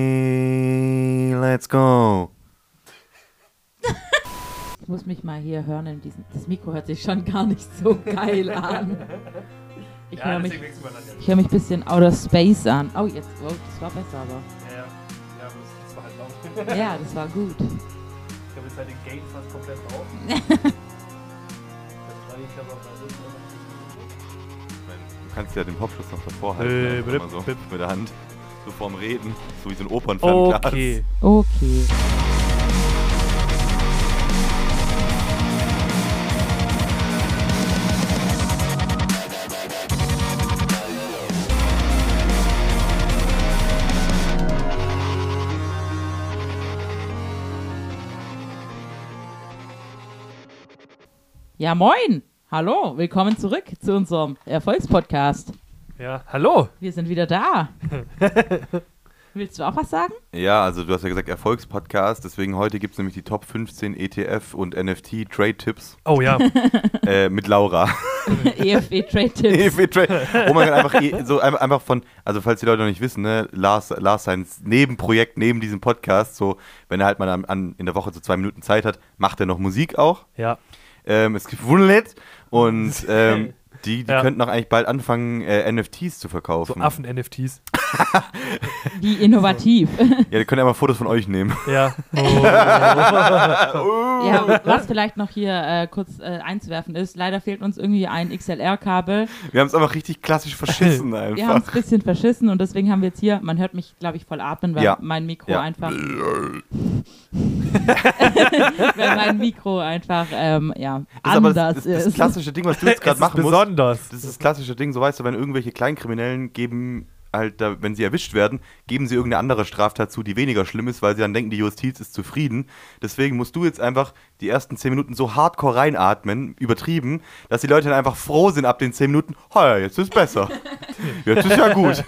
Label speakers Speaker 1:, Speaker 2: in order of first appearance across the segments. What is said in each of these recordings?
Speaker 1: Okay, let's go.
Speaker 2: Ich muss mich mal hier hören. In diesem, das Mikro hört sich schon gar nicht so geil an. Ich höre mich
Speaker 3: deswegen wechseln wir das jetzt.
Speaker 2: Ich höre mich ein bisschen Outer Space an. Oh, jetzt, oh, das war besser, aber.
Speaker 3: Ja, ja. Ja, aber das- das war halt laut.
Speaker 2: Ja, das war gut.
Speaker 3: Ich habe jetzt halt den Gate fast komplett auf. das war ich aber auch da drin.
Speaker 1: Du kannst ja den Popschutz noch davor halten.
Speaker 3: Äh,
Speaker 1: ne? Immer so
Speaker 3: blip,
Speaker 1: mit der Hand. So vorm Reden. So wie so ein Opernfernglas.
Speaker 3: Okay.
Speaker 2: Okay. Ja, moin! Hallo, willkommen zurück zu unserem Erfolgspodcast.
Speaker 3: Ja, hallo.
Speaker 2: Wir sind wieder da. Willst du auch was sagen?
Speaker 1: Ja, also du hast ja gesagt Erfolgspodcast. Deswegen heute gibt es nämlich die Top 15 ETF und NFT Trade Tipps
Speaker 3: Oh ja.
Speaker 1: äh, mit Laura.
Speaker 2: EFE E Trade Tips.
Speaker 1: EFE Trade. Oh mein Gott, einfach, eh- so ein- einfach von, also falls die Leute noch nicht wissen, ne, Lars, Lars sein Nebenprojekt neben diesem Podcast, so wenn er halt mal an, an, in der Woche so zwei Minuten Zeit hat, macht er noch Musik auch.
Speaker 3: ja.
Speaker 1: Ähm, es gibt Wunderlet und ähm, die, die
Speaker 3: Ja.
Speaker 1: könnten auch eigentlich bald anfangen, äh, NFTs zu verkaufen.
Speaker 3: So Affen-NFTs.
Speaker 2: Wie innovativ.
Speaker 1: Ja, die können ja mal Fotos von euch nehmen.
Speaker 3: Ja. Oh.
Speaker 2: ja, was vielleicht noch hier äh, kurz äh, einzuwerfen ist, leider fehlt uns irgendwie ein XLR-Kabel.
Speaker 1: Wir haben es einfach richtig klassisch verschissen
Speaker 2: Wir haben
Speaker 1: einfach.
Speaker 2: es ein bisschen verschissen und deswegen haben wir jetzt hier, man hört mich, glaube ich, voll atmen, weil
Speaker 1: Ja.
Speaker 2: mein Mikro
Speaker 1: Ja.
Speaker 2: einfach. weil mein Mikro einfach, ähm, ja,
Speaker 1: Das ist aber das,
Speaker 2: anders
Speaker 1: das, das
Speaker 2: ist.
Speaker 1: klassische Ding, was du jetzt gerade machen musst.
Speaker 3: besonders.
Speaker 1: Das ist das klassische Ding, so weißt du, wenn irgendwelche Kleinkriminellen geben, halt, da, wenn sie erwischt werden, geben sie irgendeine andere Straftat zu, die weniger schlimm ist, weil sie dann denken, die Justiz ist zufrieden. Deswegen musst du jetzt einfach die ersten 10 Minuten so hardcore reinatmen, übertrieben, dass die Leute dann einfach froh sind ab den 10 Minuten, ha, ja, jetzt ist besser. Jetzt ist ja gut.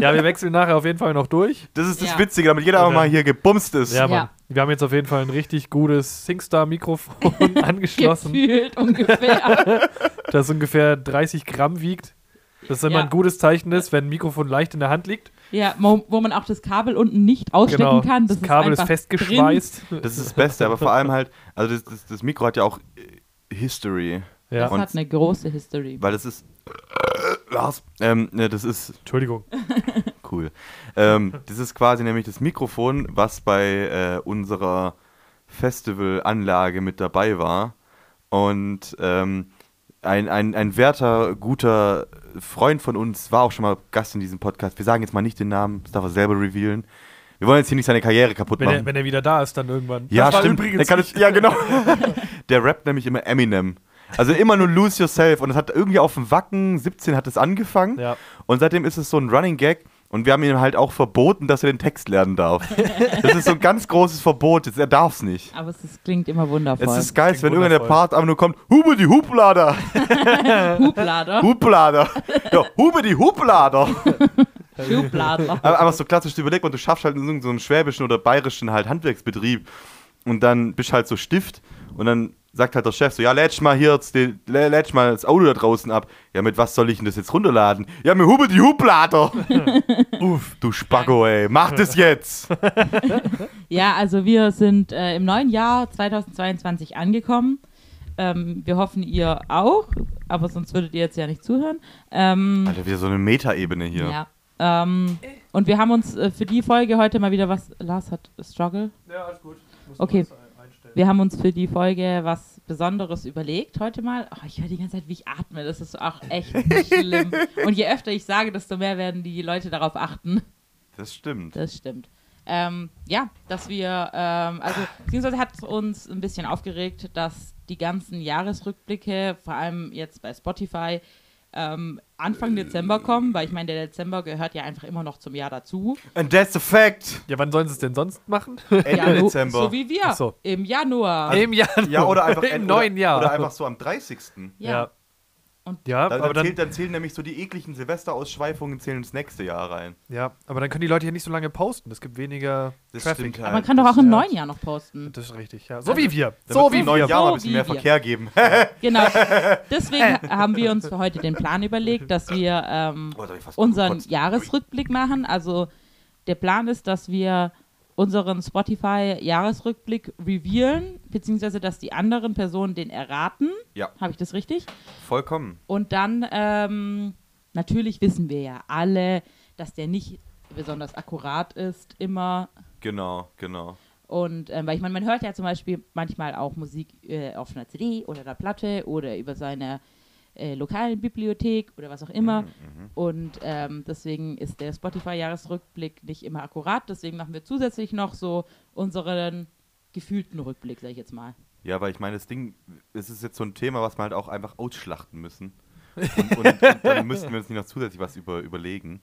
Speaker 3: Ja, wir wechseln nachher auf jeden Fall noch durch.
Speaker 1: Das ist das
Speaker 2: Ja.
Speaker 1: Witzige, damit jeder einfach
Speaker 3: Oder-
Speaker 1: mal hier gebumst ist.
Speaker 3: Ja,
Speaker 2: Ja.
Speaker 3: Mann. Wir haben jetzt auf jeden Fall ein richtig gutes SingStar-Mikrofon angeschlossen,
Speaker 2: Gefühlt ungefähr.
Speaker 3: das ungefähr 30 Gramm wiegt. Das ist immer
Speaker 2: Ja.
Speaker 3: ein gutes Zeichen ist, wenn ein Mikrofon leicht in der Hand liegt.
Speaker 2: ja, wo, wo man auch das Kabel unten nicht ausstecken
Speaker 3: Genau.
Speaker 2: kann. Das,
Speaker 3: das Kabel ist
Speaker 2: einfach
Speaker 3: festgeschweißt.
Speaker 1: Das ist das Beste, aber vor allem halt, also das, das, das Mikro hat ja auch äh, History,
Speaker 2: Drin.
Speaker 3: Ja.
Speaker 2: Das hat eine große History.
Speaker 1: weil das ist. Lars, ähm, ne, das ist
Speaker 3: Entschuldigung.
Speaker 1: Cool. Ähm, das ist quasi nämlich das Mikrofon, was bei äh, unserer Festivalanlage mit dabei war. Und ähm, ein, ein, ein werter, guter Freund von uns war auch schon mal Gast in diesem Podcast. Wir sagen jetzt mal nicht den Namen, das darf er selber revealen. Wir wollen jetzt hier nicht seine Karriere kaputt
Speaker 3: Wenn
Speaker 1: machen.
Speaker 3: er, wenn er wieder da ist, dann irgendwann.
Speaker 1: ja,
Speaker 3: Das war
Speaker 1: stimmt. Der
Speaker 3: Übrigens
Speaker 1: kann
Speaker 3: ich.
Speaker 1: es- ja, genau. Der rappt nämlich immer Eminem. Also immer nur Lose Yourself. Und das hat irgendwie auf dem Wacken 17 hat es angefangen.
Speaker 3: Ja.
Speaker 1: Und seitdem ist es so ein Running Gag. Und wir haben ihm halt auch verboten, dass er den Text lernen darf. Das ist so ein ganz großes Verbot. Jetzt, er darf es nicht.
Speaker 2: Aber es ist, klingt immer wundervoll.
Speaker 1: Es ist geil,
Speaker 3: Klingt
Speaker 1: wenn irgendein der
Speaker 3: wundervoll.
Speaker 1: Part einfach nur kommt, Hube die Hublader,
Speaker 2: Hublader.
Speaker 1: Hublader, ja, Hube die Hublader.
Speaker 2: Schublader.
Speaker 1: Aber einfach so klassisch überlegt und du schaffst halt in so einem schwäbischen oder bayerischen halt Handwerksbetrieb und dann bist halt so Stift und dann sagt halt der Chef so, ja, lädst mal hier, jetzt den, lä- lädst mal das Auto da draußen ab. Ja, mit was soll ich denn das jetzt runterladen? Ja, mit Hube die Hublader. Uff, du Spacko, ey, mach das jetzt.
Speaker 2: Ja, also wir sind äh, im neuen Jahr 2022 angekommen. Ähm, wir hoffen, ihr auch, aber sonst würdet ihr jetzt ja nicht zuhören. Ähm,
Speaker 1: Alter, wieder so eine Metaebene hier.
Speaker 2: ja. Ähm, und wir haben uns äh, für die Folge heute mal wieder was. Lars hat Struggle.
Speaker 3: Ja, alles gut. Muss
Speaker 2: Okay.
Speaker 3: nur das einstellen.
Speaker 2: Wir haben uns für die Folge was Besonderes überlegt heute mal. Oh, ich höre die ganze Zeit, wie ich atme. Das ist auch echt schlimm. Und je öfter ich sage, desto mehr werden die Leute darauf achten.
Speaker 1: Das stimmt.
Speaker 2: Das stimmt. Ähm, ja, dass wir, ähm, also beziehungsweise hat es uns ein bisschen aufgeregt, dass die ganzen Jahresrückblicke, vor allem jetzt bei Spotify, ähm, Anfang Dezember kommen, weil ich meine, der Dezember gehört ja einfach immer noch zum Jahr dazu.
Speaker 1: And that's a fact.
Speaker 3: Ja, wann sollen sie es denn sonst machen?
Speaker 1: Ende
Speaker 2: ja, so-
Speaker 1: Dezember.
Speaker 2: So wie wir.
Speaker 3: Ach so. Also,
Speaker 2: Im Januar.
Speaker 3: Im Januar.
Speaker 1: ja, oder einfach
Speaker 3: Im neuen
Speaker 1: oder,
Speaker 3: Jahr.
Speaker 1: Oder einfach so am 30.
Speaker 2: ja.
Speaker 3: Ja.
Speaker 2: Und
Speaker 3: Ja,
Speaker 1: Dann,
Speaker 3: aber
Speaker 1: dann,
Speaker 3: dann,
Speaker 1: zählt, dann zählen nämlich so die ekligen Silvesterausschweifungen zählen ins nächste Jahr rein.
Speaker 3: ja, aber dann können die Leute ja nicht so lange posten. Es gibt weniger
Speaker 1: Das
Speaker 3: Traffic.
Speaker 1: stimmt halt.
Speaker 2: aber man kann doch auch im
Speaker 3: Ja.
Speaker 2: neuen Jahr noch posten.
Speaker 3: Das ist richtig, ja. So
Speaker 2: Also,
Speaker 3: wie wir.
Speaker 1: Damit
Speaker 3: So
Speaker 1: wir
Speaker 3: wie
Speaker 1: im neuen
Speaker 3: wir.
Speaker 1: Jahr mal ein
Speaker 2: So
Speaker 1: bisschen
Speaker 2: wie
Speaker 1: mehr
Speaker 2: wir.
Speaker 1: Verkehr geben. Oh
Speaker 2: Genau. Deswegen haben wir uns für heute den Plan überlegt, dass wir ähm,
Speaker 1: Oh, da hab ich fast
Speaker 2: unseren
Speaker 1: gekotzt.
Speaker 2: Jahresrückblick machen. Also der Plan ist, dass wir unseren Spotify-Jahresrückblick revealen, beziehungsweise dass die anderen Personen den erraten.
Speaker 1: Ja,
Speaker 2: Habe ich das richtig?
Speaker 1: vollkommen.
Speaker 2: Und dann, ähm, natürlich wissen wir ja alle, dass der nicht besonders akkurat ist, immer.
Speaker 1: Genau, genau.
Speaker 2: Und ähm, weil ich meine, man hört ja zum Beispiel manchmal auch Musik äh, auf einer CD oder einer Platte oder über seine äh, lokalen Bibliothek oder was auch
Speaker 1: Mhm.
Speaker 2: immer. Und ähm, deswegen ist der Spotify-Jahresrückblick nicht immer akkurat. Deswegen machen wir zusätzlich noch so unseren gefühlten Rückblick, sage ich jetzt mal.
Speaker 1: Ja, weil ich meine, das Ding, es ist jetzt so ein Thema, was wir halt auch einfach ausschlachten müssen. Und, und, und dann müssten wir uns nicht noch zusätzlich was über, überlegen.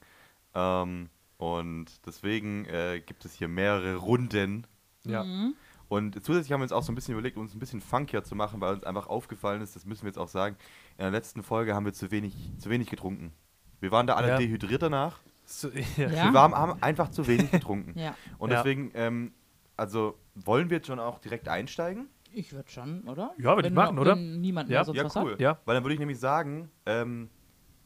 Speaker 1: Ähm, und deswegen äh, gibt es hier mehrere Runden.
Speaker 3: Ja.
Speaker 2: Mhm.
Speaker 1: Und zusätzlich haben wir uns auch so ein bisschen überlegt, um es ein bisschen funkier zu machen, weil uns einfach aufgefallen ist, das müssen wir jetzt auch sagen, in der letzten Folge haben wir zu wenig, zu wenig getrunken. Wir waren da alle
Speaker 3: Ja.
Speaker 1: dehydriert danach.
Speaker 3: So,
Speaker 2: Ja.
Speaker 3: ja.
Speaker 1: Wir waren, haben einfach zu wenig getrunken.
Speaker 2: Ja,
Speaker 1: Und
Speaker 3: Ja.
Speaker 1: deswegen, ähm, also wollen wir jetzt schon auch direkt einsteigen?
Speaker 2: ich würde schon, oder?
Speaker 3: Ja, würd ich
Speaker 2: Wenn-
Speaker 3: machen, oder?
Speaker 2: Wenn niemand
Speaker 3: Ja.
Speaker 2: mehr sonst
Speaker 1: Ja,
Speaker 2: was
Speaker 1: cool.
Speaker 2: hat.
Speaker 3: Ja.
Speaker 1: Weil dann würde ich nämlich sagen, ähm,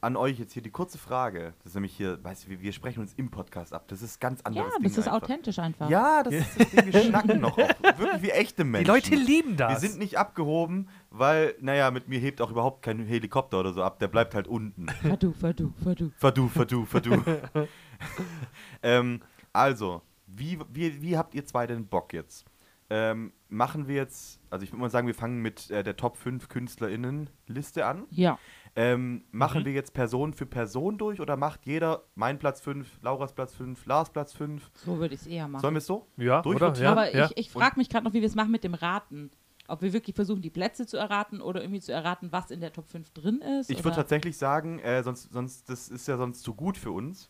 Speaker 1: an euch jetzt hier die kurze Frage. Das ist nämlich hier, weißt du, wir, wir sprechen uns im Podcast ab. Das ist ganz
Speaker 2: Ja,
Speaker 1: anderes Ding
Speaker 2: das ist
Speaker 1: einfach.
Speaker 2: authentisch einfach.
Speaker 1: Ja, das ist das Ding, wir schnacken noch. Auch, wirklich wie echte
Speaker 3: Die
Speaker 1: Menschen.
Speaker 3: Leute lieben das.
Speaker 1: Wir sind nicht abgehoben, weil, naja, mit mir hebt auch überhaupt kein Helikopter oder so ab. Der bleibt halt unten.
Speaker 2: Verdu, verdu, verdu.
Speaker 1: Verdu, verdu, verdu. ähm, also, wie, wie, wie habt ihr zwei denn Bock jetzt? Ähm, machen wir jetzt, also ich würde mal sagen, wir fangen mit äh, der Top 5 KünstlerInnen-Liste an.
Speaker 2: Ja.
Speaker 1: Ähm, machen
Speaker 3: Mhm.
Speaker 1: wir jetzt Person für Person durch oder macht jeder mein Platz 5, Lauras Platz 5, Lars Platz 5?
Speaker 2: So würde ich es eher machen.
Speaker 1: Sollen wir es so?
Speaker 3: Ja, oder?
Speaker 1: durchrotieren?
Speaker 3: Ja,
Speaker 2: Aber
Speaker 3: ja.
Speaker 2: ich, ich frage mich gerade noch, wie wir es machen mit dem Raten. Ob wir wirklich versuchen, die Plätze zu erraten oder irgendwie zu erraten, was in der Top 5 drin ist.
Speaker 1: Ich würde
Speaker 2: oder-
Speaker 1: tatsächlich sagen, äh, sonst, sonst, das ist ja sonst zu gut für uns.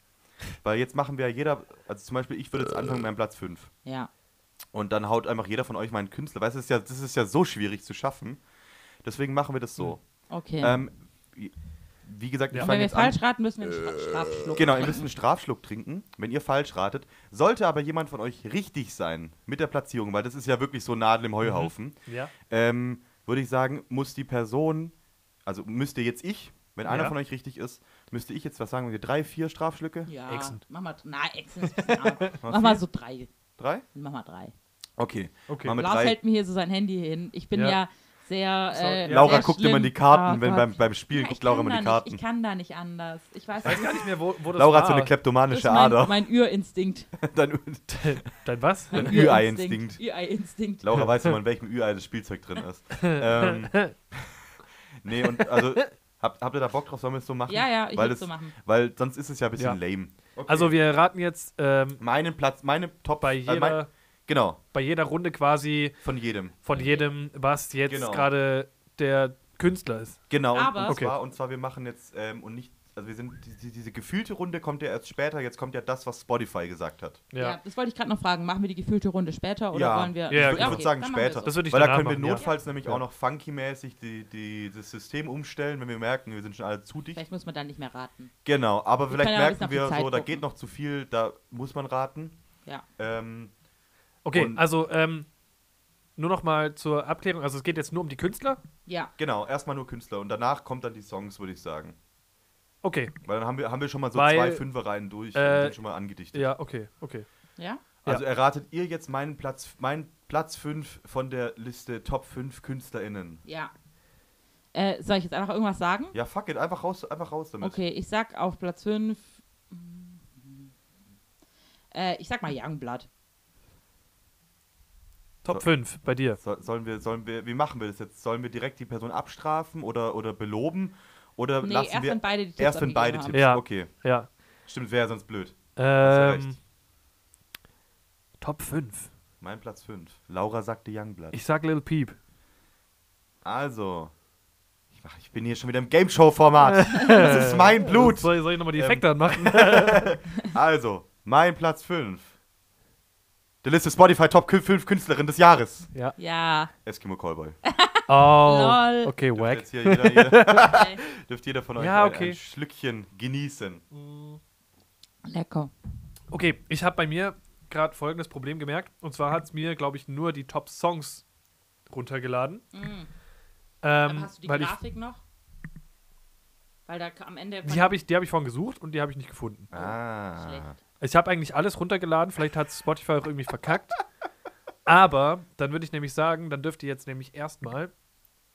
Speaker 1: Weil jetzt machen wir ja jeder, also zum Beispiel, ich würde jetzt anfangen mit meinem Platz 5.
Speaker 2: Ja.
Speaker 1: Und dann haut einfach jeder von euch meinen Künstler. Weißt du, das ist ja, das ist ja so schwierig zu schaffen. Deswegen machen wir das so.
Speaker 2: Okay.
Speaker 1: Ähm, wie gesagt, ich
Speaker 3: Ja.
Speaker 2: Und
Speaker 1: fange
Speaker 2: wenn wir
Speaker 1: jetzt an.
Speaker 2: falsch raten, müssen wir einen Stra Strafschluck.
Speaker 1: Genau, ihr müsst einen Strafschluck trinken, wenn ihr falsch ratet. Sollte aber jemand von euch richtig sein mit der Platzierung, weil das ist ja wirklich so Nadel im Heuhaufen,
Speaker 3: ja.
Speaker 1: ähm, würde ich sagen, muss die Person, also müsste jetzt ich, wenn einer
Speaker 3: Ja.
Speaker 1: von euch richtig ist, müsste ich jetzt was sagen, wir drei, vier Strafschlücke?
Speaker 2: Ja.
Speaker 3: Echsen.
Speaker 2: Mach mal, na, Echsen ist ein bisschen arm. Mach mal so drei.
Speaker 1: Drei?
Speaker 2: Mach mal drei.
Speaker 1: Okay.
Speaker 3: Okay.
Speaker 1: Mal mit
Speaker 2: Lars
Speaker 1: drei.
Speaker 2: hält mir hier so sein Handy hin. Ich bin
Speaker 3: Ja.
Speaker 2: ja, sehr.
Speaker 3: So,
Speaker 2: Äh,
Speaker 3: ja.
Speaker 1: Laura
Speaker 2: sehr
Speaker 1: guckt
Speaker 2: schlimm.
Speaker 1: immer in die Karten,
Speaker 2: Oh
Speaker 1: wenn
Speaker 2: Gott.
Speaker 1: beim, beim Spielen
Speaker 2: Ja, ich
Speaker 1: guckt Laura
Speaker 2: kann
Speaker 1: immer die
Speaker 2: da nicht-
Speaker 1: Karten.
Speaker 2: Ich kann da nicht anders. Ich weiß
Speaker 3: Ich weiß
Speaker 2: nicht.
Speaker 3: gar nicht mehr, wo, wo das
Speaker 1: Laura
Speaker 3: war.
Speaker 1: hat so eine
Speaker 2: Das ist
Speaker 1: kleptomanische
Speaker 2: mein,
Speaker 1: Ader.
Speaker 2: mein Urinstinkt.
Speaker 1: Dann,
Speaker 3: Dein was?
Speaker 1: Ein
Speaker 2: Ü-
Speaker 1: Ü-Ei-Instinkt.
Speaker 2: Ü-Ei-Instinkt.
Speaker 1: Laura weiß immer, in welchem Ü-Ei das Spielzeug drin ist. ähm, nee, und also, habt, habt ihr da Bock drauf? Sollen wir es so machen?
Speaker 2: Ja, ja, ich
Speaker 1: Weil
Speaker 2: würde so
Speaker 1: das-
Speaker 2: machen.
Speaker 1: Weil sonst ist es ja ein bisschen
Speaker 3: Ja.
Speaker 1: lame.
Speaker 3: Also wir raten jetzt ähm,
Speaker 1: meinen Platz, meine Top
Speaker 3: bei,
Speaker 1: äh, mein,
Speaker 3: jeder,
Speaker 1: genau,
Speaker 3: bei jeder Runde quasi
Speaker 1: von jedem.
Speaker 3: von jedem, was jetzt
Speaker 1: Genau.
Speaker 3: gerade der Künstler ist.
Speaker 1: Genau, und-
Speaker 2: Aber-
Speaker 1: und,
Speaker 3: Okay.
Speaker 1: zwar, und zwar wir machen jetzt ähm, und nicht, also wir sind, die, die, diese gefühlte Runde kommt ja erst später, jetzt kommt ja das, was Spotify gesagt hat.
Speaker 2: Ja.
Speaker 3: Ja.
Speaker 2: das wollte ich gerade noch fragen. Machen wir die gefühlte Runde später oder
Speaker 1: Ja.
Speaker 2: wollen wir.
Speaker 3: Ja, ja,
Speaker 1: ich
Speaker 3: genau.
Speaker 1: würde
Speaker 2: okay,
Speaker 1: sagen
Speaker 2: dann machen wir
Speaker 1: später.
Speaker 2: so.
Speaker 3: Das würde ich
Speaker 1: Weil da
Speaker 3: danach
Speaker 1: können wir
Speaker 3: machen, ja.
Speaker 1: notfalls nämlich
Speaker 3: Ja.
Speaker 1: auch noch funky-mäßig die, die, das System umstellen, wenn wir merken, wir sind schon alle zu dicht.
Speaker 2: Vielleicht muss man dann nicht mehr raten.
Speaker 1: Genau, aber
Speaker 2: Wir
Speaker 1: vielleicht
Speaker 2: können ja ein bisschen
Speaker 1: merken
Speaker 2: auf die
Speaker 1: wir so,
Speaker 2: Zeit
Speaker 1: da
Speaker 2: gucken.
Speaker 1: geht noch zu viel, da muss man raten.
Speaker 2: Ja.
Speaker 1: Ähm,
Speaker 3: Okay,
Speaker 1: Und-
Speaker 3: also ähm, nur noch mal zur Abklärung. Also es geht jetzt nur um die Künstler.
Speaker 2: Ja.
Speaker 1: genau, erstmal nur Künstler und danach kommt dann die Songs, würde ich sagen.
Speaker 3: Okay,
Speaker 1: Weil dann haben wir, haben wir schon mal so
Speaker 3: Weil,
Speaker 1: zwei Fünferreihen durch
Speaker 3: äh,
Speaker 1: und sind schon mal angedichtet.
Speaker 3: ja, okay, okay.
Speaker 2: Ja?
Speaker 1: Also erratet ihr jetzt meinen Platz, meinen Platz 5 von der Liste Top 5 KünstlerInnen.
Speaker 2: Ja. Äh, soll ich jetzt einfach irgendwas sagen?
Speaker 1: Ja, fuck it, einfach raus, einfach raus damit.
Speaker 2: Okay, ich sag auf Platz 5. Äh, ich sag mal Youngblood.
Speaker 3: Top
Speaker 1: So.
Speaker 3: 5 bei dir.
Speaker 1: So, sollen wir, sollen wir, wie machen wir das jetzt? Sollen wir direkt die Person abstrafen oder, oder beloben? Oder
Speaker 2: Nee,
Speaker 1: lassen
Speaker 2: erst
Speaker 1: wir
Speaker 2: wenn beide die Tipps
Speaker 1: erst wenn
Speaker 2: abgegeben
Speaker 1: beide
Speaker 2: haben.
Speaker 1: Tipps?
Speaker 3: Ja.
Speaker 1: Okay,
Speaker 3: Ja.
Speaker 1: stimmt, wäre ja sonst blöd. ja
Speaker 3: Ähm,
Speaker 1: recht.
Speaker 3: Top 5.
Speaker 1: Mein Platz 5. Laura sagte Youngblood.
Speaker 3: Ich sag Little Peep.
Speaker 1: also, ich, mach, ich bin hier schon wieder im Game Show Format. das ist mein Blut.
Speaker 3: Äh, Soll, soll ich nochmal die
Speaker 1: Ähm.
Speaker 3: Effekte anmachen?
Speaker 1: Also, mein Platz 5. Der Liste Spotify Top 5 Künstlerin des Jahres.
Speaker 3: ja.
Speaker 2: Ja.
Speaker 1: Eskimo Callboy.
Speaker 3: Oh,
Speaker 2: Lol.
Speaker 3: okay,
Speaker 1: Dürft
Speaker 3: wack.
Speaker 1: jetzt hier jeder, jeder,
Speaker 2: Ey,
Speaker 1: dürft jeder von euch
Speaker 3: Ja,
Speaker 1: mal
Speaker 3: okay.
Speaker 1: ein Schlückchen genießen.
Speaker 2: Lecker.
Speaker 3: Okay, ich habe bei mir gerade folgendes Problem gemerkt. Und zwar hat es mir, glaube ich, nur die Top-Songs runtergeladen.
Speaker 2: Mm.
Speaker 3: Ähm,
Speaker 2: Aber hast du die
Speaker 3: weil ich,
Speaker 2: Grafik noch? Weil da am Ende.
Speaker 3: die habe ich, die hab ich vorhin gesucht und die habe ich nicht gefunden.
Speaker 1: Ah.
Speaker 2: Schlecht.
Speaker 3: Ich habe eigentlich alles runtergeladen, vielleicht hat Spotify auch irgendwie verkackt. Aber dann würde ich nämlich sagen, dann dürft ihr jetzt nämlich erstmal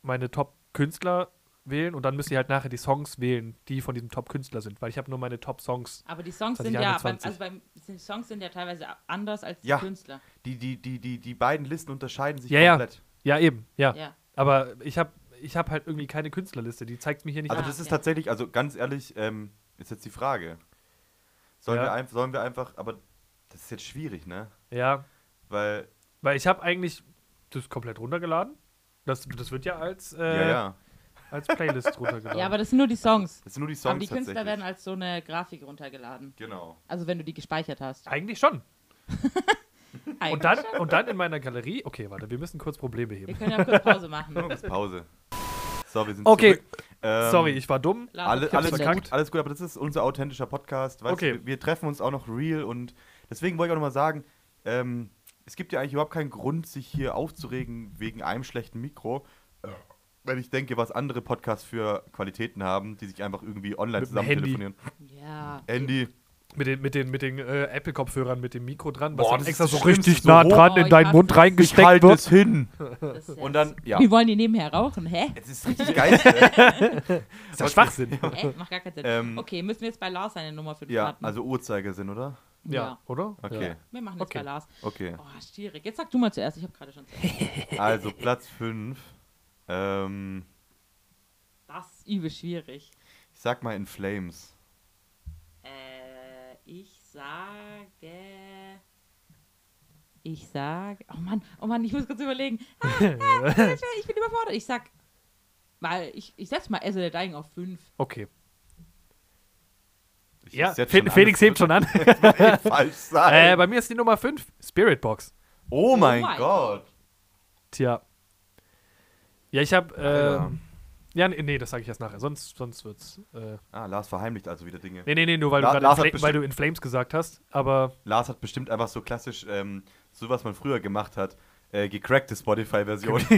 Speaker 3: meine Top-Künstler wählen und dann müsst ihr halt nachher die Songs wählen, die von diesem Top-Künstler sind, weil ich habe nur meine Top-Songs.
Speaker 2: Aber die Songs sind ja,
Speaker 3: 2021.
Speaker 2: beim, also beim, die Songs sind ja teilweise anders als die
Speaker 1: Ja.
Speaker 2: Künstler.
Speaker 1: Die, die, die, die, die beiden Listen unterscheiden sich
Speaker 3: Ja, ja.
Speaker 1: komplett.
Speaker 3: Ja, eben, ja.
Speaker 2: Ja.
Speaker 3: Aber ich habe ich hab halt irgendwie keine Künstlerliste, die zeigt mir hier nicht
Speaker 1: Aber
Speaker 2: Ah,
Speaker 3: an.
Speaker 1: das ist
Speaker 2: okay.
Speaker 1: tatsächlich, also ganz ehrlich, ähm, ist jetzt die Frage. Sollen,
Speaker 3: Ja.
Speaker 1: wir ein, sollen wir einfach, aber das ist jetzt schwierig, ne?
Speaker 3: Ja,
Speaker 1: Weil,
Speaker 3: weil ich habe eigentlich das komplett runtergeladen. Das, das wird ja als, äh,
Speaker 1: ja, ja,
Speaker 3: als Playlist runtergeladen.
Speaker 2: Ja, aber das sind nur die Songs.
Speaker 1: das sind nur die Songs
Speaker 2: Aber die
Speaker 1: tatsächlich.
Speaker 2: Künstler werden als so eine Grafik runtergeladen.
Speaker 1: genau.
Speaker 2: Also wenn du die gespeichert hast.
Speaker 3: eigentlich schon.
Speaker 2: Eigentlich
Speaker 3: Und dann,
Speaker 2: schon.
Speaker 3: und dann in meiner Galerie. Okay, warte, wir müssen kurz Probleme
Speaker 2: Wir
Speaker 3: heben.
Speaker 2: können ja kurz Pause machen.
Speaker 1: Nur kurz Pause. So, wir sind
Speaker 3: Okay.
Speaker 1: zurück. Ähm,
Speaker 3: Sorry, ich war dumm.
Speaker 2: Lars,
Speaker 1: Alle,
Speaker 2: ich hab's
Speaker 1: alles
Speaker 2: verkackt.
Speaker 1: gut, alles gut, aber das ist unser authentischer Podcast. Weißt
Speaker 3: Okay.
Speaker 1: du, wir- wir treffen uns auch noch real und deswegen wollte ich auch nochmal sagen, ähm, es gibt ja eigentlich überhaupt keinen Grund, sich hier aufzuregen wegen einem schlechten Mikro. äh, Wenn ich denke, was andere Podcasts für Qualitäten haben, die sich einfach irgendwie online
Speaker 3: Mit dem
Speaker 1: zusammen
Speaker 3: Handy.
Speaker 1: telefonieren.
Speaker 2: Ja.
Speaker 1: Handy.
Speaker 3: Mit den, mit den, mit den äh, Apple-Kopfhörern, mit dem Mikro dran, was
Speaker 1: Boah,
Speaker 3: dann
Speaker 1: das ist
Speaker 3: extra
Speaker 1: das
Speaker 3: so
Speaker 1: Schlimmste,
Speaker 3: richtig
Speaker 1: so
Speaker 3: nah
Speaker 1: hoch.
Speaker 3: dran
Speaker 2: Oh,
Speaker 3: in
Speaker 2: ich
Speaker 3: deinen
Speaker 2: hasse
Speaker 3: Mund
Speaker 2: das.
Speaker 1: Ich
Speaker 3: reingesteckt
Speaker 1: halte
Speaker 3: wird.
Speaker 1: es hin.
Speaker 2: das ist
Speaker 1: Und dann, ja.
Speaker 2: Wir wollen die nebenher rauchen. Hä?
Speaker 1: Es ist richtig geil. ne?
Speaker 3: Das ist ja Schwachsinn.
Speaker 2: Hä? Macht gar keinen Sinn.
Speaker 1: Ähm,
Speaker 2: okay, müssen wir jetzt bei Lars seine Nummer 5
Speaker 1: Ja,
Speaker 2: warten?
Speaker 1: also Uhrzeigersinn, oder?
Speaker 3: Ja, oder?
Speaker 1: Okay,
Speaker 3: Ja.
Speaker 2: Wir machen jetzt
Speaker 3: Okay.
Speaker 2: bei Lars.
Speaker 1: okay.
Speaker 2: Oh, schwierig. Jetzt sag du mal zuerst. Ich habe gerade schon.
Speaker 1: Also Platz 5. Ähm,
Speaker 2: Das ist übel schwierig.
Speaker 1: ich sag mal in Flames.
Speaker 2: Äh, ich sage. Ich sage. Oh Mann, oh Mann, ich muss kurz überlegen. Ah, ah, schnell, schnell, ich bin überfordert. Ich sag. Weil ich, ich setz mal As the Dying auf 5.
Speaker 3: Okay.
Speaker 1: Ich
Speaker 3: Ja,
Speaker 1: setz
Speaker 3: Fe
Speaker 1: schon
Speaker 3: Felix
Speaker 1: alles
Speaker 3: hebt schon an.
Speaker 1: falsch sein.
Speaker 3: äh, bei mir ist die Nummer 5, Spiritbox.
Speaker 1: oh mein
Speaker 2: Oh mein
Speaker 1: Gott.
Speaker 3: Tja. Ja, ich habe.
Speaker 1: Alter.
Speaker 3: ähm, ja, nee, nee, das sage ich erst nachher. Sonst, sonst wird's. Äh,
Speaker 1: Ah, Lars verheimlicht also wieder Dinge.
Speaker 3: nee, nee, nee, nur weil,
Speaker 1: La-
Speaker 3: du,
Speaker 1: Lars
Speaker 3: gerade
Speaker 1: hat
Speaker 3: in Fla- weil
Speaker 1: bestimmt-
Speaker 3: du in Flames gesagt hast. Aber
Speaker 1: Lars hat bestimmt einfach so klassisch, ähm, so was man früher gemacht hat, äh, gecrackte Spotify-Version.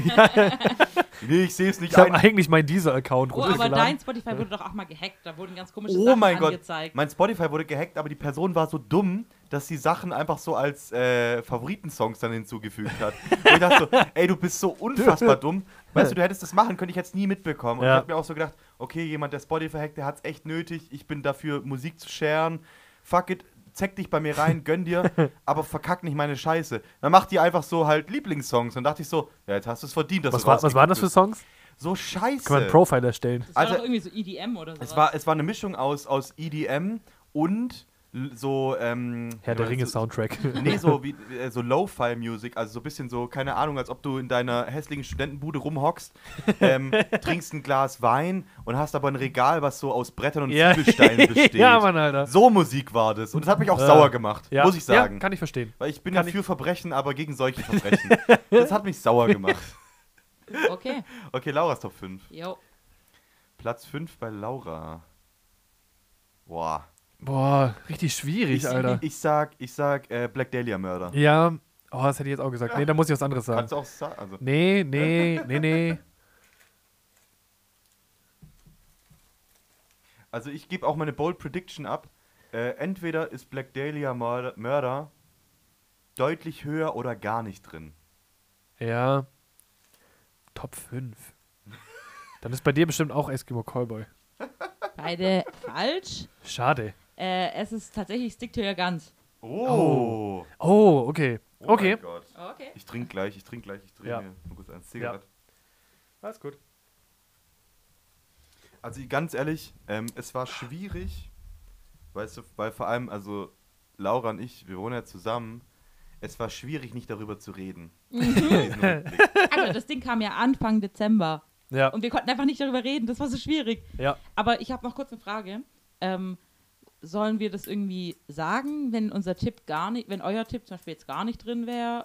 Speaker 1: nee, ich sehe es nicht
Speaker 3: ich habe
Speaker 1: ein.
Speaker 3: eigentlich meinen Deezer-Account
Speaker 2: Oh, aber
Speaker 3: runtergeladen.
Speaker 2: dein Spotify wurde doch auch mal gehackt. Da wurden ganz komische
Speaker 1: Oh
Speaker 2: Sachen
Speaker 1: mein Gott,
Speaker 2: angezeigt.
Speaker 1: mein Spotify wurde gehackt, aber die Person war so dumm, dass sie Sachen einfach so als äh, Favoritensongs dann hinzugefügt hat. Und ich dachte so, ey, du bist so unfassbar dumm. Weißt du, du hättest das machen können, ich hätte es nie mitbekommen. Und
Speaker 3: Ja.
Speaker 1: ich habe mir auch so gedacht, okay, jemand, der Spotify hackt, der hat es echt nötig. Ich bin dafür, Musik zu sharen. Fuck it, zeck dich bei mir rein, gönn dir, aber verkack nicht meine Scheiße. Dann macht die einfach so halt Lieblingssongs. Und dachte ich so, ja, jetzt hast du es verdient, dass
Speaker 3: was,
Speaker 1: du
Speaker 3: war, was waren das für
Speaker 1: rausgekickt
Speaker 3: Songs?
Speaker 1: bist. So scheiße.
Speaker 3: Kann man einen Profile erstellen.
Speaker 2: Das war
Speaker 1: Alter,
Speaker 2: doch irgendwie so EDM oder so.
Speaker 1: Also Es war, es war eine Mischung aus, aus EDM und l- so, ähm,
Speaker 3: Herr
Speaker 1: wie
Speaker 3: der
Speaker 1: war
Speaker 3: Ringe
Speaker 1: das so,
Speaker 3: Soundtrack.
Speaker 1: Nee, so wie äh, so Lo-Fi-Music, also so ein bisschen so, keine Ahnung, als ob du in deiner hässlichen Studentenbude rumhockst, ähm, trinkst ein Glas Wein und hast aber ein Regal, was so aus Brettern und Ziegelsteinen besteht.
Speaker 3: ja, Mann, Alter.
Speaker 1: So Musik war das. Und das hat mich auch
Speaker 3: Äh,
Speaker 1: sauer gemacht,
Speaker 3: ja.
Speaker 1: muss ich sagen.
Speaker 3: Ja, kann ich verstehen.
Speaker 1: Weil ich bin
Speaker 3: kann
Speaker 1: ja
Speaker 3: ich-
Speaker 1: für Verbrechen, aber gegen solche Verbrechen. das hat mich sauer gemacht.
Speaker 2: Okay,
Speaker 1: Okay, Laura's Top 5.
Speaker 2: jo.
Speaker 1: Platz 5 bei Laura. Boah.
Speaker 3: Boah, richtig schwierig,
Speaker 1: Ich,
Speaker 3: Alter.
Speaker 1: ich sag, ich sag äh, Black Dahlia Mörder.
Speaker 3: ja, oh, das hätte ich jetzt auch gesagt. Nee, da muss ich was anderes sagen.
Speaker 1: Kannst du auch sagen. Also,
Speaker 3: Nee, nee, nee, nee.
Speaker 1: also ich gebe auch meine Bold Prediction ab. Äh, entweder ist Black Dahlia Mörder, Mörder deutlich höher oder gar nicht drin.
Speaker 3: Ja. Top 5. Dann ist bei dir bestimmt auch Eskimo Callboy.
Speaker 2: Beide falsch.
Speaker 3: Schade.
Speaker 2: Äh, es ist tatsächlich Stick to your Guns.
Speaker 1: Oh.
Speaker 3: Oh, okay.
Speaker 1: Oh
Speaker 3: Okay.
Speaker 1: Mein Gott.
Speaker 2: Okay.
Speaker 1: Ich trinke gleich, ich trinke gleich, ich trinke
Speaker 3: Ja.
Speaker 1: mir nur kurz ein Zigarett.
Speaker 3: Alles gut.
Speaker 1: Also ganz ehrlich, ähm, es war schwierig, weißt du, weil vor allem, also Laura und ich, wir wohnen ja zusammen, es war schwierig, nicht darüber zu reden. Diesen Rückblick.
Speaker 2: Alter, Also, das Ding kam ja Anfang Dezember.
Speaker 3: Ja,
Speaker 2: Und wir konnten einfach nicht darüber reden. Das war so schwierig.
Speaker 3: ja.
Speaker 2: Aber ich habe noch kurz eine Frage. Ähm, sollen wir das irgendwie sagen, wenn unser Tipp gar nicht, wenn euer Tipp zum Beispiel jetzt gar nicht drin wäre,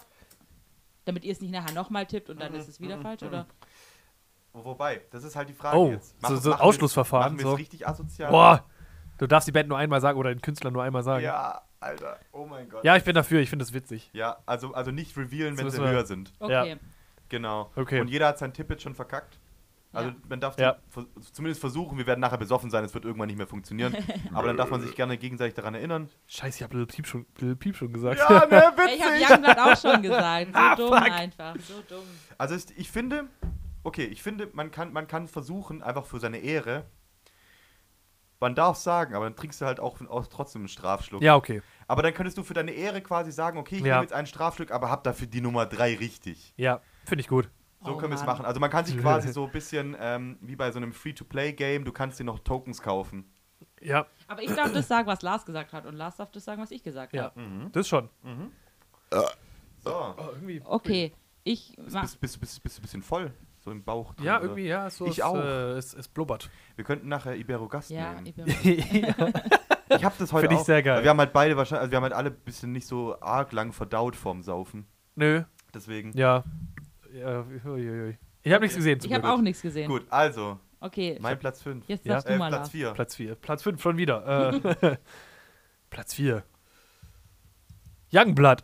Speaker 2: damit ihr es nicht nachher nochmal tippt und dann ist es wieder falsch, oder?
Speaker 1: Wobei, das ist halt die Frage
Speaker 3: Oh,
Speaker 1: jetzt.
Speaker 3: so- so ein
Speaker 1: wir's-
Speaker 3: Ausschlussverfahren,
Speaker 1: Machen wir
Speaker 3: so.
Speaker 1: es richtig asozial?
Speaker 3: Boah, du darfst die Band nur einmal sagen oder den Künstler nur einmal sagen. Ja,
Speaker 1: Ja, Alter. Oh mein Gott.
Speaker 3: ich bin dafür, ich finde das witzig.
Speaker 1: Ja, also, also nicht revealen,
Speaker 3: Das
Speaker 1: wenn sie
Speaker 3: müssen wir-
Speaker 1: höher sind.
Speaker 2: Okay.
Speaker 3: Ja.
Speaker 1: Genau.
Speaker 3: Okay.
Speaker 1: Und jeder hat sein Tippet schon verkackt. Also
Speaker 2: Ja.
Speaker 1: man darf
Speaker 3: Ja.
Speaker 1: ver- zumindest versuchen, wir werden nachher besoffen sein, es wird irgendwann nicht mehr funktionieren. aber dann darf man sich gerne gegenseitig daran erinnern.
Speaker 3: Scheiße, ich habe Little Peep schon, Little Peep schon gesagt.
Speaker 1: Ja, ne,
Speaker 2: Ich habe
Speaker 1: witzig!
Speaker 2: Young Blood auch schon gesagt. So dumm einfach. So dumm.
Speaker 1: Also ist, ich finde, okay, ich finde, man kann, man kann versuchen, einfach für seine Ehre, man darf sagen, aber dann trinkst du halt auch, auch trotzdem einen Strafschluck.
Speaker 3: Ja, okay.
Speaker 1: Aber dann könntest du für deine Ehre quasi sagen, okay, ich
Speaker 3: Ja.
Speaker 1: nehme jetzt einen Strafschluck, aber hab dafür die Nummer drei richtig.
Speaker 3: Ja, finde ich gut.
Speaker 1: So
Speaker 2: Oh
Speaker 1: können wir es
Speaker 2: Mann.
Speaker 1: machen. Also man kann sich quasi so ein bisschen ähm, wie bei so einem Free-to-Play-Game, du kannst dir noch Tokens kaufen.
Speaker 3: Ja,
Speaker 2: Aber ich darf das sagen, was Lars gesagt hat. Und Lars darf das sagen, was ich gesagt
Speaker 3: ja.
Speaker 2: habe.
Speaker 3: Das schon.
Speaker 1: So.
Speaker 3: Oh, irgendwie.
Speaker 2: Okay. Ich mach,
Speaker 1: Bist, bist, bist, bist du ein bisschen voll? So im Bauch. drin,
Speaker 3: Ja,
Speaker 1: so.
Speaker 3: irgendwie, ja. So
Speaker 1: Ich
Speaker 3: es,
Speaker 1: auch.
Speaker 3: Äh, es, es blubbert.
Speaker 1: Wir könnten nachher Iberogast
Speaker 2: ja,
Speaker 1: nehmen.
Speaker 2: ich bin,
Speaker 1: Ich hab das heute
Speaker 3: Find
Speaker 1: auch.
Speaker 3: ich sehr geil.
Speaker 1: weil Wir haben halt beide wahrscheinlich, also wir haben halt alle ein bisschen nicht so arg lang verdaut vorm Saufen.
Speaker 3: Nö,
Speaker 1: Deswegen.
Speaker 3: ja. ja uiuiui. ich habe nichts gesehen. zum
Speaker 2: ich habe
Speaker 3: Glück.
Speaker 2: auch nichts gesehen.
Speaker 1: Gut, also,
Speaker 2: Okay.
Speaker 1: mein Platz 5.
Speaker 2: Jetzt
Speaker 3: Ja.
Speaker 2: darfst
Speaker 1: Äh,
Speaker 2: du mal
Speaker 1: Platz
Speaker 2: Lars.
Speaker 1: 4.
Speaker 3: Platz 4. Platz 5 schon wieder. Äh, Platz 4. Youngblood.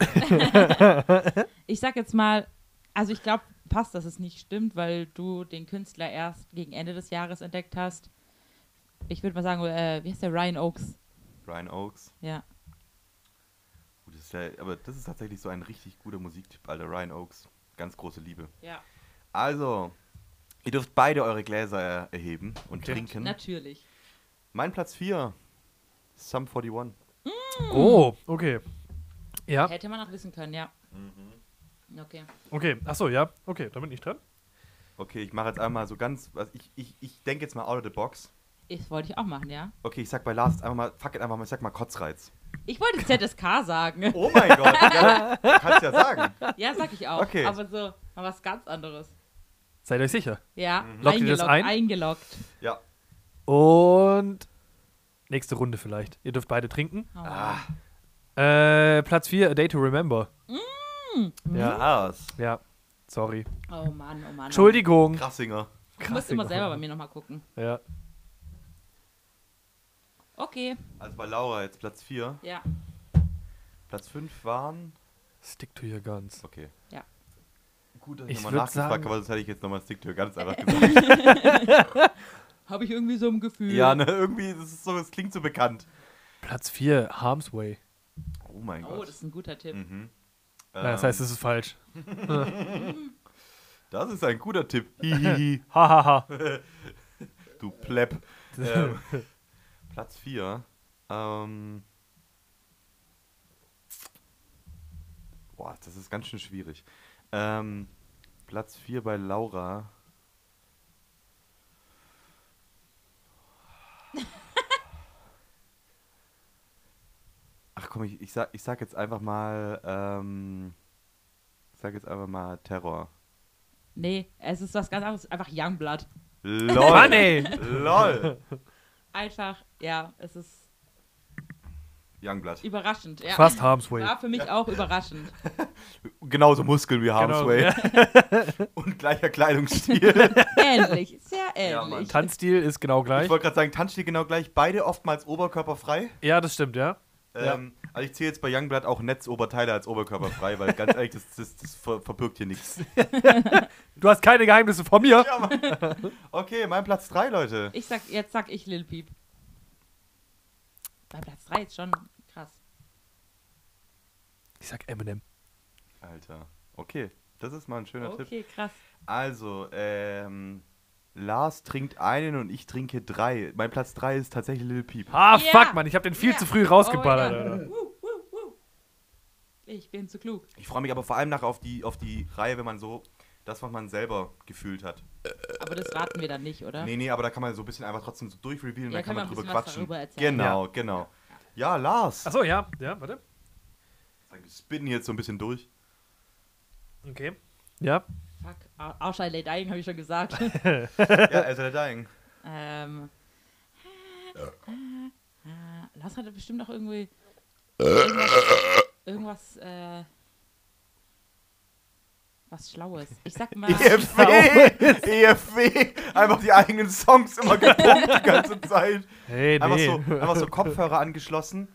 Speaker 2: Ich sag jetzt mal, also ich glaube, passt, dass es nicht stimmt, weil du den Künstler erst gegen Ende des Jahres entdeckt hast. Ich würde mal sagen, äh, wie heißt der? Ryan Oaks.
Speaker 1: Brian Oaks.
Speaker 2: Ja.
Speaker 1: Gut, das ist ja, aber das ist tatsächlich so ein richtig guter Musiktipp, Alter. Ryan Oaks. Ganz große Liebe.
Speaker 2: Ja.
Speaker 1: Also, ihr dürft beide eure Gläser er- erheben und
Speaker 3: Okay.
Speaker 1: trinken.
Speaker 2: Natürlich.
Speaker 1: Mein Platz 4, Sum 41.
Speaker 2: Hm.
Speaker 3: Oh, okay. Ja,
Speaker 2: Hätte man auch wissen können, ja. Okay.
Speaker 3: okay. Achso, ja. Okay, damit nicht dran.
Speaker 1: Okay, ich mache jetzt einmal so ganz, was ich, ich, ich denke jetzt mal out of the box.
Speaker 2: Das wollte ich auch machen, ja.
Speaker 1: Okay, ich sag bei Lars jetzt einfach mal, fuck it einfach mal, ich sag mal Kotzreiz.
Speaker 2: Ich wollte ZSK sagen.
Speaker 1: Oh mein Gott, ja, kannst ja sagen.
Speaker 2: Ja, sag ich auch.
Speaker 1: Okay.
Speaker 2: Aber so, mal was ganz anderes.
Speaker 3: Seid euch sicher.
Speaker 2: Ja,
Speaker 3: Lockt ihr das ein?
Speaker 2: eingeloggt.
Speaker 1: Ja,
Speaker 3: Und nächste Runde vielleicht. Ihr dürft beide trinken.
Speaker 2: Oh, Mann.
Speaker 3: Äh, Platz 4, A Day to Remember. Ja,
Speaker 1: Lars.
Speaker 3: ja. Sorry.
Speaker 2: Mhm. oh Mann, oh Mann.
Speaker 3: Entschuldigung.
Speaker 1: Krassinger.
Speaker 2: Ich muss immer selber bei mir nochmal gucken.
Speaker 3: Ja.
Speaker 2: Okay,
Speaker 1: Also bei Laura jetzt Platz 4.
Speaker 2: ja.
Speaker 1: Platz 5 waren.
Speaker 3: Stick to your guns.
Speaker 1: Okay.
Speaker 2: Ja.
Speaker 1: Gut, dass
Speaker 3: Ich
Speaker 1: ich, nochmal
Speaker 3: würd
Speaker 1: nachgefragt
Speaker 3: sagen-
Speaker 1: habe, weil sonst hätte ich jetzt nochmal Sticktür ganz einfach gesagt.
Speaker 2: Habe ich irgendwie so ein Gefühl.
Speaker 1: ja, ne, irgendwie, das ist so, es klingt so bekannt.
Speaker 3: Platz 4, Harm's Way.
Speaker 1: Oh mein
Speaker 2: Oh,
Speaker 1: Gott.
Speaker 2: das ist ein guter Tipp.
Speaker 1: Mhm.
Speaker 3: Na, das
Speaker 1: Ähm,
Speaker 3: heißt, es ist falsch.
Speaker 1: Das ist ein guter Tipp. Hihihi,
Speaker 3: Hahaha.
Speaker 1: du Plepp. Ähm, Platz 4. Ähm, boah, das ist ganz schön schwierig. Ähm, Platz 4 bei Laura. Ach komm, ich, ich, sag, ich sag jetzt einfach mal, ähm, ich sag jetzt einfach mal Terror.
Speaker 2: Nee, es ist was ganz anderes. Einfach Youngblood.
Speaker 1: LOL.
Speaker 3: Mann, ey.
Speaker 1: LOL.
Speaker 2: Einfach, ja, es ist
Speaker 1: Youngblood.
Speaker 2: überraschend. Ja.
Speaker 3: Fast Harm's Way.
Speaker 2: War für mich auch überraschend.
Speaker 1: Genauso Muskeln wie Harm's
Speaker 3: Genau.
Speaker 1: Way. Und gleicher Kleidungsstil.
Speaker 2: ähnlich, sehr
Speaker 1: Ja, Mann.
Speaker 2: ähnlich.
Speaker 3: Tanzstil ist genau
Speaker 1: Ich
Speaker 3: gleich.
Speaker 1: wollte gerade sagen, Tanzstil genau gleich. Beide oftmals oberkörperfrei.
Speaker 3: Ja, das stimmt, ja. Ja.
Speaker 1: Ähm, also ich zähle jetzt bei Youngblood auch Netzoberteile als oberkörperfrei, weil ganz ehrlich, das, das, das ver verbirgt hier nichts.
Speaker 3: Du hast keine Geheimnisse von mir.
Speaker 1: Okay, mein Platz 3, Leute.
Speaker 2: ich sag, jetzt sag ich Lil Peep. Bei Platz 3 ist schon krass.
Speaker 3: Ich sag Eminem.
Speaker 1: Alter. Okay, das ist mal ein schöner Tipp.
Speaker 2: Okay, krass.
Speaker 1: Also, ähm, Lars trinkt einen und ich trinke drei. Mein Platz 3 ist tatsächlich Lil Peep.
Speaker 3: Ah,
Speaker 2: Ja.
Speaker 3: fuck, Mann. Ich hab den viel
Speaker 2: Ja.
Speaker 3: zu früh rausgeballert.
Speaker 2: Oh, ja.
Speaker 3: Alter.
Speaker 2: Wuh, wuh, wuh. Ich bin zu klug.
Speaker 1: Ich freue mich aber vor allem nachher auf die, auf die Reihe, wenn man so das, was man selber gefühlt hat.
Speaker 2: Aber das raten wir dann nicht, oder?
Speaker 1: Nee, nee, aber da kann man so ein bisschen einfach trotzdem so durchrevealen,
Speaker 2: Ja,
Speaker 1: dann kann man
Speaker 2: kann man
Speaker 1: drüber
Speaker 2: ein bisschen
Speaker 1: quatschen.
Speaker 2: was darüber erzählen.
Speaker 1: Genau, genau. Ja, Lars.
Speaker 3: Achso, ja. Ja, warte.
Speaker 1: Wir spinnen jetzt so ein bisschen durch.
Speaker 3: Okay. Ja.
Speaker 2: Fuck, Arschei Lay Dying habe ich schon gesagt.
Speaker 1: ja, also der Dying.
Speaker 2: ähm. äh, äh, Lars hatte bestimmt auch irgendwie. Irgendwas. irgendwas äh, Was Schlaues. Ich sag mal,
Speaker 1: E EFW! EFW! E Einfach die eigenen Songs immer gepumpt die ganze Zeit.
Speaker 3: Hey, nee.
Speaker 1: Einfach so, einfach so Kopfhörer angeschlossen.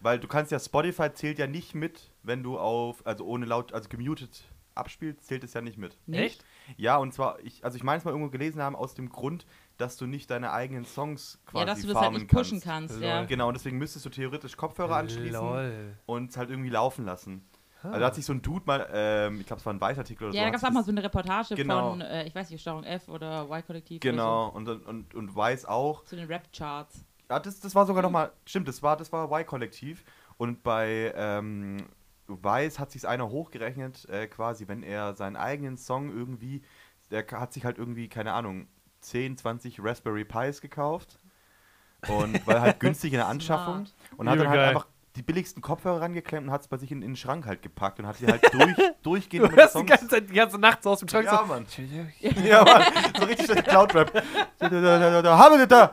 Speaker 1: Weil du kannst ja, Spotify zählt ja nicht mit, wenn du auf, also ohne laut, also gemutet abspielst, zählt es ja nicht mit.
Speaker 2: nicht.
Speaker 1: Ja, und zwar, ich, also ich meine es mal irgendwo gelesen haben, aus dem Grund, dass du nicht deine eigenen Songs quasi
Speaker 2: Ja, dass du das halt
Speaker 1: farmen
Speaker 2: nicht pushen kannst.
Speaker 3: Lol.
Speaker 2: ja.
Speaker 1: Genau, und deswegen müsstest du theoretisch Kopfhörer anschließen
Speaker 3: Äh, Lol.
Speaker 1: und es halt irgendwie laufen lassen. Also da hat sich so ein Dude mal, ähm, ich glaube, es war ein Weitartikel oder so.
Speaker 2: Ja, da
Speaker 1: hat
Speaker 2: gab es
Speaker 1: sich
Speaker 2: auch mal so eine Reportage
Speaker 1: Genau.
Speaker 2: von, äh, ich weiß nicht, Steuerung F oder Y-Kollektiv. oder
Speaker 1: Genau, und, und, und Weiß auch.
Speaker 2: So, zu den Rap-Charts.
Speaker 1: Ja, das, das war sogar nochmal, stimmt, das war, das war Y-Kollektiv. Und bei ähm, Weiß hat sich einer hochgerechnet, äh, quasi, wenn er seinen eigenen Song irgendwie, der ka- hat sich halt irgendwie, keine Ahnung, 10, 20 Raspberry Pis gekauft. Und weil halt günstig in der Anschaffung. Und hat
Speaker 3: Übel
Speaker 1: dann halt
Speaker 3: geil.
Speaker 1: einfach die billigsten Kopfhörer rangeklemmt und hat es bei sich in, in den Schrank halt gepackt und hat sie halt durch, durchgehend
Speaker 3: Du
Speaker 1: immer die
Speaker 3: hast die
Speaker 1: Songs.
Speaker 3: ganze, Zeit, die ganze Nacht so aus dem Schrank
Speaker 1: Ja,
Speaker 3: so.
Speaker 1: Mann.
Speaker 3: Ja.
Speaker 1: Ja, Mann, so richtig schlecht Cloud-Rap. Da, da, da, da, da, Haben wir das da?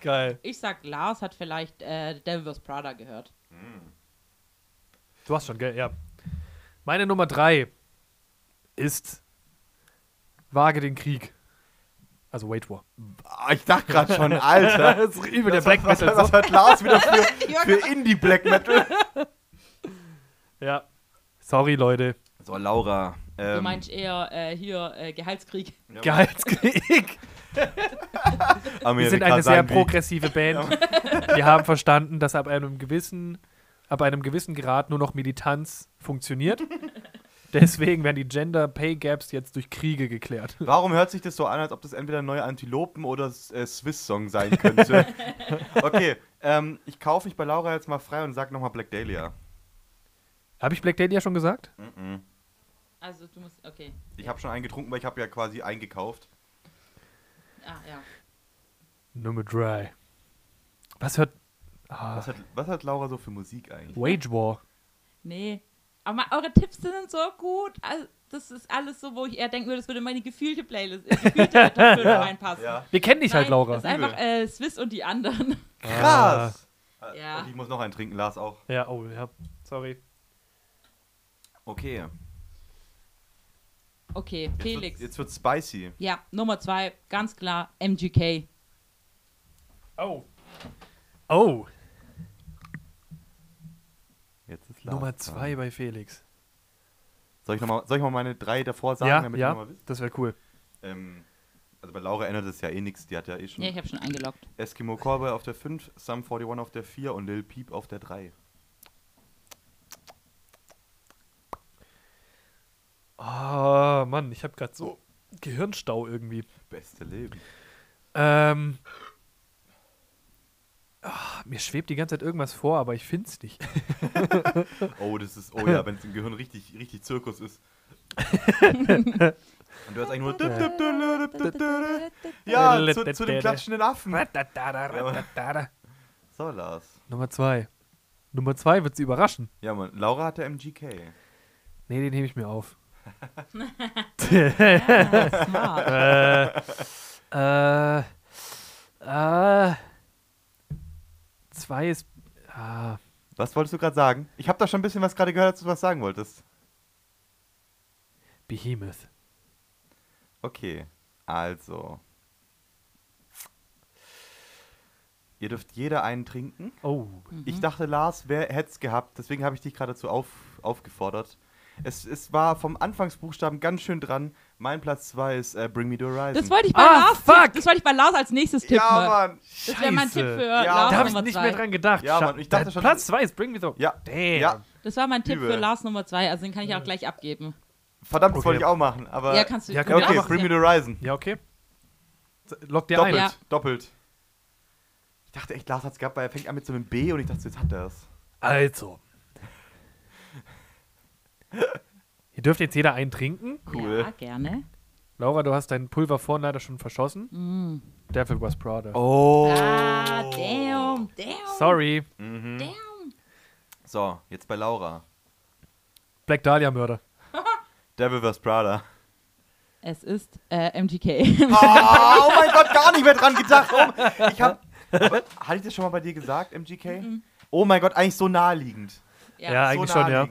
Speaker 3: Geil.
Speaker 2: Ich sag, Lars hat vielleicht äh, Devil vs. Prada gehört.
Speaker 3: Du hast schon, gell? Ja. Meine Nummer drei ist Wage den Krieg. Also Wait War.
Speaker 1: Ah, Ich dachte gerade schon, Alter.
Speaker 3: Das ist übel, der
Speaker 1: Was hat-
Speaker 3: Black
Speaker 1: was,
Speaker 3: Metal.
Speaker 1: Was
Speaker 3: so.
Speaker 1: hat Lars wieder für, für Indie-Black Metal?
Speaker 3: Ja. Sorry, Leute.
Speaker 1: So, Laura.
Speaker 2: Du
Speaker 1: Ähm,
Speaker 2: meinst eher äh, hier äh, Gehaltskrieg.
Speaker 3: Gehaltskrieg. Wir
Speaker 1: Amerika
Speaker 3: sind eine sehr
Speaker 1: Ah, sagen wir-
Speaker 3: progressive Band. Wir haben verstanden, dass ab einem gewissen, ab einem gewissen Grad nur noch Militanz funktioniert. Deswegen werden die Gender Pay Gaps jetzt durch Kriege geklärt.
Speaker 1: Warum hört sich das so an, als ob das entweder ein neuer Antilopen- oder äh, Swiss-Song sein könnte? okay, ähm, ich kaufe mich bei Laura jetzt mal frei und sag nochmal Black Dahlia.
Speaker 3: Habe ich Black Dahlia schon gesagt?
Speaker 2: Also du musst, okay.
Speaker 1: Ich habe schon eingetrunken, weil ich habe ja quasi eingekauft.
Speaker 2: Ah, ja.
Speaker 3: Nummer 3. Was hört. Ah,
Speaker 1: Was hat, was hat Laura so für Musik eigentlich?
Speaker 3: Wage War.
Speaker 2: Nee. Aber ma- eure Tipps sind so gut. Also, das ist alles so, wo ich eher denken würde, das würde in meine gefühlte Playlist, äh, gefühlte Kartoffel reinpassen.
Speaker 1: Ja.
Speaker 3: Wir kennen dich halt,
Speaker 2: Nein,
Speaker 3: Laura.
Speaker 2: Das ist einfach äh, Swiss und die anderen.
Speaker 3: Ah.
Speaker 1: Krass! Äh,
Speaker 2: Ja.
Speaker 1: Und ich muss noch einen trinken, Lars auch.
Speaker 3: Ja, oh, ja. Sorry.
Speaker 1: Okay.
Speaker 2: Okay,
Speaker 1: Jetzt Wird,
Speaker 2: Felix.
Speaker 1: jetzt wird spicy.
Speaker 2: Ja, Nummer zwei, ganz klar, MGK.
Speaker 3: Oh. Oh.
Speaker 1: Jetzt ist
Speaker 3: Nummer
Speaker 1: dran.
Speaker 3: 2 bei Felix.
Speaker 1: Soll ich, noch mal, soll ich mal meine drei davor sagen, damit
Speaker 3: ja,
Speaker 1: ihr
Speaker 3: ja.
Speaker 1: nochmal wisst?
Speaker 3: Das wäre cool.
Speaker 1: Ähm, also bei Laura ändert es ja eh nichts, die hat ja eh schon
Speaker 2: Ja, ich habe schon eingeloggt.
Speaker 1: Eskimo Cowboy auf der 5, Sum 41 auf der 4 und Lil Peep auf der 3.
Speaker 3: Ah, Mann, ich habe gerade so Gehirnstau irgendwie.
Speaker 1: Beste Leben.
Speaker 3: Ähm. Ah, mir schwebt die ganze Zeit irgendwas vor, aber ich find's nicht.
Speaker 1: Oh, das ist, oh ja, wenn es im Gehirn richtig, richtig Zirkus ist. und du hörst eigentlich nur. Ja, zu, zu dem klatschenden Affen. So, Lars.
Speaker 3: Nummer 2. Nummer 2 wird sie überraschen.
Speaker 1: Ja, Mann, Laura hat der MGK.
Speaker 3: Nee, den hebe ich mir auf.
Speaker 2: Smart.
Speaker 3: äh, äh, äh, zwei ist. Ah,
Speaker 1: Was wolltest du gerade sagen? Ich habe da schon ein bisschen was gerade gehört, als du was sagen wolltest.
Speaker 3: Behemoth.
Speaker 1: Okay, also. Ihr dürft jeder einen trinken.
Speaker 3: Oh.
Speaker 2: Mhm.
Speaker 1: Ich dachte, Lars, wer hätte es gehabt? Deswegen habe ich dich gerade dazu auf, aufgefordert. Es, es war vom Anfangsbuchstaben ganz schön dran. Mein Platz 2 ist äh, Bring Me the Horizon.
Speaker 2: Das wollte ich bei
Speaker 3: Ah,
Speaker 2: Lars.
Speaker 3: fuck!
Speaker 2: Das wollte ich bei Lars als nächstes tippen.
Speaker 1: ja, Mann.
Speaker 2: das wäre mein Tipp für
Speaker 1: Ja.
Speaker 2: Lars
Speaker 3: Da habe ich
Speaker 2: Nummer
Speaker 3: nicht
Speaker 2: zwei.
Speaker 3: mehr dran gedacht.
Speaker 1: Ja,
Speaker 3: Scha-
Speaker 1: Mann, ich dachte schon-
Speaker 3: Platz zwei ist Bring Me The.
Speaker 1: Ja.
Speaker 3: Damn.
Speaker 1: Ja.
Speaker 2: Das war mein Tipp
Speaker 1: Übel.
Speaker 2: für Lars Nummer zwei. Also den kann ich auch gleich abgeben.
Speaker 1: Verdammt, das
Speaker 3: Okay.
Speaker 1: wollte ich auch machen. Aber
Speaker 2: Ja, kannst du.
Speaker 3: ja,
Speaker 1: Ja,
Speaker 2: du
Speaker 3: können wir
Speaker 1: okay,
Speaker 2: darfst
Speaker 1: Bring
Speaker 2: ja.
Speaker 1: Me the Horizon.
Speaker 3: Ja, okay. Z- Lock dir
Speaker 1: Doppelt,
Speaker 3: ein.
Speaker 2: Ja.
Speaker 1: doppelt. Ich dachte echt, Lars hat es gehabt, weil er fängt an mit so einem B und ich dachte, jetzt hat er es.
Speaker 3: Also. Ihr dürft jetzt jeder einen trinken.
Speaker 1: Cool.
Speaker 2: Ja, gerne.
Speaker 3: Laura, du hast deinen Pulver vorhin leider schon verschossen.
Speaker 2: Mm.
Speaker 3: Devil was Prada.
Speaker 1: Oh.
Speaker 2: Ah, damn, damn,
Speaker 3: Sorry.
Speaker 2: damn.
Speaker 1: So, jetzt bei Laura.
Speaker 3: Black Dahlia Mörder.
Speaker 1: Devil vs. Prada.
Speaker 2: Es ist äh, MGK.
Speaker 1: Ah, oh mein Gott, gar nicht mehr dran gedacht. Oh, ich hab, aber, hatte ich das schon mal bei dir gesagt, MGK? Oh mein Gott, eigentlich so naheliegend.
Speaker 2: Ja.
Speaker 3: Ja,
Speaker 1: so
Speaker 3: eigentlich schon, ja.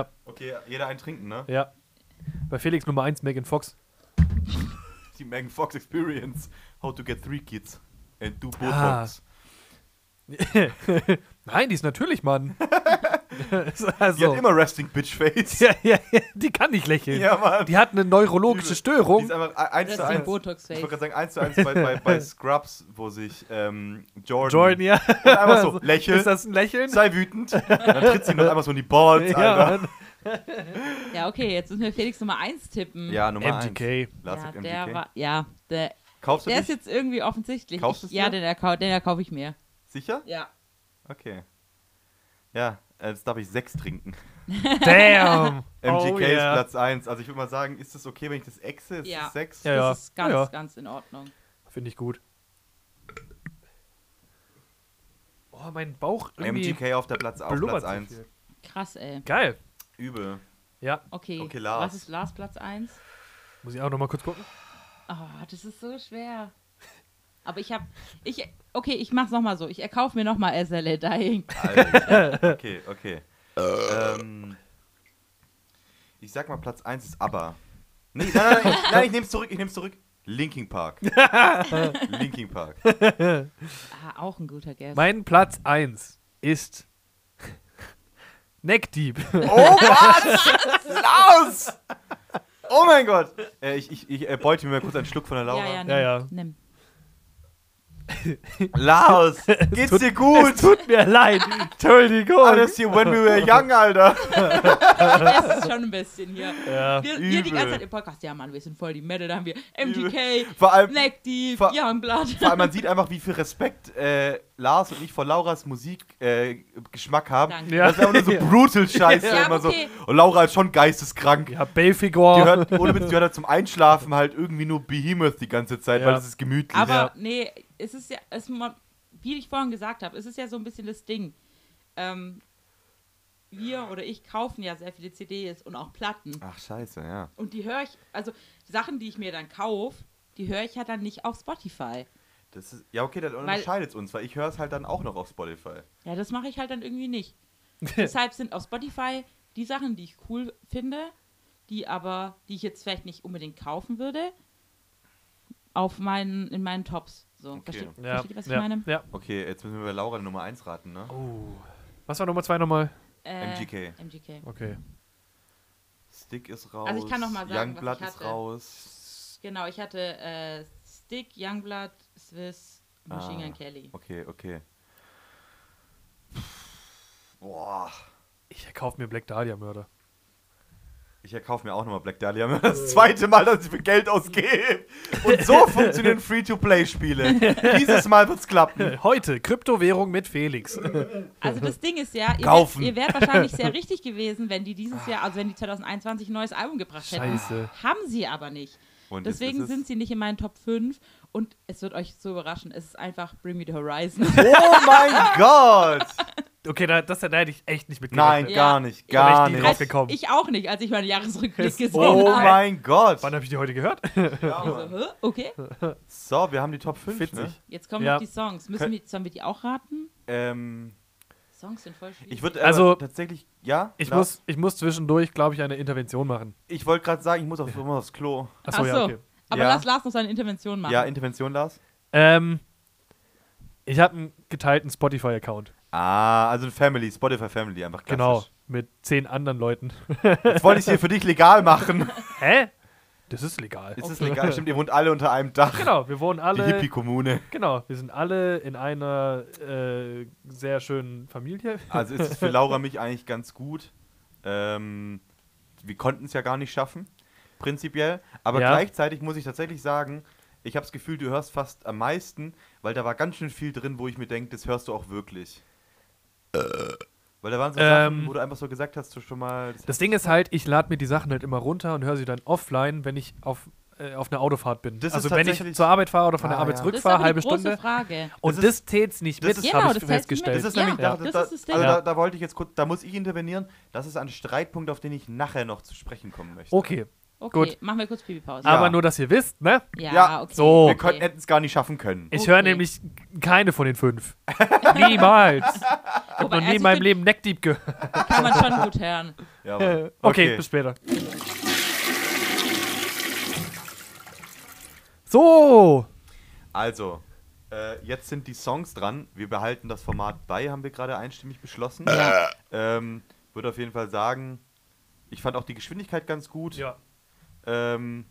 Speaker 3: Ja,
Speaker 1: Okay, jeder ein Trinken, ne?
Speaker 3: ja. Bei Felix Nummer 1, Megan Fox.
Speaker 1: Die Megan Fox Experience. How to get three kids and do
Speaker 3: Ah.
Speaker 1: Botox.
Speaker 3: Nein, die ist natürlich, Mann.
Speaker 1: Die
Speaker 3: also,
Speaker 1: hat immer Resting Bitch Face.
Speaker 3: ja, ja, ja, die kann nicht lächeln.
Speaker 1: Ja, Mann.
Speaker 3: Die hat eine neurologische
Speaker 1: Die
Speaker 3: Störung.
Speaker 1: ist einfach eins zu
Speaker 2: Resting
Speaker 1: eins.
Speaker 2: Botox-Face.
Speaker 1: Ich wollte gerade sagen, eins zu eins bei, bei, bei Scrubs, wo sich ähm, Jordan,
Speaker 3: Jordan, ja.
Speaker 1: Und einfach so, lächel,
Speaker 3: Ist das ein Lächeln?
Speaker 1: sei wütend, Und dann tritt sie ihm noch einfach so in die Balls,
Speaker 3: Ja,
Speaker 1: Alter.
Speaker 3: Mann.
Speaker 2: Ja, okay, jetzt müssen wir Felix Nummer 1 tippen.
Speaker 1: Ja, Nummer
Speaker 3: MGK.
Speaker 1: eins. Lars
Speaker 2: ja
Speaker 1: sagt
Speaker 2: der
Speaker 1: MGK.
Speaker 2: war, ja, der,
Speaker 1: Kaufst du
Speaker 2: der
Speaker 1: dich?
Speaker 2: ist jetzt irgendwie offensichtlich.
Speaker 1: Kaufst
Speaker 2: ich,
Speaker 1: du's
Speaker 2: ja,
Speaker 1: dir?
Speaker 2: den erkau- den erkaufe ich mir.
Speaker 1: Sicher?
Speaker 2: Ja.
Speaker 1: Okay. Ja, äh, jetzt darf ich sechs trinken.
Speaker 3: Damn.
Speaker 1: MGK
Speaker 3: Oh,
Speaker 1: ist
Speaker 3: yeah.
Speaker 1: Platz 1. Also ich würde mal sagen, ist es okay, wenn ich das exe? Ist
Speaker 2: Ja.
Speaker 1: das 6?
Speaker 3: Ja,
Speaker 2: Das
Speaker 3: ja.
Speaker 2: ist ganz,
Speaker 3: ja, ja.
Speaker 2: ganz in Ordnung.
Speaker 3: Finde ich gut. Oh, mein Bauch irgendwie
Speaker 1: MGK auf der Platz, auf
Speaker 3: blubbert
Speaker 1: Platz
Speaker 3: so
Speaker 1: 1.
Speaker 3: viel.
Speaker 2: Krass, ey.
Speaker 3: Geil.
Speaker 1: Übel.
Speaker 3: Ja,
Speaker 2: Okay,
Speaker 1: Okay, Lars.
Speaker 2: was ist Lars Platz 1?
Speaker 3: muss ich auch noch mal kurz gucken.
Speaker 2: Oh, das ist so schwer. Aber ich habe, ich, okay, ich mach's nochmal so. Ich erkaufe mir nochmal SLA Dying.
Speaker 1: Alter. Okay, okay. ähm, ich sag mal, Platz 1 ist ABBA. Nee, nein, nein, nein, nein, ich nehm's zurück, ich nehm's zurück. Linking Park. Linking Park.
Speaker 2: Ah, auch ein guter Guess.
Speaker 3: Mein Platz 1 ist Neck Deep.
Speaker 1: Oh, was? Laus! Oh mein Gott! Äh, ich ich, ich äh, beute mir mal kurz einen Schluck von der Laura.
Speaker 2: ja, ja, nimm,
Speaker 3: Ja, ja.
Speaker 2: nimm.
Speaker 1: Laus, geht's dir gut?
Speaker 3: Tut mir leid. Entschuldigung.
Speaker 1: Alles hier, when we were young, Alter.
Speaker 2: Das ist schon ein bisschen hier.
Speaker 3: Ja.
Speaker 2: Wir, wir die
Speaker 1: übel.
Speaker 2: ganze Zeit im Podcast, ja Mann, wir sind voll die Metal, da haben wir MGK,
Speaker 1: Vor allem,
Speaker 2: Neck Deep,
Speaker 1: Vor-
Speaker 2: Youngblood.
Speaker 1: vor allem man sieht einfach, wie viel Respekt äh, Lars und ich vor Lauras Musikgeschmack äh, Geschmack haben.
Speaker 2: Danke.
Speaker 3: Ja.
Speaker 1: Das ist einfach nur so brutal Scheiße.
Speaker 2: Ja,
Speaker 1: immer
Speaker 2: okay. Oh.
Speaker 1: so. Und Laura ist schon geisteskrank.
Speaker 3: Ja, Belfigor.
Speaker 1: Die hört, ohne Witz, die hört halt zum Einschlafen halt irgendwie nur Behemoth die ganze Zeit,
Speaker 3: Ja.
Speaker 1: weil es ist gemütlich.
Speaker 2: Aber
Speaker 3: Ja.
Speaker 2: nee, es ist ja, es, man- wie ich vorhin gesagt habe, es ist ja so ein bisschen das Ding. Ähm, wir oder ich kaufen ja sehr viele CDs und auch Platten.
Speaker 1: Ach, scheiße, ja.
Speaker 2: Und die höre ich, also Sachen, die ich mir dann kaufe, die höre ich ja dann nicht auf Spotify.
Speaker 1: Das ist, ja, okay, dann unterscheidet uns, weil ich höre es halt dann auch noch auf Spotify.
Speaker 2: Ja, das mache ich halt dann irgendwie nicht. Deshalb sind auf Spotify die Sachen, die ich cool finde, die aber, die ich jetzt vielleicht nicht unbedingt kaufen würde, auf meinen, in meinen Tops. So,
Speaker 1: Okay.
Speaker 2: versteht,
Speaker 3: ja.
Speaker 2: versteht ihr, was
Speaker 3: ja.
Speaker 2: ich meine?
Speaker 3: Ja.
Speaker 1: Okay, jetzt müssen wir bei Laura Nummer 1 raten, ne?
Speaker 3: Oh. Was war Nummer 2 nochmal?
Speaker 2: Äh,
Speaker 1: MGK.
Speaker 2: MGK.
Speaker 3: Okay.
Speaker 1: Stick ist raus.
Speaker 2: Also ich kann noch mal sagen, was
Speaker 1: Youngblood
Speaker 2: ich
Speaker 1: ist
Speaker 2: hatte.
Speaker 1: raus.
Speaker 2: Genau, ich hatte äh, Stick, Youngblood, Swiss, Machine
Speaker 1: Ah.
Speaker 2: Gun Kelly.
Speaker 1: Okay, okay. Boah.
Speaker 3: Ich erkauf mir Black Dahlia Mörder.
Speaker 1: Ich erkaufe mir auch nochmal Black Dahlia. Das zweite Mal, dass ich für Geld ausgebe. Und so funktionieren Free-to-Play-Spiele. Dieses Mal wird's klappen.
Speaker 3: Heute Kryptowährung mit Felix.
Speaker 1: Genau.
Speaker 2: Also das Ding ist ja, ihr,
Speaker 1: Kaufen.
Speaker 2: wär- ihr wärt wahrscheinlich sehr richtig gewesen, wenn die dieses Jahr, also wenn die 2021 ein neues Album gebracht
Speaker 3: Scheiße.
Speaker 2: hätten. Haben sie aber nicht.
Speaker 1: Und jetzt
Speaker 2: Deswegen
Speaker 1: ist es-
Speaker 2: sind sie nicht in meinen Top 5 und es wird euch so überraschen, es ist einfach Bring Me the Horizon.
Speaker 1: Oh mein Gott!
Speaker 3: Okay, da, das da hätte ich echt nicht mitgerechnet.
Speaker 1: Nein,
Speaker 2: Ja.
Speaker 1: gar nicht,
Speaker 3: Bin echt
Speaker 1: gar
Speaker 3: nie
Speaker 1: nicht.
Speaker 3: drauf gekommen.
Speaker 2: ich auch nicht, als ich meinen Jahresrückblick
Speaker 3: Es-
Speaker 2: gesehen
Speaker 1: Oh
Speaker 3: Nein.
Speaker 2: habe.
Speaker 1: mein Gott!
Speaker 3: Wann habe ich die heute gehört?
Speaker 2: Also, hä? okay,
Speaker 1: So, wir haben die Top 5. Ne?
Speaker 3: Witzig.
Speaker 2: jetzt kommen
Speaker 3: Ja.
Speaker 2: noch die Songs. Müssen wir, sollen wir die auch raten?
Speaker 1: Ähm,
Speaker 2: Songs sind voll schwierig.
Speaker 1: ich würde
Speaker 3: Also-
Speaker 1: tatsächlich, ja?
Speaker 3: Ich
Speaker 1: Lars?
Speaker 3: muss, ich muss zwischendurch, glaube ich, eine Intervention machen.
Speaker 1: Ich wollte gerade sagen, ich muss auf, immer aufs Klo.
Speaker 3: Achso, ja,
Speaker 2: Ach
Speaker 3: okay.
Speaker 2: Aber
Speaker 1: Ja.
Speaker 2: lass Lars noch seine Intervention machen.
Speaker 1: Ja, Intervention, Lars?
Speaker 3: Ähm, ich habe einen geteilten Spotify-Account.
Speaker 1: Ah, also Family, Spotify Family, einfach
Speaker 3: Genau.
Speaker 1: klassisch.
Speaker 3: Mit zehn anderen Leuten.
Speaker 1: Jetzt wollte ich es hier für dich legal machen.
Speaker 3: Hä? Das ist legal.
Speaker 1: Ist es legal? Stimmt, ihr wohnt alle unter einem Dach.
Speaker 3: Genau, wir wohnen
Speaker 1: Die
Speaker 3: alle.
Speaker 1: Hippie-Kommune.
Speaker 3: Genau, wir sind alle in einer äh, sehr schönen Familie.
Speaker 1: Also ist es für Laura mich eigentlich ganz gut. Ähm, wir konnten es ja gar nicht schaffen, prinzipiell. Aber
Speaker 3: Ja.
Speaker 1: gleichzeitig muss ich tatsächlich sagen, ich habe das Gefühl, du hörst fast am meisten, weil da war ganz schön viel drin, wo ich mir denke, das hörst du auch wirklich. Äh. Weil da waren so Sachen,
Speaker 3: Ähm.
Speaker 1: wo du einfach so gesagt hast, du schon mal.
Speaker 3: Das Ding ist halt, ich lade mir die Sachen halt immer runter und höre sie dann offline, wenn ich auf, äh, auf einer Autofahrt bin.
Speaker 1: Das ist
Speaker 3: also wenn ich
Speaker 1: tatsächlich-
Speaker 3: zur Arbeit fahre oder von
Speaker 1: Ah,
Speaker 3: der Arbeit
Speaker 1: ja.
Speaker 2: das ist
Speaker 3: zurückfahre,
Speaker 2: aber
Speaker 3: halbe
Speaker 2: die große
Speaker 3: Stunde.
Speaker 2: Frage.
Speaker 3: Und
Speaker 1: Das
Speaker 3: das, zählt's nicht
Speaker 1: das
Speaker 3: mit,
Speaker 1: ist-
Speaker 3: das
Speaker 2: Genau,
Speaker 3: habe
Speaker 2: das
Speaker 3: ich
Speaker 2: zählt's nicht mit.
Speaker 3: festgestellt.
Speaker 1: Das ist
Speaker 2: Ja,
Speaker 1: nämlich, da,
Speaker 2: das
Speaker 1: da,
Speaker 2: ist das Ding.
Speaker 1: also da,
Speaker 3: Ja.
Speaker 1: da wollte ich jetzt kurz, da muss ich intervenieren. Das ist ein Streitpunkt, auf den ich nachher noch zu sprechen kommen möchte.
Speaker 3: Okay,
Speaker 2: Okay,
Speaker 3: Gut.
Speaker 2: machen wir kurz Pipi-Pause.
Speaker 1: Ah.
Speaker 3: Aber
Speaker 1: Ja.
Speaker 3: nur, dass ihr wisst, ne?
Speaker 2: ja,
Speaker 1: Ja,
Speaker 2: okay.
Speaker 3: so.
Speaker 2: okay.
Speaker 1: Wir könnten- hätten es gar nicht schaffen können.
Speaker 3: Ich
Speaker 2: Okay.
Speaker 3: höre nämlich keine von den fünf. Niemals.
Speaker 2: Wobei, also
Speaker 3: Noch nie in
Speaker 2: ich
Speaker 3: meinem
Speaker 2: find,
Speaker 3: Leben Neckdeep gehört.
Speaker 2: Kann man schon gut hören.
Speaker 1: Ja,
Speaker 3: Okay,
Speaker 1: Mann.
Speaker 3: bis später. So.
Speaker 1: Also, äh, jetzt sind die Songs dran. Wir behalten das Format bei, haben wir gerade einstimmig beschlossen. Ähm, würde auf jeden Fall sagen, ich fand auch die Geschwindigkeit ganz gut,
Speaker 3: Ja.
Speaker 1: ähm,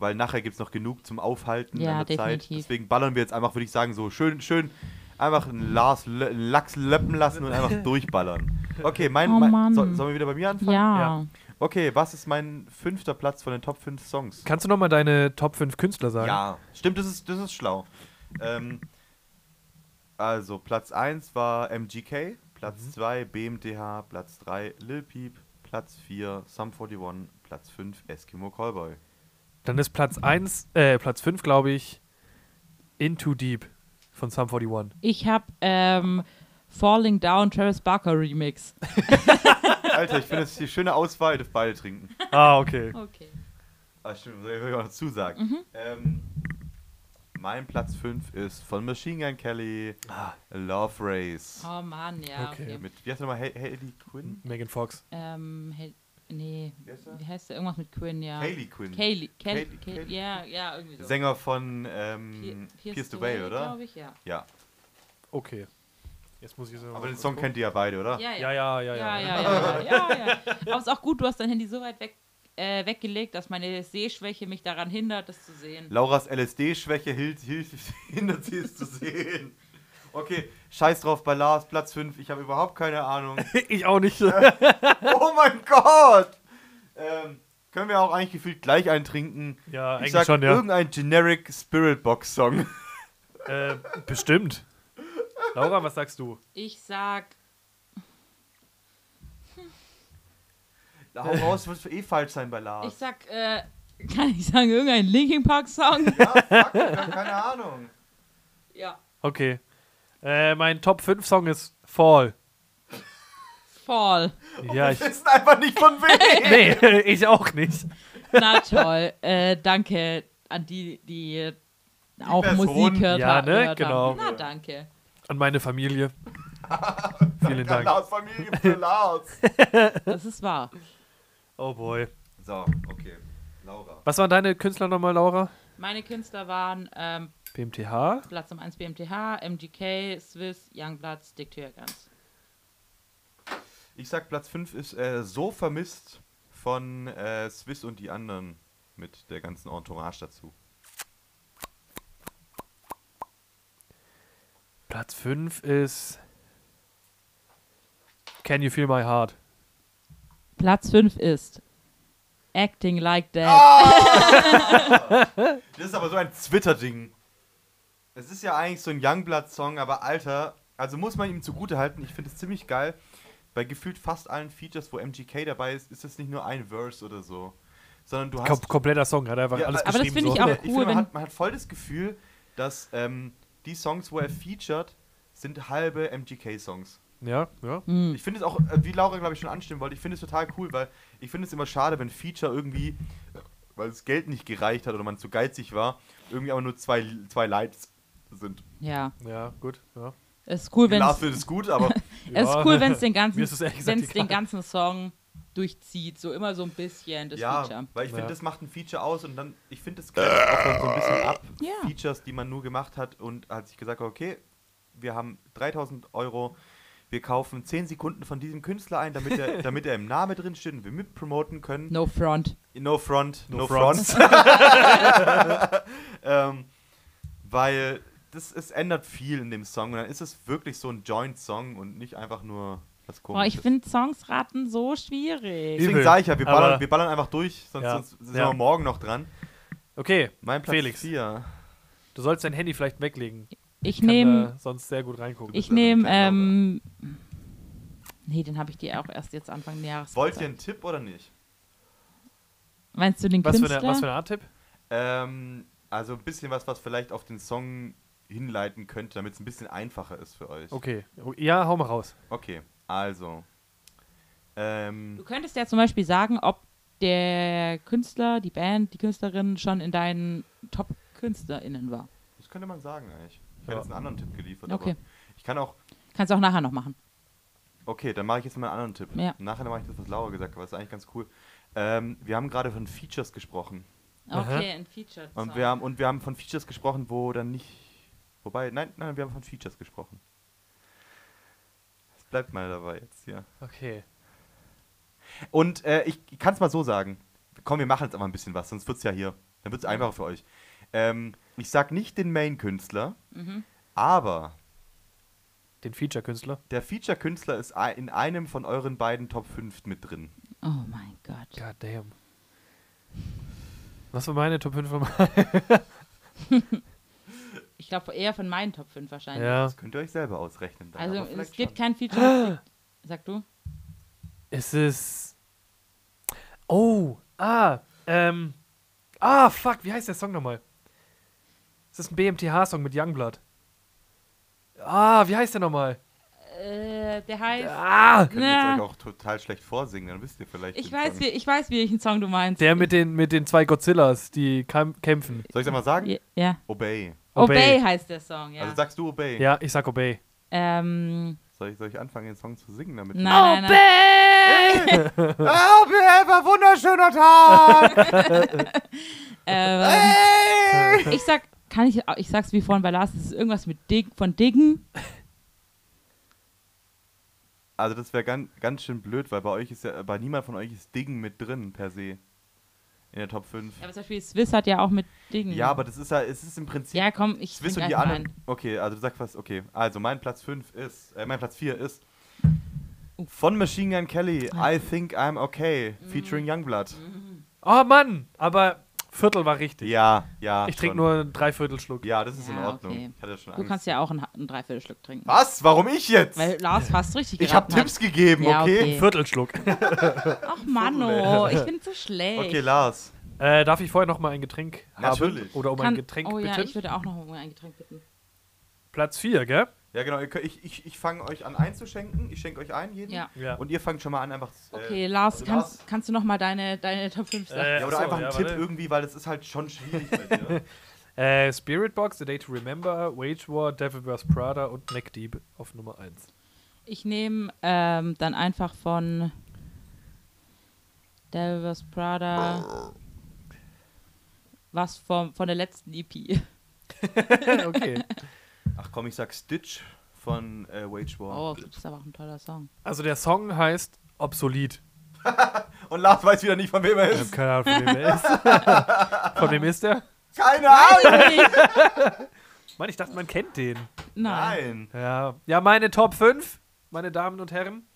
Speaker 1: weil nachher gibt es noch genug zum Aufhalten
Speaker 2: Ja,
Speaker 1: an der Zeit.
Speaker 2: definitiv.
Speaker 1: Deswegen ballern wir jetzt einfach, würde ich sagen, so schön, schön einfach einen Lars Lö- einen Lachs löppen lassen und einfach durchballern. Okay, mein,
Speaker 2: Oh
Speaker 1: mein
Speaker 2: Mann.
Speaker 1: so, sollen wir wieder bei mir anfangen?
Speaker 2: Ja.
Speaker 1: Okay, was ist mein fünfter Platz von den Top 5 Songs?
Speaker 3: Kannst du nochmal deine Top 5 Künstler sagen?
Speaker 1: Ja, stimmt, das ist, das ist schlau. Ähm, also, Platz 1 war MGK, Platz 2 BMDH, Platz 3 Lil Peep, Platz 4 Sum 41, Platz 5 Eskimo Callboy.
Speaker 3: Dann ist Platz 1, äh, Platz 5, glaube ich, Into Deep von Sum 41.
Speaker 2: Ich habe ähm, Falling Down Travis Barker Remix.
Speaker 1: Alter, ich finde, das ist eine schöne Auswahl, dürft beide trinken.
Speaker 3: Ah, okay.
Speaker 2: Okay.
Speaker 1: Ah, stimmt, soll ich auch noch zusagen.
Speaker 2: Mhm.
Speaker 1: Ähm, mein Platz 5 ist von Machine Gun Kelly, Love Race.
Speaker 2: Oh Mann, ja,
Speaker 3: Okay.
Speaker 2: okay.
Speaker 1: Mit, wie heißt der nochmal? Ha- Hayley Quinn?
Speaker 3: Megan Fox.
Speaker 2: Ähm, Hel nee,
Speaker 1: Wie heißt er?
Speaker 2: wie heißt der? Irgendwas mit Quinn, ja.
Speaker 1: Hayley Quinn.
Speaker 2: Kaylee. Kel
Speaker 1: Kaylee-
Speaker 2: Kay
Speaker 1: Kaylee-
Speaker 2: ja, ja, irgendwie so.
Speaker 1: Sänger von ähm,
Speaker 2: Pi-
Speaker 1: Pierce the Veil, oder?
Speaker 2: glaub Ich, ja.
Speaker 1: Ja.
Speaker 3: Okay. Jetzt muss ich so.
Speaker 1: Aber den Song kennt ihr Ah, ja beide, oder?
Speaker 3: Ja, ja, ja,
Speaker 2: Ja,
Speaker 3: ja.
Speaker 2: ja, ja, ja, ja, ja. Aber es ist auch gut, du hast dein Handy so weit weg, äh, weggelegt, dass meine Sehschwäche mich daran hindert, das zu sehen.
Speaker 1: Lauras LSD-Schwäche hilft, hilft, hindert sie es zu sehen. Okay, scheiß drauf bei Lars, Platz 5. Ich habe überhaupt keine Ahnung.
Speaker 3: ich auch nicht.
Speaker 1: Oh mein Gott! Ähm, können wir auch eigentlich gefühlt gleich einen trinken?
Speaker 3: ja,
Speaker 1: ich
Speaker 3: eigentlich
Speaker 1: sag
Speaker 3: schon, ja.
Speaker 1: irgendein generic Spirit Box Song.
Speaker 3: Äh, bestimmt. Laura, was sagst du?
Speaker 2: Ich sag,
Speaker 1: Hau raus, wird eh falsch sein bei Lars.
Speaker 2: ich sag, äh, kann ich sagen, irgendein Linkin Park Song?
Speaker 1: ja, fuck, ich hab keine Ahnung.
Speaker 2: ja.
Speaker 3: Okay. Äh, mein Top 5 Song ist Fall.
Speaker 2: Fall.
Speaker 3: Ja, ich.
Speaker 1: Wir wissen einfach nicht von wem.
Speaker 3: Nee, ich auch nicht.
Speaker 2: Na toll. äh, danke an die, die auch
Speaker 1: Person.
Speaker 2: Musik hört,
Speaker 3: Ja, ne?
Speaker 2: gehört
Speaker 3: Genau.
Speaker 2: haben. Na danke.
Speaker 3: An meine Familie. Vielen
Speaker 1: Der
Speaker 3: Dank.
Speaker 1: Lars Familie für Lars.
Speaker 2: Das ist wahr.
Speaker 3: Oh boy.
Speaker 1: So, okay. Laura.
Speaker 3: Was waren deine Künstler nochmal, Laura?
Speaker 2: Meine Künstler waren ähm,
Speaker 3: BMTH.
Speaker 2: Platz um 1 BMTH, MGK, Swiss, Youngblood, Stick to Your Guns.
Speaker 1: Ich sag Platz 5 ist äh, so vermisst von äh, Swiss und die anderen mit der ganzen Entourage dazu.
Speaker 3: Platz 5 ist. Can You Feel My Heart?
Speaker 2: Platz 5 ist Acting Like That.
Speaker 1: Das ist aber so ein Twitter-Ding. Es ist ja eigentlich so ein Youngblood-Song, aber Alter, also muss man ihm zugutehalten. Ich finde es ziemlich geil. Bei gefühlt fast allen Features, wo MGK dabei ist, ist es nicht nur ein Verse oder so, sondern du hast.
Speaker 3: Kom kompletter Song, hat er einfach
Speaker 1: Ja,
Speaker 3: alles
Speaker 1: aber
Speaker 2: das
Speaker 3: geschrieben.
Speaker 2: finde
Speaker 3: so.
Speaker 2: ich auch-
Speaker 1: finde-
Speaker 2: cool,
Speaker 1: finde, man,
Speaker 2: wenn-
Speaker 1: hat, man hat voll das Gefühl, dass ähm, die Songs, wo er featured, sind halbe MGK-Songs.
Speaker 3: Ja, ja.
Speaker 2: Mhm. Hm.
Speaker 1: Ich finde es auch, äh, wie Laura, glaube ich, schon anstimmen wollte, ich finde es total cool, weil ich finde es immer schade, wenn Feature irgendwie, äh, weil das Geld nicht gereicht hat oder man zu geizig war, irgendwie aber nur zwei, zwei Lights sind.
Speaker 2: Ja,
Speaker 3: Ja, gut. Ja.
Speaker 2: es ist cool, wenn
Speaker 1: Lars findet es gut, aber
Speaker 2: es ist
Speaker 3: Ja.
Speaker 2: cool, wenn es den
Speaker 3: Mir
Speaker 2: ganzen,
Speaker 3: ist es ehrlich gesagt
Speaker 2: wenn's den
Speaker 3: egal.
Speaker 2: ganzen Song durchzieht, so immer so ein bisschen das
Speaker 1: ja,
Speaker 2: Feature.
Speaker 1: weil ich finde,
Speaker 3: Ja.
Speaker 1: das macht ein Feature aus und dann, ich finde, das grenzt auch dann so ein bisschen ab.
Speaker 2: Ja.
Speaker 1: Features, die man nur gemacht hat und hat sich gesagt, okay, wir haben 3000 Euro, wir kaufen 10 Sekunden von diesem Künstler ein, damit er, damit er im Namen drin steht und wir mitpromoten können.
Speaker 2: No Front.
Speaker 1: No front, no,
Speaker 3: No
Speaker 1: front. ähm, weil das, es ändert viel in dem Song und dann ist es wirklich so ein Joint-Song und nicht einfach nur was
Speaker 2: Boah, ich
Speaker 1: komisches.
Speaker 2: finde Songs raten so schwierig.
Speaker 1: Deswegen
Speaker 3: Übel.
Speaker 1: sage ich ja, wir ballern,
Speaker 3: Aber-
Speaker 1: wir ballern einfach durch, sonst,
Speaker 3: Ja.
Speaker 1: sonst sind
Speaker 3: Ja.
Speaker 1: wir morgen noch dran.
Speaker 3: Okay,
Speaker 1: Mein Platz
Speaker 3: Felix.
Speaker 1: 4.
Speaker 3: du sollst dein Handy vielleicht weglegen.
Speaker 2: Ich
Speaker 3: Kann
Speaker 2: nehme,
Speaker 3: da sonst sehr gut reingucken.
Speaker 2: ich
Speaker 1: also ein
Speaker 2: nehme,
Speaker 1: kleiner
Speaker 2: ähm, nee, den habe ich dir auch erst jetzt Anfang des Jahres
Speaker 1: Wollt ihr
Speaker 2: gezeigt.
Speaker 1: einen Tipp oder nicht?
Speaker 2: Meinst du den
Speaker 3: Was für,
Speaker 2: Künstler?
Speaker 3: eine, was für eine Art Tipp?
Speaker 1: Ähm, also ein bisschen was, was vielleicht auf den Song hinleiten könnte, damit es ein bisschen einfacher ist für euch.
Speaker 3: Okay. oh, Ja, hau mal raus.
Speaker 1: Okay, also. Ähm,
Speaker 2: Du könntest ja zum Beispiel sagen, ob der Künstler, die Band, die Künstlerin schon in deinen Top-KünstlerInnen war.
Speaker 1: Das könnte man sagen eigentlich. Ich
Speaker 3: Ja.
Speaker 1: hätte jetzt einen anderen Tipp geliefert,
Speaker 2: Okay.
Speaker 1: aber ich kann auch.
Speaker 2: Kannst du auch nachher noch machen.
Speaker 1: Okay, dann mache ich jetzt mal einen anderen Tipp.
Speaker 2: Ja.
Speaker 1: Nachher mache ich das, was Laura gesagt hat, aber das ist eigentlich ganz cool. Ähm, wir haben gerade von Features gesprochen.
Speaker 3: Aha.
Speaker 2: Okay, ein Feature.
Speaker 1: Und wir, haben, und wir haben von Features gesprochen, wo dann nicht. Wobei, nein, nein, wir haben von Features gesprochen. Es bleibt mal dabei jetzt, ja.
Speaker 3: Okay.
Speaker 1: Und äh, ich kann es mal so sagen. Komm, wir machen jetzt aber ein bisschen was, sonst wird es ja hier. Dann wird es einfacher für euch. Ähm, ich sag nicht den Main-Künstler,
Speaker 2: Mhm.
Speaker 1: aber
Speaker 3: Den Feature-Künstler.
Speaker 1: der Feature-Künstler ist ei- in einem von euren beiden Top 5 mit drin.
Speaker 2: Oh mein Gott.
Speaker 3: God damn. Was war meine Top 5 von
Speaker 2: Ich glaube eher von meinen Top 5 wahrscheinlich.
Speaker 3: Ja.
Speaker 1: Das könnt ihr euch selber ausrechnen. Dann,
Speaker 2: Also
Speaker 1: aber
Speaker 2: es
Speaker 1: vielleicht
Speaker 2: gibt
Speaker 1: schon.
Speaker 2: kein Feature. das liegt- Sag du?
Speaker 3: Es ist. Oh! Ah! Ähm. Ah, fuck, wie heißt der Song nochmal? Es ist ein BMTH-Song mit Youngblood. Ah, wie heißt der nochmal?
Speaker 2: Äh, der heißt.
Speaker 3: Ah!
Speaker 1: Könnt ihr
Speaker 2: Na.
Speaker 1: jetzt euch auch total schlecht vorsingen, dann wisst ihr vielleicht.
Speaker 2: Ich
Speaker 1: den
Speaker 2: weiß,
Speaker 1: Song.
Speaker 2: wie, ich weiß, welchen Song du meinst.
Speaker 3: Der mit den, mit den zwei Godzillas, die kam- kämpfen.
Speaker 1: Soll ich es mal sagen?
Speaker 2: Ja, ja.
Speaker 1: Obey.
Speaker 3: Obey.
Speaker 2: Obey. heißt der Song, ja.
Speaker 1: Also sagst du Obey.
Speaker 3: Ja, ich sag Obey.
Speaker 2: ähm,
Speaker 1: Soll, ich, soll ich anfangen, den Song zu singen damit?
Speaker 2: nein, nein, nein.
Speaker 1: Oh, war wunderschöner Tag!
Speaker 2: Ähm,
Speaker 1: Hey!
Speaker 2: ich sag, kann ich, ich sag's wie vorhin bei Lars, es ist irgendwas mit Dig, von Diggen.
Speaker 1: Also das wäre ganz, ganz schön blöd, weil bei euch ist ja, bei niemand von euch ist Ding mit drin per se. In der Top 5.
Speaker 2: Ja, aber zum Beispiel Swiss hat ja auch mit Diggen.
Speaker 1: Ja, aber das ist ja, es ist im Prinzip.
Speaker 2: Ja, komm, ich
Speaker 1: Swiss
Speaker 2: sing
Speaker 1: und die
Speaker 2: einfach
Speaker 1: anderen. Okay, also du sagst was, okay. Also mein Platz 5 ist, äh, mein Platz 4 ist
Speaker 2: Uh.
Speaker 1: von Machine Gun Kelly,
Speaker 2: Ah.
Speaker 1: I Think I'm Okay,
Speaker 2: Mm.
Speaker 1: featuring Youngblood.
Speaker 3: Oh Mann! Aber Viertel war richtig.
Speaker 1: Ja, ja.
Speaker 3: ich trinke
Speaker 1: schon.
Speaker 3: nur einen Dreiviertelschluck.
Speaker 1: Ja, das ist in
Speaker 2: Ja,
Speaker 1: Ordnung.
Speaker 2: okay.
Speaker 1: Ich hatte schon
Speaker 2: Du
Speaker 1: Angst.
Speaker 2: kannst ja auch ein, ein Dreiviertelstück trinken.
Speaker 1: was? Warum ich jetzt?
Speaker 2: Weil Lars fast richtig
Speaker 1: ich habe
Speaker 2: geraten hat.
Speaker 1: Tipps gegeben,
Speaker 2: Ja,
Speaker 1: okay?
Speaker 2: okay.
Speaker 3: Viertelschluck.
Speaker 2: Ach, Mano, ich bin zu schlecht.
Speaker 1: Okay, Lars.
Speaker 3: Äh, darf ich vorher nochmal ein Getränk
Speaker 1: Natürlich.
Speaker 3: haben? Oder um
Speaker 2: Kann-
Speaker 3: ein Getränk
Speaker 2: Oh
Speaker 3: bitten?
Speaker 2: ja, ich würde auch noch um ein Getränk bitten.
Speaker 3: Platz 4, gell?
Speaker 1: Ja, genau. ihr könnt- Ich, ich, ich fange euch an einzuschenken. Ich schenke euch ein, jeden.
Speaker 2: Ja.
Speaker 3: Ja.
Speaker 1: Und ihr fangt schon mal an, einfach. äh,
Speaker 2: Okay, Lars,
Speaker 1: also
Speaker 2: kannst, kannst du noch mal deine, deine Top 5 sagen?
Speaker 3: Äh,
Speaker 1: Ja, oder
Speaker 3: achso,
Speaker 1: einfach einen
Speaker 3: ja,
Speaker 1: Tipp
Speaker 3: warte.
Speaker 1: irgendwie, weil das ist halt schon schwierig bei dir.
Speaker 3: Äh, Spirit Box, The Day to Remember, Wage War, Devil vs. Prada und Neck Deep auf Nummer 1.
Speaker 2: Ich nehme ähm, dann einfach von Devil vs. Prada was vom, von der letzten E EP.
Speaker 3: okay.
Speaker 1: Ach komm, ich sag Stitch von äh, Wage War.
Speaker 2: Oh, das ist aber auch ein toller Song.
Speaker 3: Also der Song heißt Obsolet.
Speaker 2: Oh.
Speaker 1: Und Lars weiß wieder nicht, von wem er
Speaker 3: Ich
Speaker 1: ist.
Speaker 3: habe keine Ahnung, von wem er ist. von wem ist der?
Speaker 1: Keine Ahnung!
Speaker 3: Mann, ich dachte, man kennt den.
Speaker 2: Nein.
Speaker 1: Nein!
Speaker 3: Ja, ja meine Top 5, meine Damen und Herren.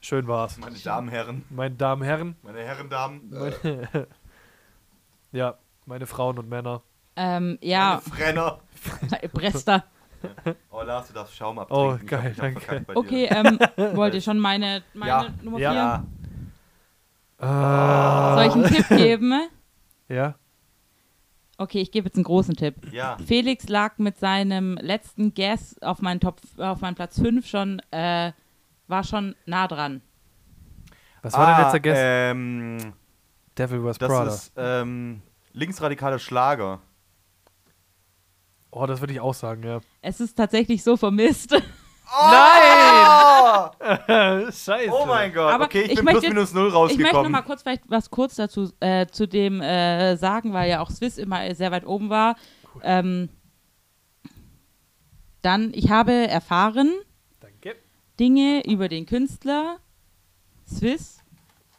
Speaker 3: Schön war's.
Speaker 1: Meine Damen, Herren.
Speaker 3: Meine Damen, Herren.
Speaker 1: Meine Herren, Damen. Äh,
Speaker 3: Meine ja, meine Frauen und Männer.
Speaker 2: Ähm,
Speaker 1: meine
Speaker 2: ja,
Speaker 1: Frenner.
Speaker 2: Brester.
Speaker 1: Oh, Lars, du darfst Schaum abtrinken.
Speaker 3: Oh,
Speaker 1: Ich glaub,
Speaker 3: geil,
Speaker 1: ich hab
Speaker 3: danke.
Speaker 1: verkackt bei dir.
Speaker 2: Okay, ähm, wollt ihr schon meine, meine
Speaker 1: Ja.
Speaker 2: Nummer 4?
Speaker 1: Ja.
Speaker 3: Ah.
Speaker 2: Soll ich einen Tipp geben?
Speaker 3: ja.
Speaker 2: Okay, ich gebe jetzt einen großen Tipp.
Speaker 1: Ja.
Speaker 2: Felix lag mit seinem letzten Guess auf meinen, Top, auf meinen Platz 5 schon, äh, war schon nah dran.
Speaker 3: Was war denn
Speaker 1: Ah,
Speaker 3: jetzt der Guest?
Speaker 1: Ähm,
Speaker 3: Devil vs.
Speaker 1: das
Speaker 3: Prada.
Speaker 1: ist ähm, linksradikaler Schlager.
Speaker 3: oh, das würde ich auch sagen, ja.
Speaker 2: Es ist tatsächlich so vermisst.
Speaker 1: Nein!
Speaker 3: Scheiße.
Speaker 1: Oh mein Gott.
Speaker 2: Aber
Speaker 1: okay, ich,
Speaker 2: ich
Speaker 1: bin
Speaker 2: möchte
Speaker 1: plus minus null
Speaker 2: Ich möchte noch
Speaker 1: rausgekommen.
Speaker 2: mal kurz vielleicht was kurz dazu äh, zu dem äh, sagen, weil ja auch Swiss immer sehr weit oben war. Ähm, dann, ich habe erfahren
Speaker 3: Danke.
Speaker 2: Dinge über den Künstler Swiss,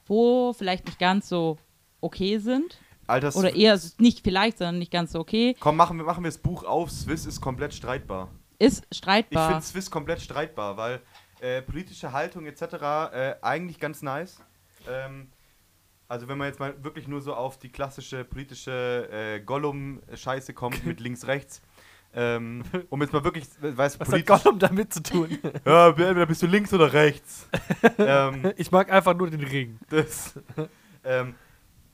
Speaker 2: wo vielleicht nicht ganz so okay sind.
Speaker 1: Alter,
Speaker 2: Oder eher s- nicht vielleicht, sondern nicht ganz so okay.
Speaker 1: komm, machen wir, machen wir das Buch auf. Swiss ist komplett streitbar.
Speaker 2: Ist
Speaker 1: Ich
Speaker 2: streitbar.
Speaker 1: finde Swiss komplett streitbar, weil äh, politische Haltung etc. Äh, eigentlich ganz nice. Ähm, also wenn man jetzt mal wirklich nur so auf die klassische politische äh, Gollum-Scheiße kommt mit links-rechts, ähm, um jetzt mal wirklich, we- weißt du,
Speaker 3: Was hat
Speaker 1: politisch,
Speaker 3: Gollum damit zu tun?
Speaker 1: ja, entweder bist du links oder rechts. ähm,
Speaker 3: ich mag einfach nur den Ring.
Speaker 1: das ähm,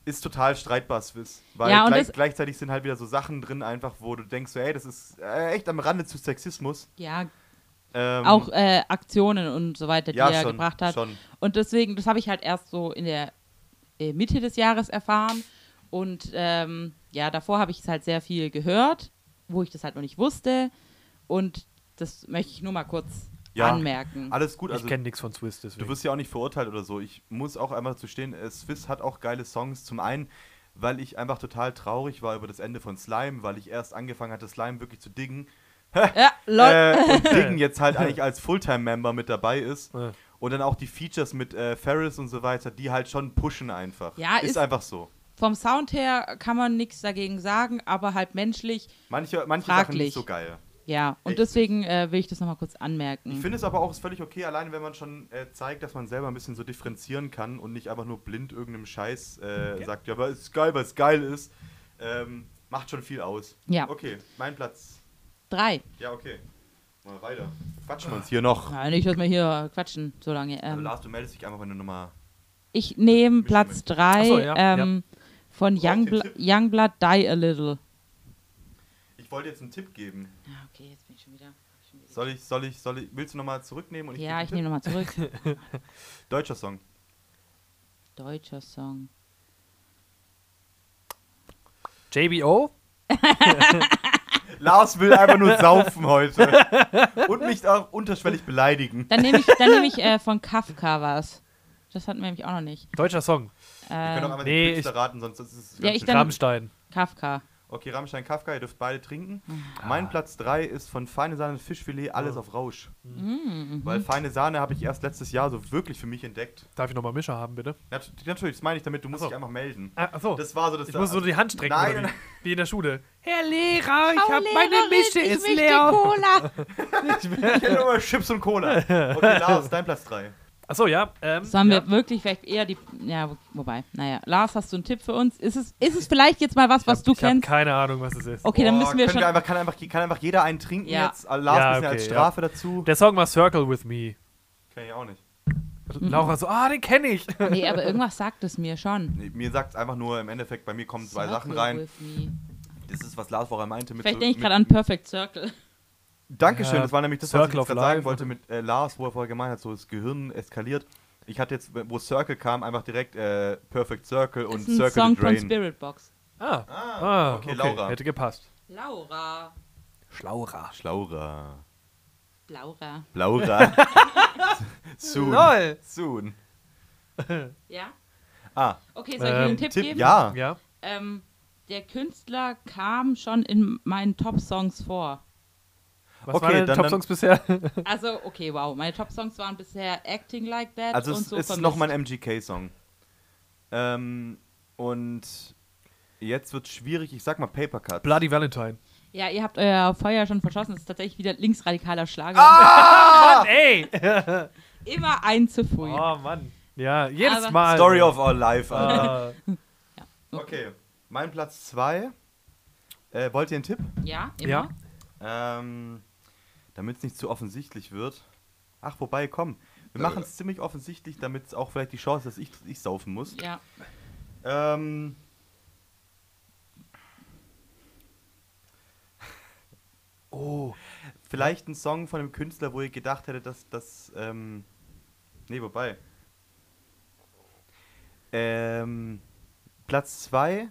Speaker 1: ist total streitbar, Swiss. Weil
Speaker 2: Ja, und
Speaker 1: gleich,
Speaker 2: das-
Speaker 1: gleichzeitig sind halt wieder so Sachen drin einfach, wo du denkst, so, hey, das ist äh, echt am Rande zu Sexismus.
Speaker 2: ja,
Speaker 1: Ähm,
Speaker 2: auch äh, Aktionen und so weiter, die
Speaker 1: ja,
Speaker 2: er
Speaker 1: schon,
Speaker 2: gebracht hat.
Speaker 1: Schon.
Speaker 2: Und deswegen, das habe ich halt erst so in der äh, Mitte des Jahres erfahren. Und ähm, ja, davor habe ich es halt sehr viel gehört, wo ich das halt noch nicht wusste. Und das möchte ich nur mal kurz
Speaker 1: Ja.
Speaker 2: anmerken.
Speaker 1: Alles gut, also
Speaker 3: ich kenne nichts von Swiss, deswegen.
Speaker 1: Du wirst ja auch nicht verurteilt oder so. Ich muss auch einmal dazu stehen, äh, Swiss hat auch geile Songs. Zum einen, weil ich einfach total traurig war über das Ende von Slime, weil ich erst angefangen hatte, Slime wirklich zu diggen.
Speaker 2: Ja, lol.
Speaker 1: Äh, und Diggen jetzt halt eigentlich als Fulltime-Member mit dabei ist.
Speaker 3: Ja.
Speaker 1: Und dann auch die Features mit äh, Ferris und so weiter, die halt schon pushen einfach.
Speaker 2: Ja,
Speaker 1: ist,
Speaker 2: ist-
Speaker 1: einfach so.
Speaker 2: Vom Sound her kann man nichts dagegen sagen, aber halt menschlich,
Speaker 1: Manche, manche Sachen
Speaker 2: Fraglich.
Speaker 1: nicht so geil.
Speaker 2: ja. Und
Speaker 1: Echt.
Speaker 2: deswegen äh, will ich das nochmal kurz anmerken.
Speaker 1: Ich finde es aber auch ist völlig okay, alleine wenn man schon äh, zeigt, dass man selber ein bisschen so differenzieren kann und nicht einfach nur blind irgendeinem Scheiß äh,
Speaker 2: Mhm.
Speaker 1: sagt, ja, aber ist geil, weil es geil ist. Ähm, macht schon viel aus.
Speaker 2: Ja.
Speaker 1: Okay, mein Platz.
Speaker 2: Drei.
Speaker 1: Ja, okay. Mal weiter. Quatschen wir uns hier noch.
Speaker 2: Na, nicht, dass wir hier quatschen so lange.
Speaker 1: Also,
Speaker 2: Ah. Ähm,
Speaker 1: Lars, du meldest dich einfach, wenn du nochmal.
Speaker 2: ich nehme
Speaker 1: Mich
Speaker 2: Platz
Speaker 1: mit.
Speaker 2: drei
Speaker 3: Ach so, ja, Oh,
Speaker 2: ähm, von
Speaker 1: Braucht ihr einen
Speaker 2: Youngbl
Speaker 1: Tipp?
Speaker 2: Youngblood Die a Little.
Speaker 1: Ich wollte jetzt einen Tipp geben.
Speaker 2: Ja, Ah, okay, jetzt bin ich schon wieder.
Speaker 1: Soll ich, soll ich, soll ich. Willst du nochmal zurücknehmen? Und ich
Speaker 2: Ja,
Speaker 1: gebe
Speaker 2: ich
Speaker 1: einen
Speaker 2: nehme nochmal zurück.
Speaker 1: Tipp? Deutscher Song.
Speaker 2: Deutscher Song.
Speaker 3: JBO?
Speaker 1: Lars will einfach nur saufen heute. Und mich auch unterschwellig beleidigen.
Speaker 2: Dann nehme ich, dann nehm ich äh, von Kafka was. Das hatten wir nämlich auch noch nicht.
Speaker 3: Deutscher Song.
Speaker 1: Wir können auch
Speaker 2: Ähm,
Speaker 1: einmal
Speaker 3: nee,
Speaker 1: den Künstler raten, sonst ist es.
Speaker 2: Ja, ich Dann-
Speaker 3: Rammstein.
Speaker 2: Kafka.
Speaker 1: Okay, Rammstein Kafka, ihr dürft beide trinken.
Speaker 3: Ah.
Speaker 1: Mein Platz 3 ist von Feine Sahne Fischfilet alles
Speaker 3: Oh.
Speaker 1: auf Rausch.
Speaker 3: Mhm.
Speaker 2: Mhm,
Speaker 1: Weil Feine Sahne habe ich erst letztes Jahr so wirklich für mich entdeckt.
Speaker 3: Darf ich nochmal Mischer haben, bitte?
Speaker 1: Nat natürlich, das meine ich damit, du musst
Speaker 3: Ach so.
Speaker 1: dich einfach melden.
Speaker 3: Ah, achso.
Speaker 1: Das war so das
Speaker 3: ich muss so die Hand strecken.
Speaker 1: Nein,
Speaker 3: oder
Speaker 1: nein,
Speaker 3: wie? wie in der Schule. Herr Lehrer, ich
Speaker 2: Frau
Speaker 3: habe meine
Speaker 2: Lehrerin,
Speaker 3: Mische
Speaker 2: ich
Speaker 3: ist
Speaker 2: möchte
Speaker 3: leer.
Speaker 2: Cola.
Speaker 1: Ich kenne nur Chips und Cola. Okay, Lars, dein Platz 3.
Speaker 3: Achso, ja. Ähm,
Speaker 2: Sollen
Speaker 3: ja.
Speaker 2: wir wirklich vielleicht eher die. Ja, wo- wobei. Naja. Lars, hast du einen Tipp für uns? Ist es, ist es vielleicht jetzt mal was, was
Speaker 3: ich hab,
Speaker 2: du
Speaker 3: ich hab
Speaker 2: kennst?
Speaker 3: keine Ahnung, was es ist.
Speaker 2: Okay, dann
Speaker 1: Boah,
Speaker 2: müssen wir
Speaker 1: können
Speaker 2: schon.
Speaker 1: einfach, kann, einfach, kann einfach jeder einen trinken
Speaker 2: Ja.
Speaker 1: jetzt. Ah, Lars
Speaker 3: Ja,
Speaker 1: bisschen als
Speaker 3: okay,
Speaker 1: Strafe dazu.
Speaker 3: Der Song war Circle With Me.
Speaker 1: Kenn ich auch nicht.
Speaker 2: Mhm.
Speaker 3: Laura so, ah, den kenne ich.
Speaker 2: nee, aber irgendwas sagt es mir schon.
Speaker 1: Nee, mir sagt es einfach nur, im Endeffekt, bei mir kommen zwei
Speaker 2: Circle
Speaker 1: Sachen rein.
Speaker 2: with me.
Speaker 1: Das ist, was Lars vorher meinte. Mit
Speaker 2: Vielleicht
Speaker 1: so-
Speaker 2: denke ich
Speaker 1: mit-
Speaker 2: gerade an Perfect Circle.
Speaker 1: Dankeschön,
Speaker 3: Ja,
Speaker 1: das war nämlich das, was ich
Speaker 3: Circle
Speaker 1: jetzt
Speaker 3: of
Speaker 1: gerade sagen
Speaker 3: Life. ne?
Speaker 1: wollte mit äh, Lars, wo er vorher gemeint hat, so das Gehirn eskaliert. Ich hatte jetzt, wo Circle kam, einfach direkt äh, Perfect Circle und
Speaker 2: das ist ein
Speaker 1: Circle
Speaker 2: Song
Speaker 1: the
Speaker 2: von
Speaker 1: Drain.
Speaker 2: Spirit Box.
Speaker 3: Ah,
Speaker 1: Ah, okay, Laura.
Speaker 3: Hätte gepasst.
Speaker 2: Laura.
Speaker 3: Schlaurer.
Speaker 1: Schlaurer.
Speaker 2: Laura.
Speaker 1: Laura. Soon.
Speaker 3: Lol.
Speaker 1: Soon.
Speaker 2: Ja?
Speaker 1: Ah,
Speaker 2: Okay, soll ich dir
Speaker 3: Ähm,
Speaker 2: einen Tipp,
Speaker 1: Tipp,
Speaker 2: geben?
Speaker 1: ja.
Speaker 3: Ja.
Speaker 2: Ähm, der Künstler kam schon in meinen Top-Songs vor.
Speaker 3: Was
Speaker 1: Okay,
Speaker 3: waren deine
Speaker 1: dann-
Speaker 3: Top-Songs bisher?
Speaker 2: Also, okay, wow. Meine Top-Songs waren bisher Acting Like That
Speaker 1: Also
Speaker 2: und
Speaker 1: es
Speaker 2: so
Speaker 1: ist
Speaker 2: vermisst.
Speaker 1: noch mal ein MGK-Song. Ähm, und jetzt wird schwierig, ich sag mal Paper Cut.
Speaker 3: Bloody Valentine.
Speaker 2: Ja, ihr habt euer Feuer schon verschossen. Es ist tatsächlich wieder linksradikaler Schlager.
Speaker 1: Ah!
Speaker 3: Ey!
Speaker 2: Immer ein zu früh.
Speaker 1: Ah!
Speaker 3: Oh, Mann. Ja, jedes
Speaker 2: Aber-
Speaker 3: Mal.
Speaker 1: Story of äh, our life, Alter.
Speaker 3: Ah,
Speaker 1: Okay, mein Platz 2. Äh, wollt ihr einen Tipp?
Speaker 2: Ja, immer.
Speaker 3: ja.
Speaker 1: Ähm, damit es nicht zu offensichtlich wird. Ach, wobei, komm. Wir machen es ziemlich offensichtlich, damit es auch vielleicht die Chance, dass ich, ich saufen muss.
Speaker 2: Ja.
Speaker 1: Ähm.
Speaker 3: Oh.
Speaker 1: Vielleicht ein Song von einem Künstler, wo ihr gedacht hättet, dass das. Ähm, nee, wobei. Ähm, Platz 2.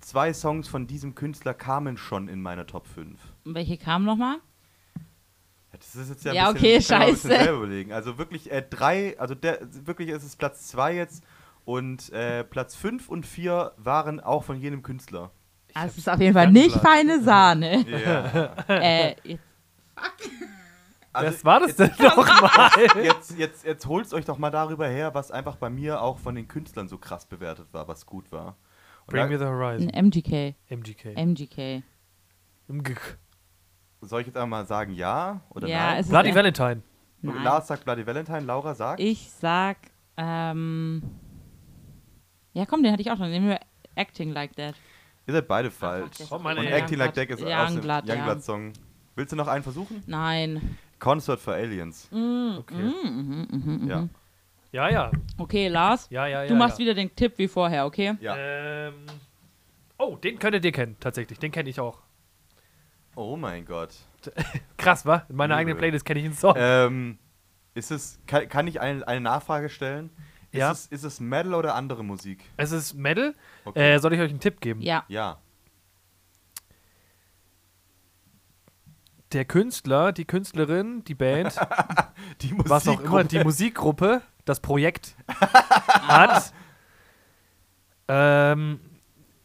Speaker 1: Zwei Songs von diesem Künstler kamen schon in meiner Top 5.
Speaker 2: Und welche kamen nochmal?
Speaker 1: Ja, Das ist jetzt ja,
Speaker 2: Ja,
Speaker 1: ein bisschen, genau,
Speaker 2: okay,
Speaker 1: ich kann mal ein bisschen
Speaker 2: scheiße.
Speaker 1: selber überlegen. Also wirklich äh, drei, also der, wirklich ist es Platz zwei jetzt und äh, Platz fünf und vier waren auch von jenem Künstler.
Speaker 2: Also, es ist auf jeden Fall nicht feine Sahne. äh, jetzt-
Speaker 1: Also
Speaker 3: was war das denn nochmal?
Speaker 1: jetzt, jetzt, jetzt holt's euch doch mal darüber her, was einfach bei mir auch von den Künstlern so krass bewertet war, was gut war. Und
Speaker 3: Bring Me
Speaker 1: da,
Speaker 3: The
Speaker 2: ein
Speaker 3: Horizon.
Speaker 2: MGK.
Speaker 3: MGK.
Speaker 2: MGK.
Speaker 3: MGK.
Speaker 1: soll ich jetzt einmal mal sagen ja oder
Speaker 2: ja,
Speaker 1: nein?
Speaker 2: es ist.
Speaker 3: Bloody
Speaker 2: äh,
Speaker 3: Valentine.
Speaker 1: Okay,
Speaker 2: nein.
Speaker 1: Lars sagt Bloody Valentine, Laura sagt.
Speaker 2: Ich sag, ähm. Ja, komm, den hatte ich auch schon. Nehmen wir Acting Like That.
Speaker 1: Ihr seid beide
Speaker 2: fuck,
Speaker 1: falsch.
Speaker 2: das
Speaker 3: Oh,
Speaker 2: ist
Speaker 3: Mann,
Speaker 1: Und
Speaker 2: auch-
Speaker 3: ey.
Speaker 1: Acting Like Deck ist auch ein
Speaker 2: Youngblood, ja.
Speaker 1: Youngblood-Song. Willst du noch einen versuchen?
Speaker 2: Nein.
Speaker 1: Concert for Aliens.
Speaker 3: Okay.
Speaker 2: Mhm, mhm, mhm.
Speaker 1: Ja.
Speaker 3: Ja, ja.
Speaker 2: Okay, Lars,
Speaker 3: Ja, ja, ja.
Speaker 2: du machst
Speaker 3: ja.
Speaker 2: wieder den Tipp wie vorher, okay?
Speaker 1: Ja.
Speaker 3: Ähm. Oh, den könntet ihr kennen, tatsächlich. Den kenne ich auch.
Speaker 1: Oh mein Gott.
Speaker 3: Krass, wa? In meiner eigenen
Speaker 1: Übel.
Speaker 3: Playlist kenne ich einen Song.
Speaker 1: Ähm, ist es, kann, kann ich eine, eine Nachfrage stellen?
Speaker 3: Ja.
Speaker 1: Ist, es, ist es Metal oder andere Musik?
Speaker 3: Es ist Metal.
Speaker 1: Okay.
Speaker 3: Äh, soll ich euch einen Tipp geben?
Speaker 2: Ja.
Speaker 1: Ja.
Speaker 3: Der Künstler, die Künstlerin, die Band,
Speaker 1: Die Musik.
Speaker 3: was auch immer, die Musikgruppe, das Projekt hat ähm,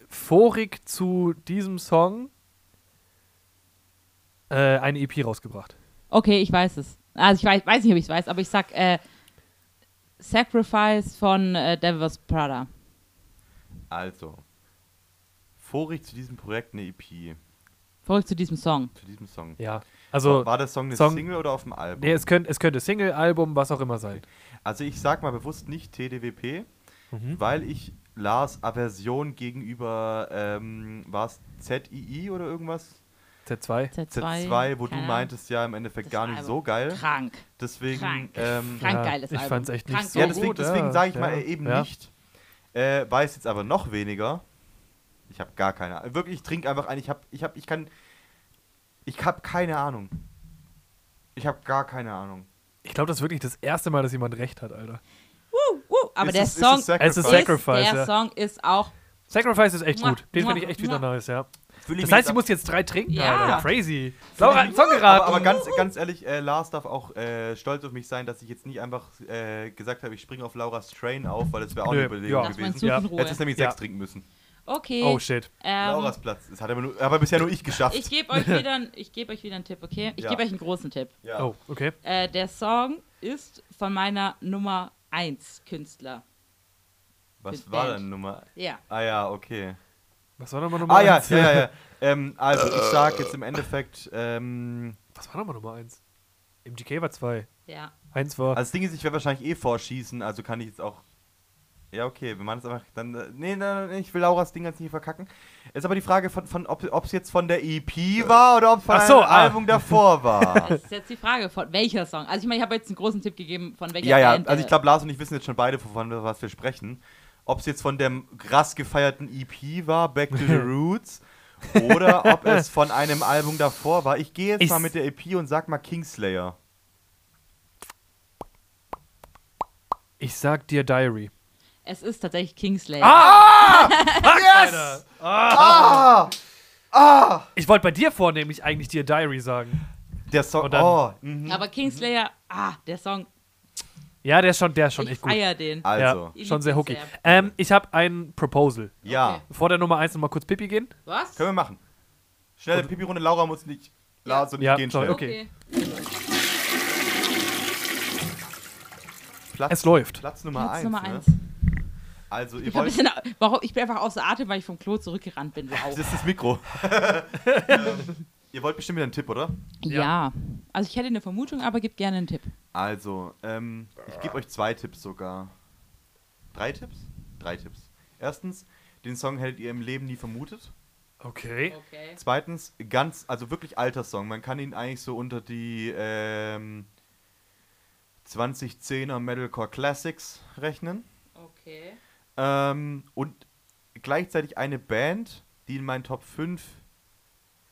Speaker 3: vorig zu diesem Song äh, eine EP rausgebracht.
Speaker 2: Okay, ich weiß es. Also ich weiß, weiß nicht, ob ich es weiß, aber ich sag äh, Sacrifice von äh, Devil's Prada.
Speaker 1: Also. Vorig zu diesem Projekt eine EP.
Speaker 2: Verrückt zu diesem Song.
Speaker 1: Zu diesem Song.
Speaker 3: Ja. Also,
Speaker 1: War der Song eine
Speaker 3: Song-
Speaker 1: Single oder auf dem Album?
Speaker 3: nee, es, könnte, es könnte Single, Album, was auch immer sein.
Speaker 1: Also ich sag mal bewusst nicht TDWP,
Speaker 3: Mhm.
Speaker 1: weil ich Lars Aversion gegenüber, ähm, war es ZII oder irgendwas?
Speaker 3: Z2.
Speaker 2: Z2.
Speaker 1: Z2, wo du
Speaker 2: keine Ahnung.
Speaker 1: meintest, ne? ja, im Endeffekt
Speaker 2: Das
Speaker 1: gar nicht
Speaker 2: Album.
Speaker 1: so geil.
Speaker 2: Krank.
Speaker 1: Deswegen,
Speaker 2: Krank.
Speaker 1: ähm,
Speaker 2: Krank
Speaker 3: Ja,
Speaker 2: geiles
Speaker 3: ich
Speaker 2: Album.
Speaker 3: fand's echt nicht
Speaker 2: Krank
Speaker 3: so
Speaker 1: ja,
Speaker 2: gut.
Speaker 1: deswegen,
Speaker 3: gut, ja,
Speaker 1: deswegen sage ich mal
Speaker 3: ja,
Speaker 1: äh, eben
Speaker 3: ja.
Speaker 1: nicht. Äh, weiß jetzt aber noch weniger. Ich habe gar keine Ahnung. Wirklich, ich trinke einfach ein. Ich habe, ich habe, ich kann, ich habe keine Ahnung. Ich habe gar keine Ahnung.
Speaker 3: Ich glaube, das ist wirklich das erste Mal, dass jemand recht hat, Alter.
Speaker 2: Wuh, wuh. Aber
Speaker 1: Ist
Speaker 2: der
Speaker 1: es- ist
Speaker 2: Song
Speaker 1: es Sacrifice?
Speaker 3: Es ist
Speaker 2: ist,
Speaker 3: Sac-
Speaker 1: Sacrifice.
Speaker 3: Sacrifice,
Speaker 2: der
Speaker 3: ja.
Speaker 2: Song ist auch
Speaker 3: Sacrifice ist echt
Speaker 2: Mua,
Speaker 3: gut. Den finde ich
Speaker 2: mua,
Speaker 3: echt wieder
Speaker 2: mua.
Speaker 3: nice, ja.
Speaker 1: Fühl ich
Speaker 3: Das
Speaker 1: mich
Speaker 3: heißt, ich
Speaker 1: ab-
Speaker 3: muss jetzt drei trinken,
Speaker 2: Ja.
Speaker 3: Alter.
Speaker 2: Ja.
Speaker 3: Crazy. Laura hat einen Song
Speaker 1: Aber,
Speaker 3: geraten.
Speaker 1: aber ganz, ganz ehrlich, äh, Lars darf auch äh, stolz auf mich sein, dass ich jetzt nicht einfach äh, gesagt habe, ich springe auf Lauras Train auf, weil das wäre auch
Speaker 3: Nö,
Speaker 1: eine Überlegung
Speaker 3: ja.
Speaker 2: Lass mal in
Speaker 1: gewesen.
Speaker 2: Zug
Speaker 3: Ja.
Speaker 2: in Ruhe.
Speaker 1: Hättest nämlich
Speaker 3: Ja.
Speaker 1: sechs trinken müssen.
Speaker 2: Okay.
Speaker 3: oh, shit.
Speaker 2: ähm,
Speaker 1: Lauras Platz. Das hat aber, nur, aber bisher nur ich geschafft.
Speaker 2: ich gebe euch, wieder ein- ich geb euch wieder einen Tipp, okay? Ich
Speaker 1: Ja.
Speaker 2: gebe euch einen großen Tipp.
Speaker 1: ja.
Speaker 3: Oh, okay.
Speaker 2: Äh, der Song ist von meiner Nummer 1 Künstler.
Speaker 1: Was
Speaker 2: Mit
Speaker 1: war
Speaker 2: Band.
Speaker 1: denn Nummer?
Speaker 2: Ja.
Speaker 1: Ah ja, okay.
Speaker 3: Was war nochmal Nummer
Speaker 1: Ah ja,
Speaker 3: eins?
Speaker 1: ja, ja. ja. Ähm, also ich sag jetzt im Endeffekt, ähm,
Speaker 3: Was war nochmal Nummer 1? MGK war 2.
Speaker 2: Ja.
Speaker 3: 1 war.
Speaker 1: also das Ding ist, ich werde wahrscheinlich eh vorschießen, also kann ich jetzt auch. Ja, okay, wir machen es einfach dann. äh, Nee, nein, nein, ich will Lauras Ding jetzt nicht verkacken. Ist aber die Frage, von, von, ob es jetzt von der EP war oder ob von
Speaker 3: Äh. Ach so,
Speaker 1: einem
Speaker 3: ah.
Speaker 1: Album davor war.
Speaker 2: Das ist jetzt die Frage, von welcher Song? Also ich meine, ich habe jetzt einen großen Tipp gegeben, von welcher
Speaker 1: ja, ja,
Speaker 2: Band,
Speaker 1: also ich
Speaker 2: äh,
Speaker 1: glaube, Lars und ich wissen jetzt schon beide, wovon wir, was wir sprechen. Ob es jetzt von der krass gefeierten EP war, Back to the Roots, oder ob es von einem Album davor war. Ich gehe jetzt
Speaker 3: Ich-
Speaker 1: mal mit der EP und sag mal Kingslayer.
Speaker 3: Ich sag dir Diary.
Speaker 2: Es ist tatsächlich Kingsley.
Speaker 1: Ah! Yes! Ah!
Speaker 3: Ich wollte bei dir vornehmlich eigentlich dir Diary sagen.
Speaker 1: Der Song.
Speaker 3: Und dann-
Speaker 1: oh, mhm.
Speaker 2: Aber Kingslayer, ah, der Song,
Speaker 3: Ja, der ist schon, der ist schon
Speaker 2: ich
Speaker 3: echt gut.
Speaker 2: feier den.
Speaker 1: Also,
Speaker 3: ja,
Speaker 2: Ich
Speaker 3: schon
Speaker 2: lieb
Speaker 3: sehr
Speaker 2: den
Speaker 3: hooky.
Speaker 2: sehr.
Speaker 3: Ähm, ich habe ein Proposal.
Speaker 1: ja.
Speaker 2: Okay.
Speaker 3: Vor der Nummer 1 nochmal kurz Pipi gehen.
Speaker 2: Was?
Speaker 1: Können wir machen. Schnelle
Speaker 3: Und-
Speaker 1: Pipi-Runde. Laura muss nicht. Lars und
Speaker 3: Ja,
Speaker 1: ich gehen
Speaker 3: sorry,
Speaker 1: schnell.
Speaker 3: okay.
Speaker 1: Platz,
Speaker 3: Es läuft.
Speaker 1: Platz Nummer
Speaker 2: Platz
Speaker 1: 1.
Speaker 2: Nummer
Speaker 1: ne?
Speaker 2: eins.
Speaker 1: Also, ihr
Speaker 2: Ich, hab ein
Speaker 1: wollt.
Speaker 2: bisschen, warum, ich bin einfach außer Atem, weil ich vom Klo zurückgerannt bin.
Speaker 1: Das
Speaker 2: Wow.
Speaker 1: ist das Mikro. ähm, ihr wollt bestimmt wieder einen Tipp, oder?
Speaker 2: Ja. Also ich hätte eine Vermutung, aber gib gerne einen Tipp.
Speaker 1: Also, ähm, ich gebe euch zwei Tipps sogar. Drei Tipps? Drei Tipps. Erstens, den Song hättet ihr im Leben nie vermutet.
Speaker 3: Okay.
Speaker 2: Okay.
Speaker 1: Zweitens, ganz, also wirklich alter Song. Man kann ihn eigentlich so unter die ähm, 2010er Metalcore Classics rechnen.
Speaker 2: Okay.
Speaker 1: Ähm, und gleichzeitig eine Band, die in meinen Top 5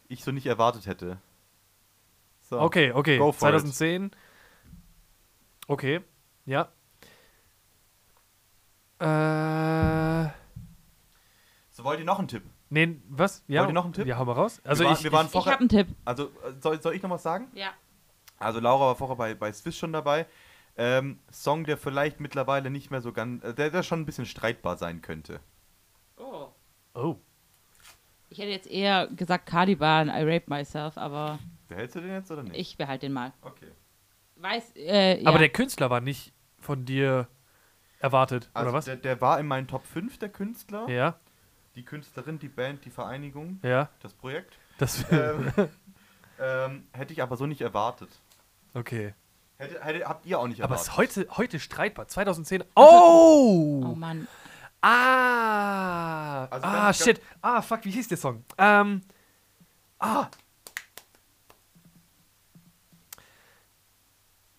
Speaker 1: ich so nicht erwartet hätte. So.
Speaker 3: Okay, okay.
Speaker 1: Go for it.
Speaker 3: 2010. Okay. Ja. Äh.
Speaker 1: So, wollt ihr noch einen Tipp?
Speaker 3: Nee, was? Ja.
Speaker 1: Wollt ihr noch einen Tipp?
Speaker 3: Ja, hau mal raus. Also
Speaker 1: wir waren,
Speaker 3: ich,
Speaker 1: wir waren
Speaker 2: Ich habe
Speaker 1: vorher.
Speaker 2: einen Tipp.
Speaker 1: Also, äh, soll, soll ich noch was sagen?
Speaker 2: Ja.
Speaker 1: Also Laura war vorher bei, bei Swiss schon dabei. Ähm, Song, der vielleicht mittlerweile nicht mehr so ganz, äh, der, der schon ein bisschen streitbar sein könnte.
Speaker 2: Oh.
Speaker 3: Oh.
Speaker 2: Ich hätte jetzt eher gesagt Cardiban, I Rape Myself, aber
Speaker 1: Behältst du den jetzt oder nicht?
Speaker 2: ich behalte den mal.
Speaker 1: Okay.
Speaker 2: Weiß, äh, ja.
Speaker 3: Aber der Künstler war nicht von dir erwartet,
Speaker 1: Also
Speaker 3: oder was?
Speaker 1: Der, der war in meinen Top 5 der Künstler.
Speaker 3: Ja,
Speaker 1: Die Künstlerin, die Band, die Vereinigung,
Speaker 3: ja.
Speaker 1: das Projekt.
Speaker 3: Das
Speaker 1: Ähm, ähm, hätte ich aber so nicht erwartet.
Speaker 3: okay.
Speaker 1: Hätte, hätte, habt ihr auch nicht
Speaker 3: Aber es
Speaker 1: erwartet.
Speaker 3: ist heute, heute streitbar. 2010. Oh!
Speaker 2: oh Mann.
Speaker 3: Ah!
Speaker 1: Also
Speaker 3: ah,
Speaker 1: ganz-
Speaker 3: shit. Ah, fuck, wie hieß der Song? Ähm. Ah!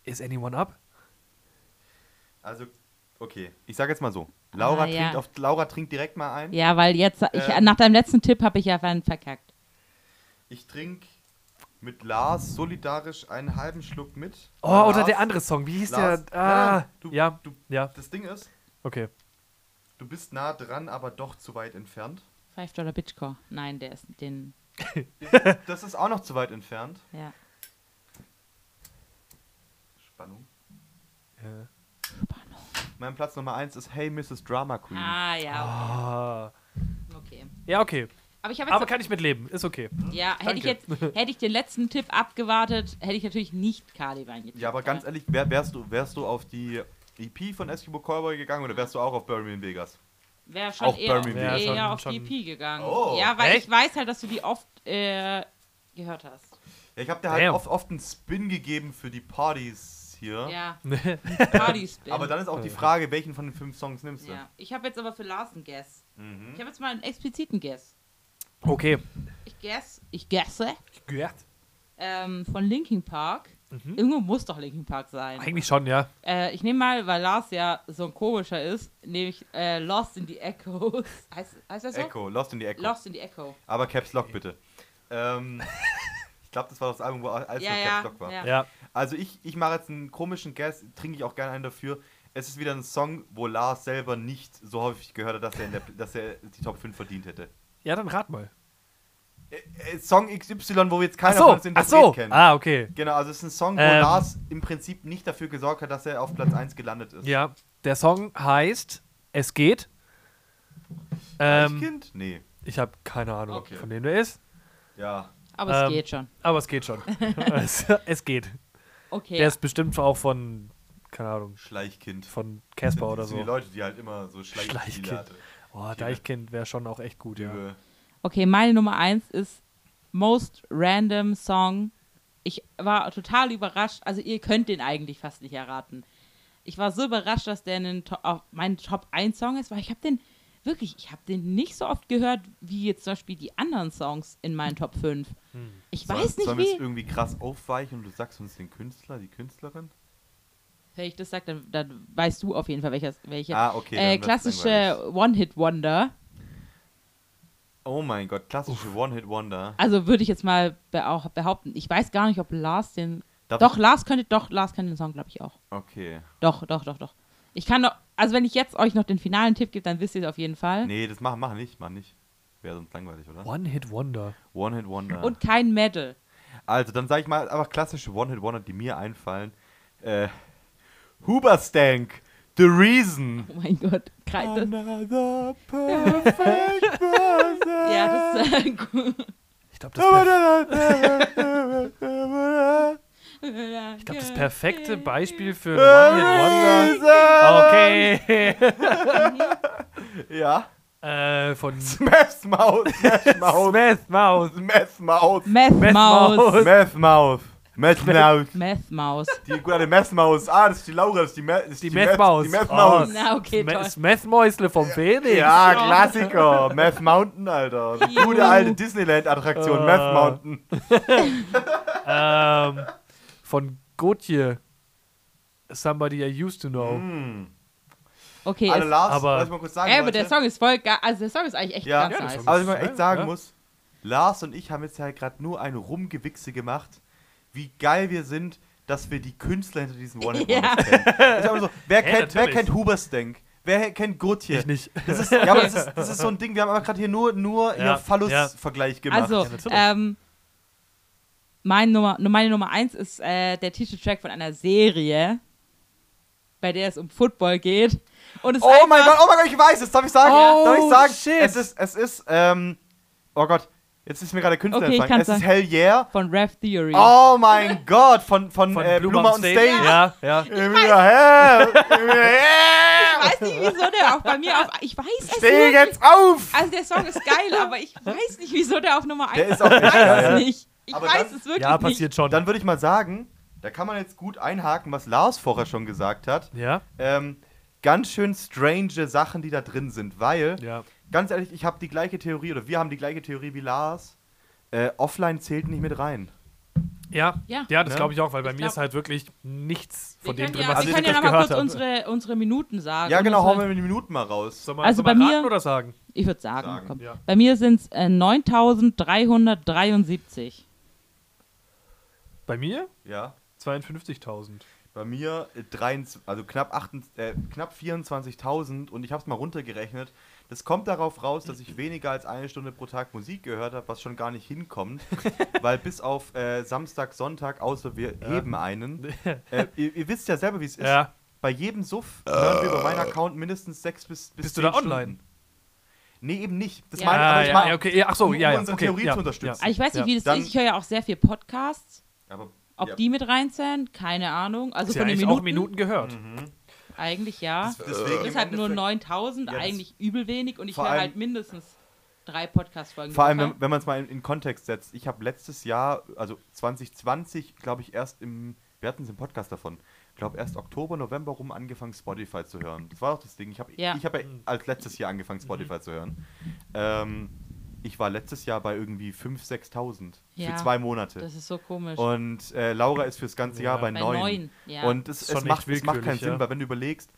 Speaker 3: Is anyone up?
Speaker 1: also, okay. Ich sage jetzt mal so. Laura,
Speaker 2: Ah, ja.
Speaker 1: trinkt auf, Laura trinkt direkt mal ein.
Speaker 2: Ja, weil jetzt, ich,
Speaker 1: Ähm.
Speaker 2: nach deinem letzten Tipp habe ich ja einen verkackt.
Speaker 1: Ich trinke mit Lars solidarisch einen halben Schluck mit.
Speaker 3: Oh,
Speaker 1: Lars-
Speaker 3: oder der andere Song. Wie hieß
Speaker 1: Lars,
Speaker 3: der? Ah!
Speaker 1: nein, du-
Speaker 3: ja,
Speaker 1: du-
Speaker 3: ja.
Speaker 1: Das Ding ist,
Speaker 3: Okay.
Speaker 1: Du bist nah dran, aber doch zu weit entfernt.
Speaker 2: Five Dollar Bitchcore. Nein, der ist den.
Speaker 1: Das ist auch noch zu weit entfernt.
Speaker 2: Ja.
Speaker 1: Spannung.
Speaker 3: Ja.
Speaker 2: Spannung.
Speaker 1: Mein Platz Nummer 1 ist Hey Mrs. Drama Queen.
Speaker 2: Ah, ja.
Speaker 3: Ah.
Speaker 2: Okay.
Speaker 3: Ja, okay.
Speaker 2: Aber ich habe jetzt.
Speaker 3: Aber kann ich mitleben. Ist okay.
Speaker 2: ja, hätte ich, jetzt,
Speaker 3: Danke.
Speaker 2: hätte ich den letzten Tipp abgewartet, hätte ich natürlich nicht Cardi eingetippt.
Speaker 1: Ja, aber ganz ehrlich, wär, wärst, du, wärst du auf die EP von Eskimo Cowboy gegangen oder wärst du auch auf Bury Me in Vegas?
Speaker 2: Wäre schon
Speaker 1: auch
Speaker 2: eher,
Speaker 1: Birmingham.
Speaker 2: eher
Speaker 3: Ja, schon-
Speaker 2: auf
Speaker 3: schon-
Speaker 2: die EP gegangen.
Speaker 1: Oh,
Speaker 2: ja, weil
Speaker 3: echt?
Speaker 2: ich weiß halt, dass du die oft äh, gehört hast.
Speaker 1: Ja, ich habe da halt
Speaker 3: Damn.
Speaker 1: oft, oft einen Spin gegeben für die Partys hier.
Speaker 2: Ja,
Speaker 3: Nee.
Speaker 2: Cardi-Spin.
Speaker 1: Aber dann ist auch die Frage, welchen von den fünf Songs nimmst du?
Speaker 2: ja. Ich habe jetzt aber für Lars einen Guess.
Speaker 1: Mhm.
Speaker 2: Ich habe jetzt mal einen expliziten Guess.
Speaker 3: okay.
Speaker 2: Ich guess, ich guesse,
Speaker 3: Gehört.
Speaker 2: ähm, von Linkin Park. Irgendwo muss doch Linkin Park sein.
Speaker 3: Eigentlich schon, ja.
Speaker 2: Äh, ich nehme mal, weil Lars ja so ein komischer ist, nehme ich äh, Lost in the Echoes. heißt, heißt das so?
Speaker 1: Echo, Lost in the Echo.
Speaker 2: Also? Lost in the Echo.
Speaker 1: Aber Caps Lock bitte. Ähm, ich glaube, das war das Album, wo alles
Speaker 2: Ja,
Speaker 1: nur
Speaker 2: ja,
Speaker 1: Caps Lock war.
Speaker 2: ja.
Speaker 3: Ja.
Speaker 1: Also ich, ich mache jetzt einen komischen Guess, trinke ich auch gerne einen dafür. Es ist wieder ein Song, wo Lars selber nicht so häufig gehört hat, dass er, in der, dass er die Top 5 verdient hätte.
Speaker 3: Ja, dann rat mal.
Speaker 1: Äh, äh, Song XY, wo jetzt
Speaker 3: Ach
Speaker 1: keiner von
Speaker 3: so.
Speaker 1: uns
Speaker 3: Ach
Speaker 1: Interpret
Speaker 3: so.
Speaker 1: kennt.
Speaker 3: Ah, okay.
Speaker 1: Genau, also es ist ein Song, wo
Speaker 3: Ähm.
Speaker 1: Lars im Prinzip nicht dafür gesorgt hat, dass er auf Platz 1 gelandet ist.
Speaker 3: Ja. Der Song heißt Es geht.
Speaker 1: Als
Speaker 3: Ähm,
Speaker 1: Kind? Nee.
Speaker 3: ich habe keine Ahnung,
Speaker 1: Okay.
Speaker 3: von wem der ist.
Speaker 1: Ja.
Speaker 2: Aber es
Speaker 3: Ähm,
Speaker 2: geht schon.
Speaker 3: Aber es geht schon. es, es geht.
Speaker 2: Okay.
Speaker 3: Der ist bestimmt auch von, keine Ahnung,
Speaker 1: Schleichkind.
Speaker 3: von Casper oder
Speaker 1: Das sind Die
Speaker 3: so.
Speaker 1: Leute, die halt immer so Schleichkind.
Speaker 3: Schleichkind.
Speaker 1: hatte.
Speaker 3: Oh, Deichkind wäre schon auch echt gut, ja.
Speaker 1: Dübe.
Speaker 2: Okay, meine Nummer eins ist Most Random Song. Ich war total überrascht. Also ihr könnt den eigentlich fast nicht erraten. Ich war so überrascht, dass der in den To- auf mein Top 1 Song ist, weil ich habe den wirklich, ich habe den nicht so oft gehört, wie jetzt zum Beispiel die anderen Songs in meinen Top 5.
Speaker 1: Hm.
Speaker 2: Ich weiß
Speaker 1: Sollen-
Speaker 2: nicht
Speaker 1: Sollen wir jetzt
Speaker 2: wie.
Speaker 1: irgendwie krass aufweichen und du sagst uns den Künstler, die Künstlerin?
Speaker 2: Wenn ich das sage, dann, dann weißt du auf jeden Fall, welches, welche.
Speaker 1: Ah, okay, dann
Speaker 2: äh,
Speaker 1: wird's
Speaker 2: klassische
Speaker 1: langweilig.
Speaker 2: One-Hit-Wonder.
Speaker 1: Oh mein Gott, klassische One-Hit-Wonder.
Speaker 2: Also würde ich jetzt mal behau- behaupten. Ich weiß gar nicht, ob Lars den.
Speaker 1: Darf
Speaker 2: doch,
Speaker 1: ich-
Speaker 2: Lars könnte, doch, Lars kann den Song, glaube ich, auch.
Speaker 1: Okay.
Speaker 2: Doch, doch, doch, doch. Ich kann doch, also wenn ich jetzt euch noch den finalen Tipp gebe, dann wisst ihr es auf jeden Fall.
Speaker 1: Nee, das mach, mach nicht, mach nicht. Wäre sonst langweilig, oder?
Speaker 3: One-Hit-Wonder.
Speaker 1: One-Hit-Wonder.
Speaker 2: Und kein Medal.
Speaker 1: Also, dann sag ich mal einfach klassische One-Hit-Wonder, die mir einfallen. Äh, Huberstank, The Reason.
Speaker 2: Oh mein Gott. Kreis, das,
Speaker 1: Another perfect person.
Speaker 2: ja, das ist äh, gut.
Speaker 3: Ich glaube, das, perf
Speaker 1: The
Speaker 3: ich glaub, das perfekte Beispiel für ein One-Hit-Wonder.
Speaker 1: Reason.
Speaker 3: Okay.
Speaker 1: Ja.
Speaker 3: äh, von
Speaker 1: Smash Mouth. Smash Mouth.
Speaker 3: Smith Maus.
Speaker 1: Meth Mouth.
Speaker 2: Meth
Speaker 3: Meth
Speaker 2: Maus.
Speaker 3: Maus.
Speaker 1: Meth Mouth. Meth Mouth.
Speaker 2: Meth Maus.
Speaker 1: Die gute Meth Maus. Ah, das ist die Laura, das ist die, Me das ist
Speaker 3: Die Meth Maus.
Speaker 1: Die Meth
Speaker 3: Oh.
Speaker 1: Maus.
Speaker 2: Na, okay, toll.
Speaker 3: Smith Mäusle vom Felix.
Speaker 1: Ja,
Speaker 2: Ja.
Speaker 1: Klassiker. Meth Mountain, Alter. Die
Speaker 2: Juhu.
Speaker 1: gute alte Disneyland-Attraktion,
Speaker 3: Äh.
Speaker 1: Meth Mountain.
Speaker 3: Ähm, von Gotje. Somebody I used to know.
Speaker 1: Mhm.
Speaker 2: Okay,
Speaker 1: Hm. Alle
Speaker 2: es-
Speaker 1: Lars,
Speaker 3: Oh. aber-
Speaker 1: was ich mal kurz sagen
Speaker 2: ey, aber
Speaker 1: wollte.
Speaker 2: der Song ist voll geil. Also der Song ist eigentlich echt
Speaker 1: Ja.
Speaker 2: ganz
Speaker 1: Ja,
Speaker 3: der
Speaker 2: nice.
Speaker 3: Song
Speaker 1: Aber was ich mal echt sagen
Speaker 3: Ja.
Speaker 1: muss, Lars und ich haben jetzt halt gerade nur eine Rumgewichse gemacht, wie geil wir sind, dass wir die Künstler hinter diesen one hit
Speaker 2: Ja.
Speaker 1: kennen. Das ist einfach so, wer,
Speaker 3: Hä,
Speaker 1: kennt, wer
Speaker 3: natürlich.
Speaker 1: kennt Huberstank? Wer kennt Gotje?
Speaker 3: Ich nicht.
Speaker 1: Das ist, ja, aber das ist, das ist so ein Ding, wir haben einfach gerade hier nur, nur
Speaker 3: Ja,
Speaker 1: hier Phallus-Vergleich gemacht.
Speaker 2: Also,
Speaker 3: Ja, natürlich.
Speaker 2: ähm, mein Nummer, meine Nummer eins ist äh, der Titeltrack von einer Serie, bei der es um Football geht. Und es ist
Speaker 1: Oh mein
Speaker 2: einfach-
Speaker 1: Gott, oh mein Gott, ich weiß es. Darf ich sagen?
Speaker 3: Oh,
Speaker 1: Darf ich sagen?
Speaker 3: shit.
Speaker 1: Es ist, es ist, ähm, oh Gott, jetzt ist mir gerade der Künstler
Speaker 2: Okay, ich
Speaker 1: entfallen. Es
Speaker 2: kann's
Speaker 1: ist Hell Yeah.
Speaker 2: Von Rev Theory.
Speaker 1: Oh mein Gott, von, von,
Speaker 3: Von
Speaker 1: äh, Blue, Mountain State.
Speaker 3: Ja, ja.
Speaker 1: Give me your hand. Give me your
Speaker 2: Ich
Speaker 1: hand.
Speaker 2: weiß nicht, wieso der auch bei mir auf. Ich weiß es
Speaker 1: Steh
Speaker 2: nicht.
Speaker 1: jetzt auf!
Speaker 2: Also der Song ist geil, aber ich weiß nicht, wieso der auf Nummer 1
Speaker 1: Der ist auch echt
Speaker 2: weiß
Speaker 1: geil.
Speaker 2: es nicht. Ich
Speaker 1: Aber
Speaker 2: weiß
Speaker 1: dann-
Speaker 2: es wirklich
Speaker 3: Ja, passiert schon.
Speaker 1: Dann würde ich mal sagen, da kann man jetzt gut einhaken, was Lars vorher schon gesagt hat.
Speaker 3: ja,
Speaker 1: Ähm, ganz schön strange Sachen, die da drin sind, weil
Speaker 3: ja.
Speaker 1: ganz ehrlich, ich habe die gleiche Theorie oder wir haben die gleiche Theorie wie Lars. Äh, offline zählt nicht mit rein.
Speaker 3: Ja,
Speaker 2: Ja.
Speaker 3: ja, das
Speaker 1: Ne?
Speaker 3: glaube ich auch, weil bei
Speaker 2: Ich
Speaker 3: mir
Speaker 2: glaub-
Speaker 3: ist halt wirklich nichts
Speaker 2: nicht.
Speaker 3: von dem drin,
Speaker 2: ja,
Speaker 3: was
Speaker 2: wir
Speaker 3: ich
Speaker 2: können
Speaker 3: wirklich
Speaker 2: ja nochmal
Speaker 3: gehört
Speaker 2: kurz
Speaker 3: habe.
Speaker 2: unsere, unsere Minuten sagen.
Speaker 1: Ja,
Speaker 2: Und
Speaker 1: genau, hauen
Speaker 2: unsere,
Speaker 1: wir die Minuten mal raus.
Speaker 3: Soll man,
Speaker 2: Also
Speaker 3: soll man
Speaker 2: bei
Speaker 3: raten
Speaker 2: mir-
Speaker 3: oder sagen?
Speaker 2: Ich würde sagen,
Speaker 1: Sagen,
Speaker 2: komm.
Speaker 3: ja.
Speaker 2: Bei mir sind es äh, 9373.
Speaker 3: Bei mir
Speaker 1: Ja.
Speaker 3: 52.000.
Speaker 1: Bei mir äh, 23, also knapp, 28 äh, knapp 24.000 und ich habe es mal runtergerechnet. Das kommt darauf raus, dass ich weniger als eine Stunde pro Tag Musik gehört habe, was schon gar nicht hinkommt, weil bis auf äh, Samstag, Sonntag, außer wir heben einen. Äh, ihr, ihr wisst ja selber, wie es ist.
Speaker 3: Ja.
Speaker 1: Bei jedem Suff hören wir über meinen Account mindestens sechs bis, bis
Speaker 3: Bist du da
Speaker 1: zehn
Speaker 3: online?
Speaker 1: Stunden. Nee, eben nicht. Das
Speaker 2: Ja.
Speaker 1: meine aber
Speaker 3: Ah,
Speaker 1: ich
Speaker 3: ja,
Speaker 1: meine-
Speaker 3: ja, okay. Ja, ach so,
Speaker 1: um,
Speaker 3: ja,
Speaker 1: um
Speaker 3: ja,
Speaker 1: unsere
Speaker 3: okay,
Speaker 1: Theorie
Speaker 3: ja,
Speaker 1: zu unterstützen.
Speaker 2: Aber Ah, ich weiß nicht,
Speaker 3: Ja,
Speaker 2: wie das
Speaker 1: dann-
Speaker 2: ist. Ich höre ja auch sehr viel Podcasts.
Speaker 1: Aber,
Speaker 2: Ob
Speaker 1: ja.
Speaker 2: die mit reinzählen? Keine Ahnung. Also
Speaker 3: Ist ja
Speaker 2: von den
Speaker 3: eigentlich
Speaker 2: Minuten,
Speaker 3: auch Minuten gehört.
Speaker 2: Eigentlich ja.
Speaker 3: Äh.
Speaker 1: Deswegen im
Speaker 3: halt
Speaker 2: Deshalb halt nur
Speaker 1: Endeffekt-
Speaker 2: 9000,
Speaker 1: Ja, das-
Speaker 2: eigentlich übel wenig. Und ich
Speaker 1: Vor
Speaker 2: höre
Speaker 1: allem-
Speaker 2: halt mindestens drei Podcast-Folgen.
Speaker 1: Vor
Speaker 2: die
Speaker 1: allem,
Speaker 2: Woche.
Speaker 1: wenn, wenn man es mal in, in Kontext setzt. Ich habe letztes Jahr, also 2020, glaube ich, erst im, wir hatten es im Podcast davon, glaube erst Oktober, November rum angefangen, Spotify zu hören. Das war doch das Ding. Ich habe
Speaker 2: Ja. Mhm.
Speaker 1: ich hab ja als letztes Jahr angefangen, Spotify zu hören. Ähm, ich war letztes Jahr bei irgendwie 5.000, 6.000
Speaker 2: Ja.
Speaker 1: für zwei Monate.
Speaker 2: Das ist so komisch.
Speaker 1: Und äh, Laura ist fürs ganze Jahr
Speaker 3: Ja.
Speaker 1: bei
Speaker 2: Bei
Speaker 1: 9.
Speaker 2: neun, ja.
Speaker 1: Und es,
Speaker 3: Ist
Speaker 1: es,
Speaker 3: schon
Speaker 1: macht,
Speaker 3: echt
Speaker 1: es macht keinen
Speaker 3: willkürlich,
Speaker 1: Sinn,
Speaker 3: ja.
Speaker 1: weil wenn du überlegst,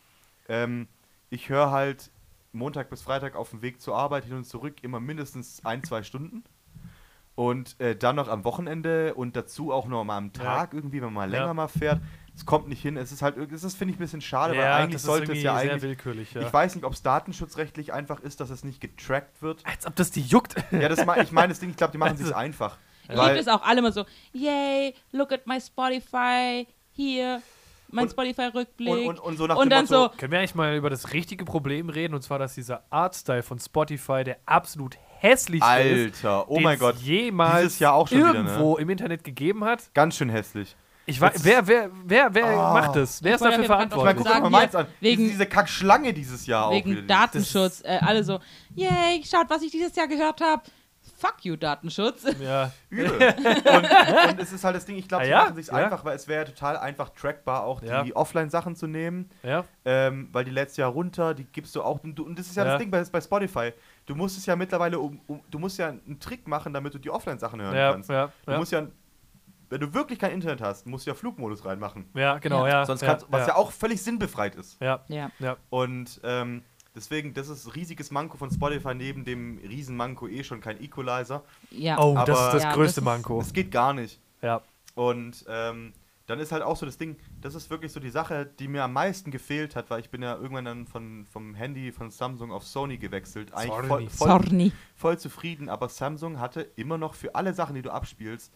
Speaker 1: ähm, ich höre halt Montag bis Freitag auf dem Weg zur Arbeit hin und zurück immer mindestens ein, zwei Stunden. Und äh, dann noch am Wochenende und dazu auch noch mal am
Speaker 3: Ja.
Speaker 1: Tag irgendwie, wenn man mal länger
Speaker 3: Ja.
Speaker 1: mal fährt. Es kommt nicht hin. Es ist halt, irg- es ist, finde ich, ein bisschen schade, weil
Speaker 3: Ja,
Speaker 1: eigentlich
Speaker 3: das ist
Speaker 1: sollte es ja
Speaker 3: irgendwie sehr
Speaker 1: eigentlich.
Speaker 3: willkürlich,
Speaker 1: Ich
Speaker 3: ja.
Speaker 1: weiß nicht, ob es datenschutzrechtlich einfach ist, dass es nicht getrackt wird.
Speaker 3: Als ob das die juckt.
Speaker 1: Ja, das ma ich meine das Ding, ich glaube, die machen es
Speaker 3: Also-
Speaker 1: sich einfach.
Speaker 2: ich liebe es auch alle immer so, yay, look at my Spotify, hier, mein
Speaker 1: Und-
Speaker 2: Spotify-Rückblick.
Speaker 1: und, und, und so nach
Speaker 2: Und
Speaker 1: dem
Speaker 2: dann
Speaker 1: Motto,
Speaker 2: so,
Speaker 3: Können wir eigentlich mal über das richtige Problem reden? Und zwar, dass dieser Artstyle von Spotify der absolut hässlichste ist,
Speaker 1: Alter, oh
Speaker 3: den
Speaker 1: mein
Speaker 3: es
Speaker 1: Gott.
Speaker 3: jemals
Speaker 1: Dieses Jahr auch schon wieder, ne?
Speaker 3: irgendwo im Internet gegeben hat.
Speaker 1: Ganz schön hässlich.
Speaker 3: Ich weiß,
Speaker 1: Jetzt-
Speaker 3: wer, wer, wer, wer
Speaker 1: Ah.
Speaker 3: macht das? Wer ist
Speaker 2: wollte
Speaker 3: dafür
Speaker 2: ja gerade noch
Speaker 1: Ich meine,
Speaker 3: verantwortlich?
Speaker 1: guck
Speaker 2: Sagen
Speaker 1: dir mal
Speaker 2: wir
Speaker 1: meins an.
Speaker 2: wegen-
Speaker 1: diese, diese Kackschlange dieses Jahr auch. wieder.
Speaker 2: wegen Datenschutz, äh, alle so, yay, schaut, was ich dieses Jahr gehört habe. Fuck you, Datenschutz.
Speaker 3: ja.
Speaker 1: Das ist übel. und, und es ist halt das Ding, ich glaube,
Speaker 3: Ah
Speaker 1: sie
Speaker 3: ja?
Speaker 1: machen sich's
Speaker 3: Ja.
Speaker 1: einfach, weil es wäre ja total einfach trackbar, auch die
Speaker 3: Ja.
Speaker 1: Offline-Sachen zu nehmen.
Speaker 3: ja.
Speaker 1: Ähm, weil die letztes Jahr runter, die gibst du auch. Und, du, und das ist ja,
Speaker 3: Ja.
Speaker 1: das Ding bei, bei Spotify. Du musst es ja mittlerweile um, um du musst ja einen Trick machen, damit du die Offline-Sachen hören
Speaker 3: Ja,
Speaker 1: kannst.
Speaker 3: ja,
Speaker 1: Du
Speaker 3: ja,
Speaker 1: musst ja, wenn du wirklich kein Internet hast, musst du ja Flugmodus reinmachen.
Speaker 3: ja, genau, ja.
Speaker 1: Sonst
Speaker 3: ja,
Speaker 1: kannst, was ja
Speaker 3: ja,
Speaker 1: auch völlig sinnbefreit ist.
Speaker 3: ja,
Speaker 2: Ja.
Speaker 3: ja.
Speaker 1: Und ähm, deswegen, das ist ein riesiges Manko von Spotify, neben dem riesen Manko eh schon kein Equalizer.
Speaker 2: Ja.
Speaker 3: Oh,
Speaker 1: Aber-
Speaker 3: das ist das
Speaker 2: Ja, das
Speaker 3: größte
Speaker 2: ist-
Speaker 3: Manko.
Speaker 1: Das geht gar nicht.
Speaker 3: Ja.
Speaker 1: Und ähm, dann ist halt auch so das Ding, das ist wirklich so die Sache, die mir am meisten gefehlt hat, weil ich bin ja irgendwann dann von, vom Handy von Samsung auf Sony gewechselt. Eigentlich voll,
Speaker 3: Sorry.
Speaker 1: voll,
Speaker 2: Sorry.
Speaker 1: voll zufrieden, aber Samsung hatte immer noch für alle Sachen, die du abspielst,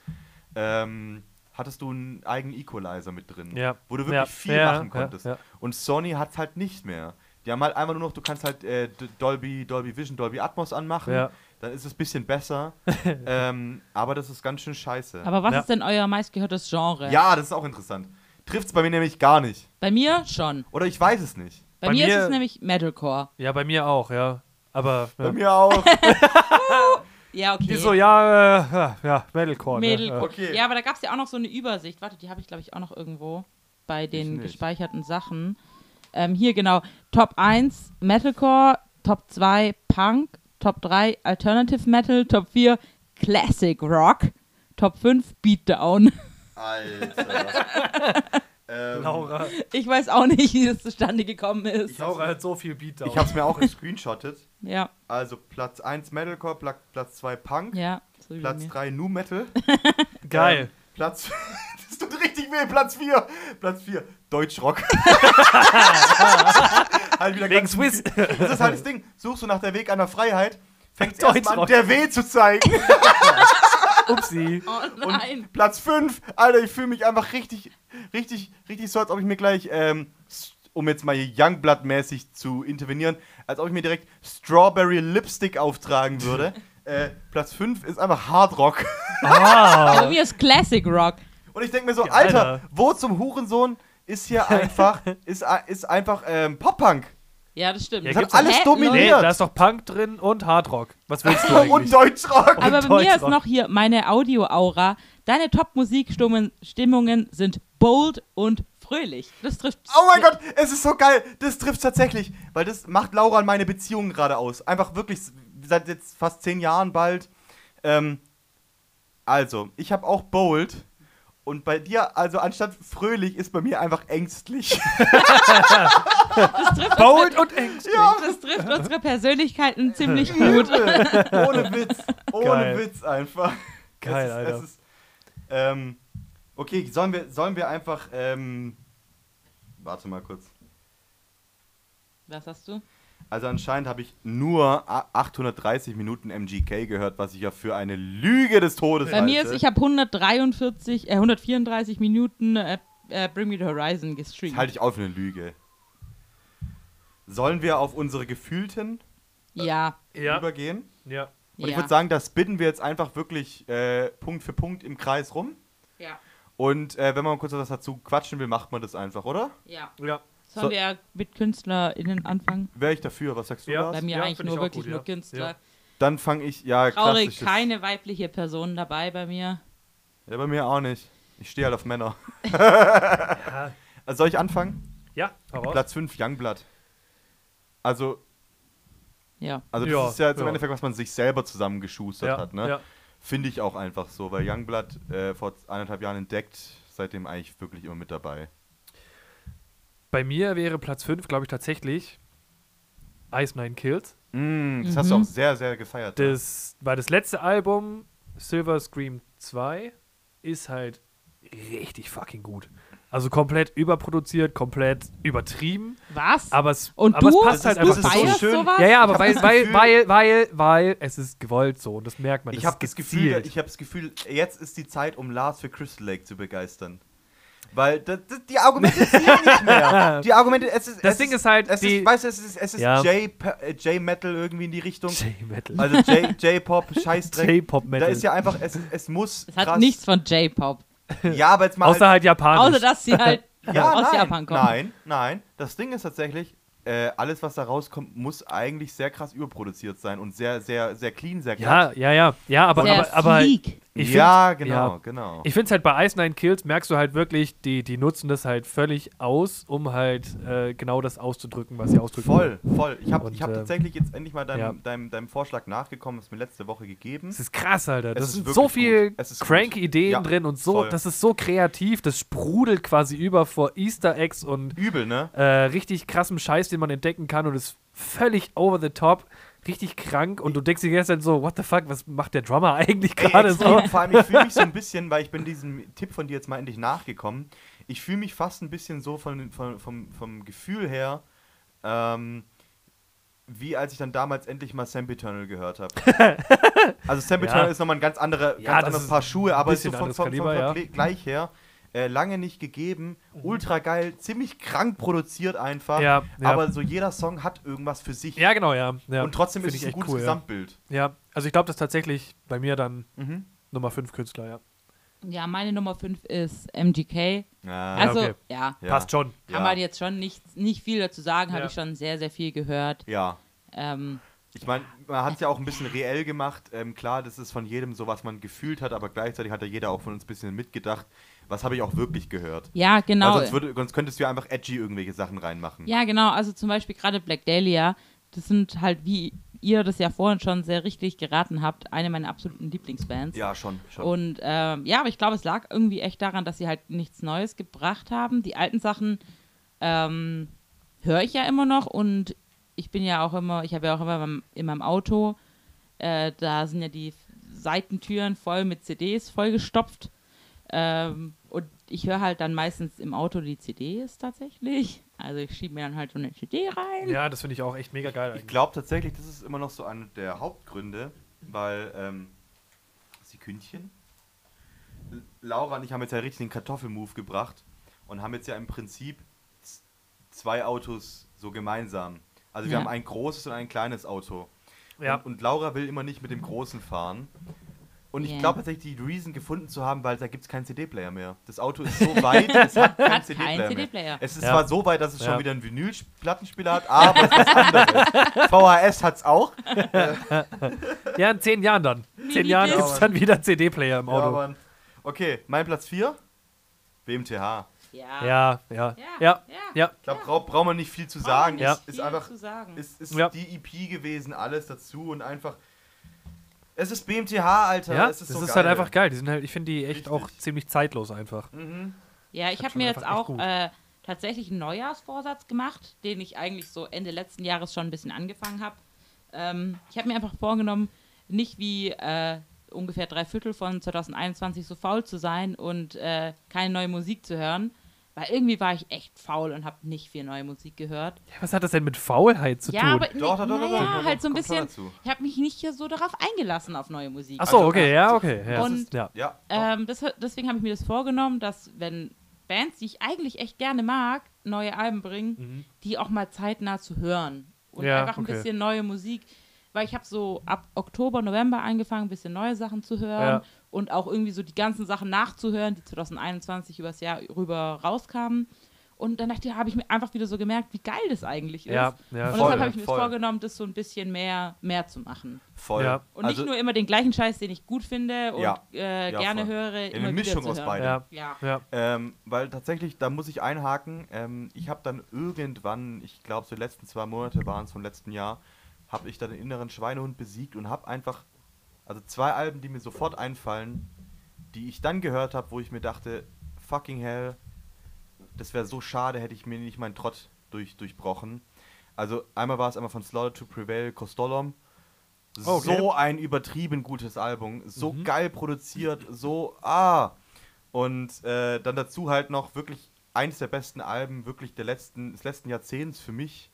Speaker 1: ähm, hattest du einen eigenen Equalizer mit drin,
Speaker 3: Ja.
Speaker 1: wo du wirklich
Speaker 3: Ja.
Speaker 1: viel
Speaker 3: Ja,
Speaker 1: machen
Speaker 3: ja,
Speaker 1: konntest.
Speaker 3: ja.
Speaker 1: Und Sony hat halt nicht mehr. Die haben halt einfach nur noch, du kannst halt äh, D- Dolby, Dolby Vision, Dolby Atmos anmachen,
Speaker 3: Ja.
Speaker 1: dann ist es ein bisschen besser, ähm, aber das ist ganz schön scheiße.
Speaker 2: Aber äh, was
Speaker 3: Ja.
Speaker 2: ist denn euer meistgehörtes Genre?
Speaker 1: ja, das ist auch interessant. Trifft es bei mir nämlich gar nicht.
Speaker 2: Bei mir schon.
Speaker 1: Oder ich weiß es nicht.
Speaker 2: Bei,
Speaker 3: Bei
Speaker 2: mir, ist
Speaker 3: mir-
Speaker 2: es nämlich Metalcore.
Speaker 3: Ja, bei mir auch, ja. Aber.
Speaker 1: Bei
Speaker 3: Ja.
Speaker 1: mir auch.
Speaker 2: Ja, okay.
Speaker 3: Die so, ja, äh, ja, ja, Metalcore. ne?
Speaker 2: Mädel.
Speaker 3: Ja.
Speaker 1: Okay.
Speaker 2: Ja, aber da gab es ja auch noch so eine Übersicht. Warte, die habe ich, glaube ich, auch noch irgendwo bei den
Speaker 1: nicht.
Speaker 2: gespeicherten Sachen. Ähm, hier genau. Top 1 Metalcore, Top 2 Punk, Top 3 Alternative Metal, Top 4 Classic Rock, Top 5 Beatdown.
Speaker 1: Alter. ähm,
Speaker 3: Laura,
Speaker 2: Ich weiß auch nicht, wie das zustande gekommen ist.
Speaker 1: Ich hab's-
Speaker 3: Laura hat so viel Beat da.
Speaker 1: Ich hab's mir auch gescreenshottet.
Speaker 2: Ja,
Speaker 1: Also Platz 1 Metalcore, Pla Platz 2 Punk,
Speaker 2: ja. So wie bei
Speaker 1: Platz
Speaker 2: mir.
Speaker 1: 3 Nu Metal.
Speaker 3: Geil.
Speaker 1: Ähm, Platz. das tut richtig weh. Platz 4. Platz 4. Deutschrock. halt wieder
Speaker 3: Wegen
Speaker 1: ganz-
Speaker 3: Swiss.
Speaker 1: Das ist halt das Ding. Suchst du nach der Weg an der Freiheit, fängt erst mal an,
Speaker 3: Deutschrock.
Speaker 1: der Weh zu zeigen.
Speaker 3: Upsi.
Speaker 2: Oh
Speaker 1: Und
Speaker 2: nein.
Speaker 1: Platz 5. Alter, ich fühle mich einfach richtig, richtig, richtig so, als ob ich mir gleich, ähm, s- um jetzt mal hier Youngblood-mäßig zu intervenieren, als ob ich mir direkt Strawberry Lipstick auftragen würde. äh, Platz 5 ist einfach Hardrock.
Speaker 2: Ja,
Speaker 3: Ah.
Speaker 2: bei Also, mir ist Classic Rock.
Speaker 1: Und ich denke mir so,
Speaker 3: Ja,
Speaker 1: Alter,
Speaker 3: Alter.
Speaker 1: wo zum Hurensohn ist hier einfach, ist, a- ist einfach ähm, Pop-Punk.
Speaker 2: Ja, das stimmt.
Speaker 3: Ja,
Speaker 1: Das hat
Speaker 3: gibt's-
Speaker 1: alles
Speaker 2: Hä,
Speaker 3: Nee,
Speaker 1: dominiert.
Speaker 3: da ist doch Punk drin und Hardrock. Was willst du
Speaker 1: und
Speaker 3: eigentlich?
Speaker 1: Deutschrock.
Speaker 2: Aber
Speaker 3: Und
Speaker 2: bei mir ist
Speaker 3: Deutschrock.
Speaker 2: noch hier meine Audio-Aura. Deine Top-Musikstimmungen sind bold und fröhlich. Das trifft.
Speaker 1: Oh mein Gott, es ist so geil. Das trifft tatsächlich. Weil das macht Laura und meine Beziehung gerade aus. Einfach wirklich s- seit jetzt fast zehn Jahren bald. Ähm, also, ich habe auch Bold. Und bei dir, also anstatt fröhlich, ist bei mir einfach ängstlich.
Speaker 2: Das trifft,
Speaker 3: Bold und Ängst.
Speaker 1: ja,
Speaker 2: das trifft unsere Persönlichkeiten ziemlich gut.
Speaker 1: Ohne Witz. Ohne
Speaker 3: Geil.
Speaker 1: Witz einfach. Es
Speaker 3: Geil,
Speaker 1: ist,
Speaker 3: Alter.
Speaker 1: es ist, ähm, okay, sollen wir, sollen wir einfach ähm, Warte mal kurz.
Speaker 2: Was hast du?
Speaker 1: Also anscheinend habe ich nur a- 830 Minuten MGK gehört, was ich ja für eine Lüge des Todes
Speaker 2: Bei mir ist,
Speaker 1: halte.
Speaker 2: ich habe 143, äh, 134 Minuten äh, äh, Bring Me the Horizon
Speaker 1: Das
Speaker 2: gestreamt.
Speaker 3: Halt.
Speaker 1: halte ich auch für eine Lüge. Sollen wir auf unsere Gefühlten
Speaker 2: ja,
Speaker 3: Ja,
Speaker 1: übergehen?
Speaker 3: ja.
Speaker 1: Und
Speaker 2: ja.
Speaker 1: ich würde sagen, das bitten wir jetzt einfach wirklich äh, Punkt für Punkt im Kreis rum.
Speaker 2: ja,
Speaker 1: Und äh, wenn man kurz was dazu quatschen will, macht man das einfach, oder?
Speaker 2: ja.
Speaker 3: ja.
Speaker 2: Sollen
Speaker 1: So-
Speaker 2: wir mit KünstlerInnen anfangen?
Speaker 1: Wäre ich dafür? Was sagst du,
Speaker 3: Ja.
Speaker 1: Lars?
Speaker 2: Bei mir
Speaker 3: Ja,
Speaker 2: eigentlich
Speaker 3: find ich
Speaker 2: nur
Speaker 3: auch
Speaker 2: wirklich
Speaker 3: gut,
Speaker 2: nur
Speaker 3: ja.
Speaker 2: Künstler.
Speaker 3: Ja.
Speaker 1: Dann fange ich, ja,
Speaker 2: Traurig,
Speaker 1: klassisches-
Speaker 2: keine weibliche Person dabei bei mir.
Speaker 1: Ja, bei mir auch nicht. Ich stehe halt auf Männer.
Speaker 3: Ja,
Speaker 1: Also soll ich anfangen?
Speaker 3: ja hau raus.
Speaker 1: Platz 5, Youngblood. Also,
Speaker 2: Ja.
Speaker 1: also das
Speaker 3: Ja,
Speaker 1: ist ja jetzt im
Speaker 3: ja.
Speaker 1: Endeffekt, was man sich selber zusammengeschustert
Speaker 3: ja,
Speaker 1: hat, ne?
Speaker 3: ja.
Speaker 1: Finde ich auch einfach so, weil Youngblood äh, vor eineinhalb Jahren entdeckt, seitdem eigentlich wirklich immer mit dabei.
Speaker 3: Bei mir wäre Platz 5, glaube ich, tatsächlich Ice Nine Kills.
Speaker 1: Mm, das
Speaker 2: Mhm.
Speaker 1: hast du auch sehr, sehr gefeiert. ne?
Speaker 3: Das war das letzte Album, Silver Scream 2, ist halt richtig fucking gut. Also komplett überproduziert, komplett übertrieben,
Speaker 2: Was?
Speaker 3: aber es,
Speaker 2: Und
Speaker 3: aber
Speaker 2: du,
Speaker 3: es passt halt
Speaker 1: das
Speaker 3: einfach
Speaker 1: ist
Speaker 2: du
Speaker 1: so
Speaker 2: feierst
Speaker 1: schön.
Speaker 2: sowas?
Speaker 3: Ja, ja,
Speaker 1: Ich
Speaker 3: aber
Speaker 1: hab
Speaker 3: weil,
Speaker 1: das
Speaker 3: weil,
Speaker 1: Gefühl-
Speaker 3: weil, weil, weil es ist gewollt so und das merkt man.
Speaker 1: Ich
Speaker 3: das
Speaker 1: habe
Speaker 3: ist
Speaker 1: das Gefühl,
Speaker 3: gezielt.
Speaker 1: ich habe das Gefühl, jetzt ist die Zeit, um Lars für Crystal Lake zu beziehen. Weil da- da- die Argumente ziehen nicht mehr. Die Argumente, es ist,
Speaker 3: Das
Speaker 1: es
Speaker 3: Ding ist halt
Speaker 1: es
Speaker 3: die-
Speaker 1: ist, weißt du, es ist, es ist
Speaker 3: Ja.
Speaker 1: J- äh, J-Metal irgendwie in die Richtung.
Speaker 3: J-Metal.
Speaker 1: Also J- J-Pop, Scheißdreck. Da
Speaker 3: J-Pop-Metal.
Speaker 1: ist ja einfach, es, es muss.
Speaker 2: es hat
Speaker 1: krass-
Speaker 2: nichts von J-Pop.
Speaker 1: Ja, aber jetzt mal.
Speaker 3: Außer halt
Speaker 2: Außer,
Speaker 3: Japanisch.
Speaker 2: dass sie halt
Speaker 1: ja,
Speaker 2: aus
Speaker 1: nein,
Speaker 2: Japan kommen.
Speaker 1: Nein, nein. Das Ding ist tatsächlich, äh, alles, was da rauskommt, muss eigentlich sehr krass überproduziert sein und sehr, sehr, sehr clean, sehr glatt.
Speaker 3: ja, ja, ja, ja, aber,
Speaker 2: Sehr
Speaker 3: aber, aber
Speaker 2: sleek.
Speaker 3: ich
Speaker 1: ja,
Speaker 3: find-
Speaker 1: genau,
Speaker 3: ja.
Speaker 1: genau.
Speaker 3: Ich finde es halt bei Ice Nine Kills merkst du halt wirklich, die, die nutzen das halt völlig aus, um halt äh, genau das auszudrücken, was sie ausdrücken. wollen.
Speaker 1: Voll, voll. Ich habe
Speaker 3: Und,
Speaker 1: ich hab
Speaker 3: äh,
Speaker 1: tatsächlich jetzt endlich mal deinem,
Speaker 3: ja.
Speaker 1: deinem, deinem Vorschlag nachgekommen, ist mir letzte Woche gegeben.
Speaker 3: Es ist krass, Alter. Das
Speaker 1: ist
Speaker 3: sind
Speaker 1: wirklich
Speaker 3: so viel
Speaker 1: gut. Es ist gut.
Speaker 3: cranky Ideen
Speaker 1: Ja,
Speaker 3: drin und so,
Speaker 1: voll.
Speaker 3: das ist so kreativ, das sprudelt quasi über vor Easter Eggs und
Speaker 1: Übel, ne?
Speaker 3: äh, richtig krassem Scheiß, den man entdecken kann und ist völlig over the top, richtig krank und du denkst dir gestern so, what the fuck, was macht der Drummer eigentlich
Speaker 1: Ey,
Speaker 3: gerade so?
Speaker 1: extrem. Vor allem, ich fühle mich so ein bisschen, weil ich bin diesem Tipp von dir jetzt mal endlich nachgekommen. Ich fühle mich fast ein bisschen so von, von, vom, vom Gefühl her, ähm, wie als ich dann damals endlich mal Sam Eternal gehört habe. also Sam
Speaker 3: Ja.
Speaker 1: Eternal ist nochmal ein ganz, andere,
Speaker 3: Ja,
Speaker 1: ganz
Speaker 3: das
Speaker 1: anderes
Speaker 3: ist
Speaker 1: Paar Schuhe, aber ist so
Speaker 3: bisschen
Speaker 1: von,
Speaker 3: anderes
Speaker 1: von,
Speaker 3: Kaliber,
Speaker 1: von,
Speaker 3: ja. Mhm.
Speaker 1: gle- gleich her. Äh, lange nicht gegeben, ultra geil, ziemlich krank produziert einfach.
Speaker 3: Ja, ja.
Speaker 1: Aber so jeder Song hat irgendwas für sich.
Speaker 3: Ja, genau, ja. ja.
Speaker 1: Und trotzdem
Speaker 3: Find
Speaker 1: ist es ein
Speaker 3: ich echt
Speaker 1: gutes
Speaker 3: cool, ja.
Speaker 1: Gesamtbild.
Speaker 3: ja, also ich glaube, das ist tatsächlich bei mir dann
Speaker 1: Mhm.
Speaker 3: Nummer 5 Künstler, ja.
Speaker 2: Ja, meine Nummer 5 ist MGK.
Speaker 1: Ja,
Speaker 2: Also,
Speaker 3: okay.
Speaker 2: ja,
Speaker 1: Ah, ja,
Speaker 3: Passt schon.
Speaker 2: kann man jetzt schon nicht, nicht viel dazu sagen, habe
Speaker 3: Ja.
Speaker 2: ich schon sehr, sehr viel gehört.
Speaker 1: Ja.
Speaker 2: Ähm,
Speaker 1: Ich meine, man hat es ja auch ein bisschen reell gemacht. Ähm, klar, das ist von jedem so, was man gefühlt hat, aber gleichzeitig hat ja jeder auch von uns ein bisschen mitgedacht, was habe ich auch wirklich gehört.
Speaker 2: ja, genau.
Speaker 1: Weil sonst, würde, sonst könntest du ja einfach edgy irgendwelche Sachen reinmachen.
Speaker 2: Ja, genau. Also zum Beispiel gerade Black Dahlia, das sind halt, wie ihr das ja vorhin schon sehr richtig geraten habt, eine meiner absoluten Lieblingsbands.
Speaker 1: Ja, schon. schon.
Speaker 2: Und ähm, ja, aber ich glaube, es lag irgendwie echt daran, dass sie halt nichts Neues gebracht haben. Die alten Sachen ähm, höre ich ja immer noch und ich bin ja auch immer, ich habe ja auch immer beim- in meinem Auto, äh, da sind ja die Seitentüren voll mit CDs vollgestopft. Ähm, und ich höre halt dann meistens im Auto die CDs tatsächlich. Also ich schiebe mir dann halt so eine CD rein.
Speaker 3: Ja, das finde ich auch echt mega geil.
Speaker 1: ich
Speaker 3: Eigentlich.
Speaker 1: glaube tatsächlich, das ist immer noch so einer der Hauptgründe, weil ähm, Sekündchen. L- Laura und ich haben jetzt ja richtig den Kartoffelmove gebracht und haben jetzt ja im Prinzip z- zwei Autos so gemeinsam. Also wir
Speaker 2: Ja.
Speaker 1: haben ein großes und ein kleines Auto.
Speaker 3: ja.
Speaker 1: Und, und Laura will immer nicht mit dem Großen fahren. Und ich
Speaker 2: Yeah.
Speaker 1: glaube tatsächlich, die Reason gefunden zu haben, weil da gibt es keinen CD-Player mehr. Das Auto ist so weit, es hat keinen CD-Player mehr.
Speaker 2: CD-Player.
Speaker 1: Es ist
Speaker 3: Ja.
Speaker 1: zwar so weit, dass es
Speaker 3: Ja.
Speaker 1: schon wieder einen Vinyl-Plattenspieler hat, aber es ist was anderes. VHS hat es auch.
Speaker 3: ja, in zehn Jahren dann. In zehn Jahren
Speaker 2: Minidisc.
Speaker 3: gibt es dann wieder CD-Player im
Speaker 1: Ja,
Speaker 3: Auto.
Speaker 1: Mann. okay, mein Platz 4? WMTH.
Speaker 2: Ja.
Speaker 3: Ja, ja,
Speaker 2: Ja,
Speaker 3: ja,
Speaker 2: ja.
Speaker 3: ja.
Speaker 1: Ich glaube, braucht braucht man nicht viel zu sagen.
Speaker 3: Ja.
Speaker 1: Ist, ist einfach
Speaker 2: zu sagen.
Speaker 1: ist, ist
Speaker 3: Ja.
Speaker 1: die EP gewesen, alles dazu und einfach. Es ist BMTH, Alter.
Speaker 3: Ja,
Speaker 1: es ist
Speaker 3: das
Speaker 1: so
Speaker 3: ist
Speaker 1: geil.
Speaker 3: halt einfach geil. Die sind halt, ich finde die echt
Speaker 1: Richtig. Mhm.
Speaker 3: auch ziemlich zeitlos einfach.
Speaker 2: Ja, ich
Speaker 3: hat
Speaker 2: habe
Speaker 3: schon
Speaker 2: mir jetzt
Speaker 3: einfach echt
Speaker 2: auch
Speaker 3: gut.
Speaker 2: äh, tatsächlich einen Neujahrsvorsatz gemacht, den ich eigentlich so Ende letzten Jahres schon ein bisschen angefangen habe. Ähm, ich habe mir einfach vorgenommen, nicht wie äh, ungefähr drei Viertel von 2021 so faul zu sein und äh, keine neue Musik zu hören, Weil irgendwie war ich echt faul und habe nicht viel neue Musik gehört.
Speaker 3: Ja, was hat das denn mit Faulheit zu
Speaker 2: ja,
Speaker 3: tun?
Speaker 2: aber
Speaker 1: Doch, doch, doch, doch,
Speaker 2: naja,
Speaker 1: doch,
Speaker 2: halt so ein
Speaker 1: kommt schon
Speaker 2: bisschen.
Speaker 1: dazu.
Speaker 2: Ich habe mich nicht hier so darauf eingelassen auf neue Musik.
Speaker 3: Ach so,
Speaker 1: Also,
Speaker 3: okay,
Speaker 1: ah,
Speaker 3: ja,
Speaker 1: so-
Speaker 3: okay. Ja, das
Speaker 2: Und-
Speaker 3: ist, ja.
Speaker 1: Ja.
Speaker 2: Ähm, das, deswegen habe ich mir das vorgenommen, dass wenn Bands, die ich eigentlich echt gerne mag, neue Alben bringen, die auch mal zeitnah zu hören. Und
Speaker 3: Mhm. Ja,
Speaker 2: einfach ein
Speaker 3: okay.
Speaker 2: bisschen neue Musik. Weil ich habe so ab Oktober, November angefangen, ein bisschen neue Sachen zu hören
Speaker 3: Ja.
Speaker 2: und auch irgendwie so die ganzen Sachen nachzuhören, die 2021 übers Jahr rüber rauskamen. Und dann dachte ich, habe ich mir einfach wieder so gemerkt, wie geil das eigentlich ist.
Speaker 3: Ja, ja,
Speaker 1: voll,
Speaker 2: und deshalb habe ich mir
Speaker 1: voll.
Speaker 2: das vorgenommen, das so ein bisschen mehr, mehr zu machen.
Speaker 1: Voll. Also
Speaker 3: Ja.
Speaker 2: Und nicht nur immer den gleichen Scheiß, den ich gut finde und
Speaker 1: Ja.
Speaker 2: äh,
Speaker 1: Ja,
Speaker 2: gerne
Speaker 1: voll.
Speaker 2: höre.
Speaker 1: Ja,
Speaker 2: immer
Speaker 1: eine
Speaker 2: wieder
Speaker 1: Mischung
Speaker 2: zu
Speaker 1: aus
Speaker 2: hören.
Speaker 1: beiden.
Speaker 3: Ja.
Speaker 2: Ja.
Speaker 3: Ja.
Speaker 1: Ähm, weil tatsächlich, da muss ich einhaken. Ähm, ich habe dann irgendwann, ich glaube, so die letzten zwei Monate waren es vom letzten Jahr, habe ich dann den inneren Schweinehund besiegt und habe einfach, also zwei Alben, die mir sofort einfallen, die ich dann gehört habe, wo ich mir dachte, fucking hell, das wäre so schade, hätte ich mir nicht meinen Trott durch, durchbrochen. Also einmal war es einmal von Slaughter to Prevail, Kostolom.
Speaker 3: Okay.
Speaker 1: So ein übertrieben gutes Album, so geil produziert, so ah. Und äh, dann dazu halt noch wirklich eines der besten Alben wirklich der letzten, des letzten Jahrzehnts für mich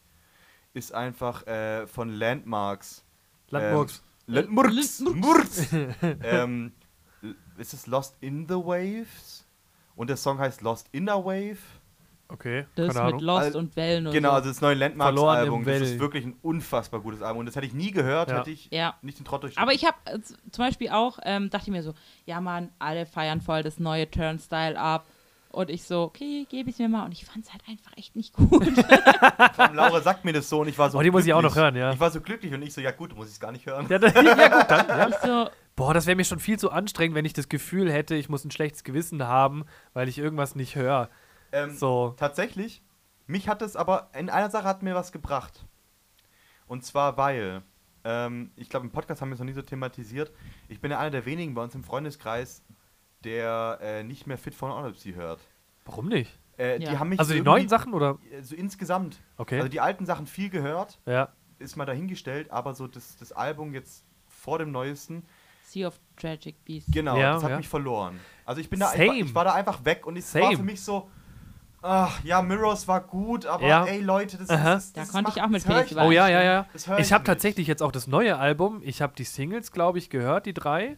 Speaker 1: ist einfach äh, von Landmarks.
Speaker 3: Landmarks.
Speaker 1: Ähm, Landmarks.
Speaker 2: Landmarks.
Speaker 1: Murks. ähm, l- ist es Lost in the Waves? Und der Song heißt Lost in a Wave.
Speaker 3: Okay,
Speaker 2: Das
Speaker 3: keine
Speaker 2: mit
Speaker 3: Ahnung.
Speaker 2: Lost
Speaker 1: Also-
Speaker 2: und Wellen und
Speaker 1: Genau,
Speaker 2: so.
Speaker 1: also das neue
Speaker 3: Verloren
Speaker 1: Landmarks-Album.
Speaker 3: im
Speaker 1: Das
Speaker 3: Well.
Speaker 1: ist wirklich ein unfassbar gutes Album. Und das hätte ich nie gehört,
Speaker 3: Ja.
Speaker 1: hätte ich
Speaker 2: Ja.
Speaker 1: nicht den Trott durch.
Speaker 2: aber ich habe äh, z- zum Beispiel auch, ähm, dachte ich mir so, ja Mann, alle feiern voll das neue Turnstyle ab. Und ich so, okay, gebe ich mir mal. Und ich fand es halt einfach echt nicht gut.
Speaker 1: Laura sagt mir das so und ich war so.
Speaker 3: Oh, die muss ich auch
Speaker 1: glücklich.
Speaker 3: noch hören, ja.
Speaker 1: Ich war so glücklich und ich so, ja gut, muss ich es gar nicht hören.
Speaker 3: Ja, da- ja, gut, dann. Ja.
Speaker 2: ich so,
Speaker 3: Boah, das wäre mir schon viel zu anstrengend, wenn ich das Gefühl hätte, ich muss ein schlechtes Gewissen haben, weil ich irgendwas nicht höre.
Speaker 1: Ähm,
Speaker 3: So.
Speaker 1: Tatsächlich, mich hat es aber, in einer Sache hat mir was gebracht. Und zwar, weil, ähm, ich glaube, im Podcast haben wir es noch nie so thematisiert, ich bin ja einer der wenigen bei uns im Freundeskreis, der äh, nicht mehr Fit von Autopsy hört.
Speaker 3: Warum nicht?
Speaker 1: Äh, Die
Speaker 2: Ja.
Speaker 1: haben mich
Speaker 3: Also die
Speaker 1: irgendwie-
Speaker 3: neuen Sachen oder?
Speaker 1: äh, So insgesamt.
Speaker 3: Okay.
Speaker 1: Also die alten Sachen viel gehört,
Speaker 3: Ja.
Speaker 1: ist mal dahingestellt, aber so das, das Album jetzt vor dem neuesten,
Speaker 2: Sea of Tragic Beasts.
Speaker 1: genau,
Speaker 3: Ja,
Speaker 1: das hat
Speaker 3: ja.
Speaker 1: mich verloren. Also ich bin da, ich war,
Speaker 3: Same.
Speaker 1: ich war da einfach weg und es war
Speaker 3: Same.
Speaker 1: für mich so, ach ja, Mirrors war gut, aber
Speaker 3: Ja.
Speaker 1: ey Leute, das,
Speaker 3: Aha.
Speaker 1: das, das,
Speaker 2: Da
Speaker 1: das
Speaker 2: konnte
Speaker 1: macht-
Speaker 2: ich auch mit
Speaker 1: das hör ich
Speaker 2: Felix
Speaker 1: nicht.
Speaker 2: Weiß
Speaker 3: Oh ja, ja, ja.
Speaker 1: Das hör
Speaker 3: Ich habe
Speaker 1: nicht.
Speaker 3: tatsächlich jetzt auch das neue Album. Ich habe die Singles, glaube ich, gehört, die drei.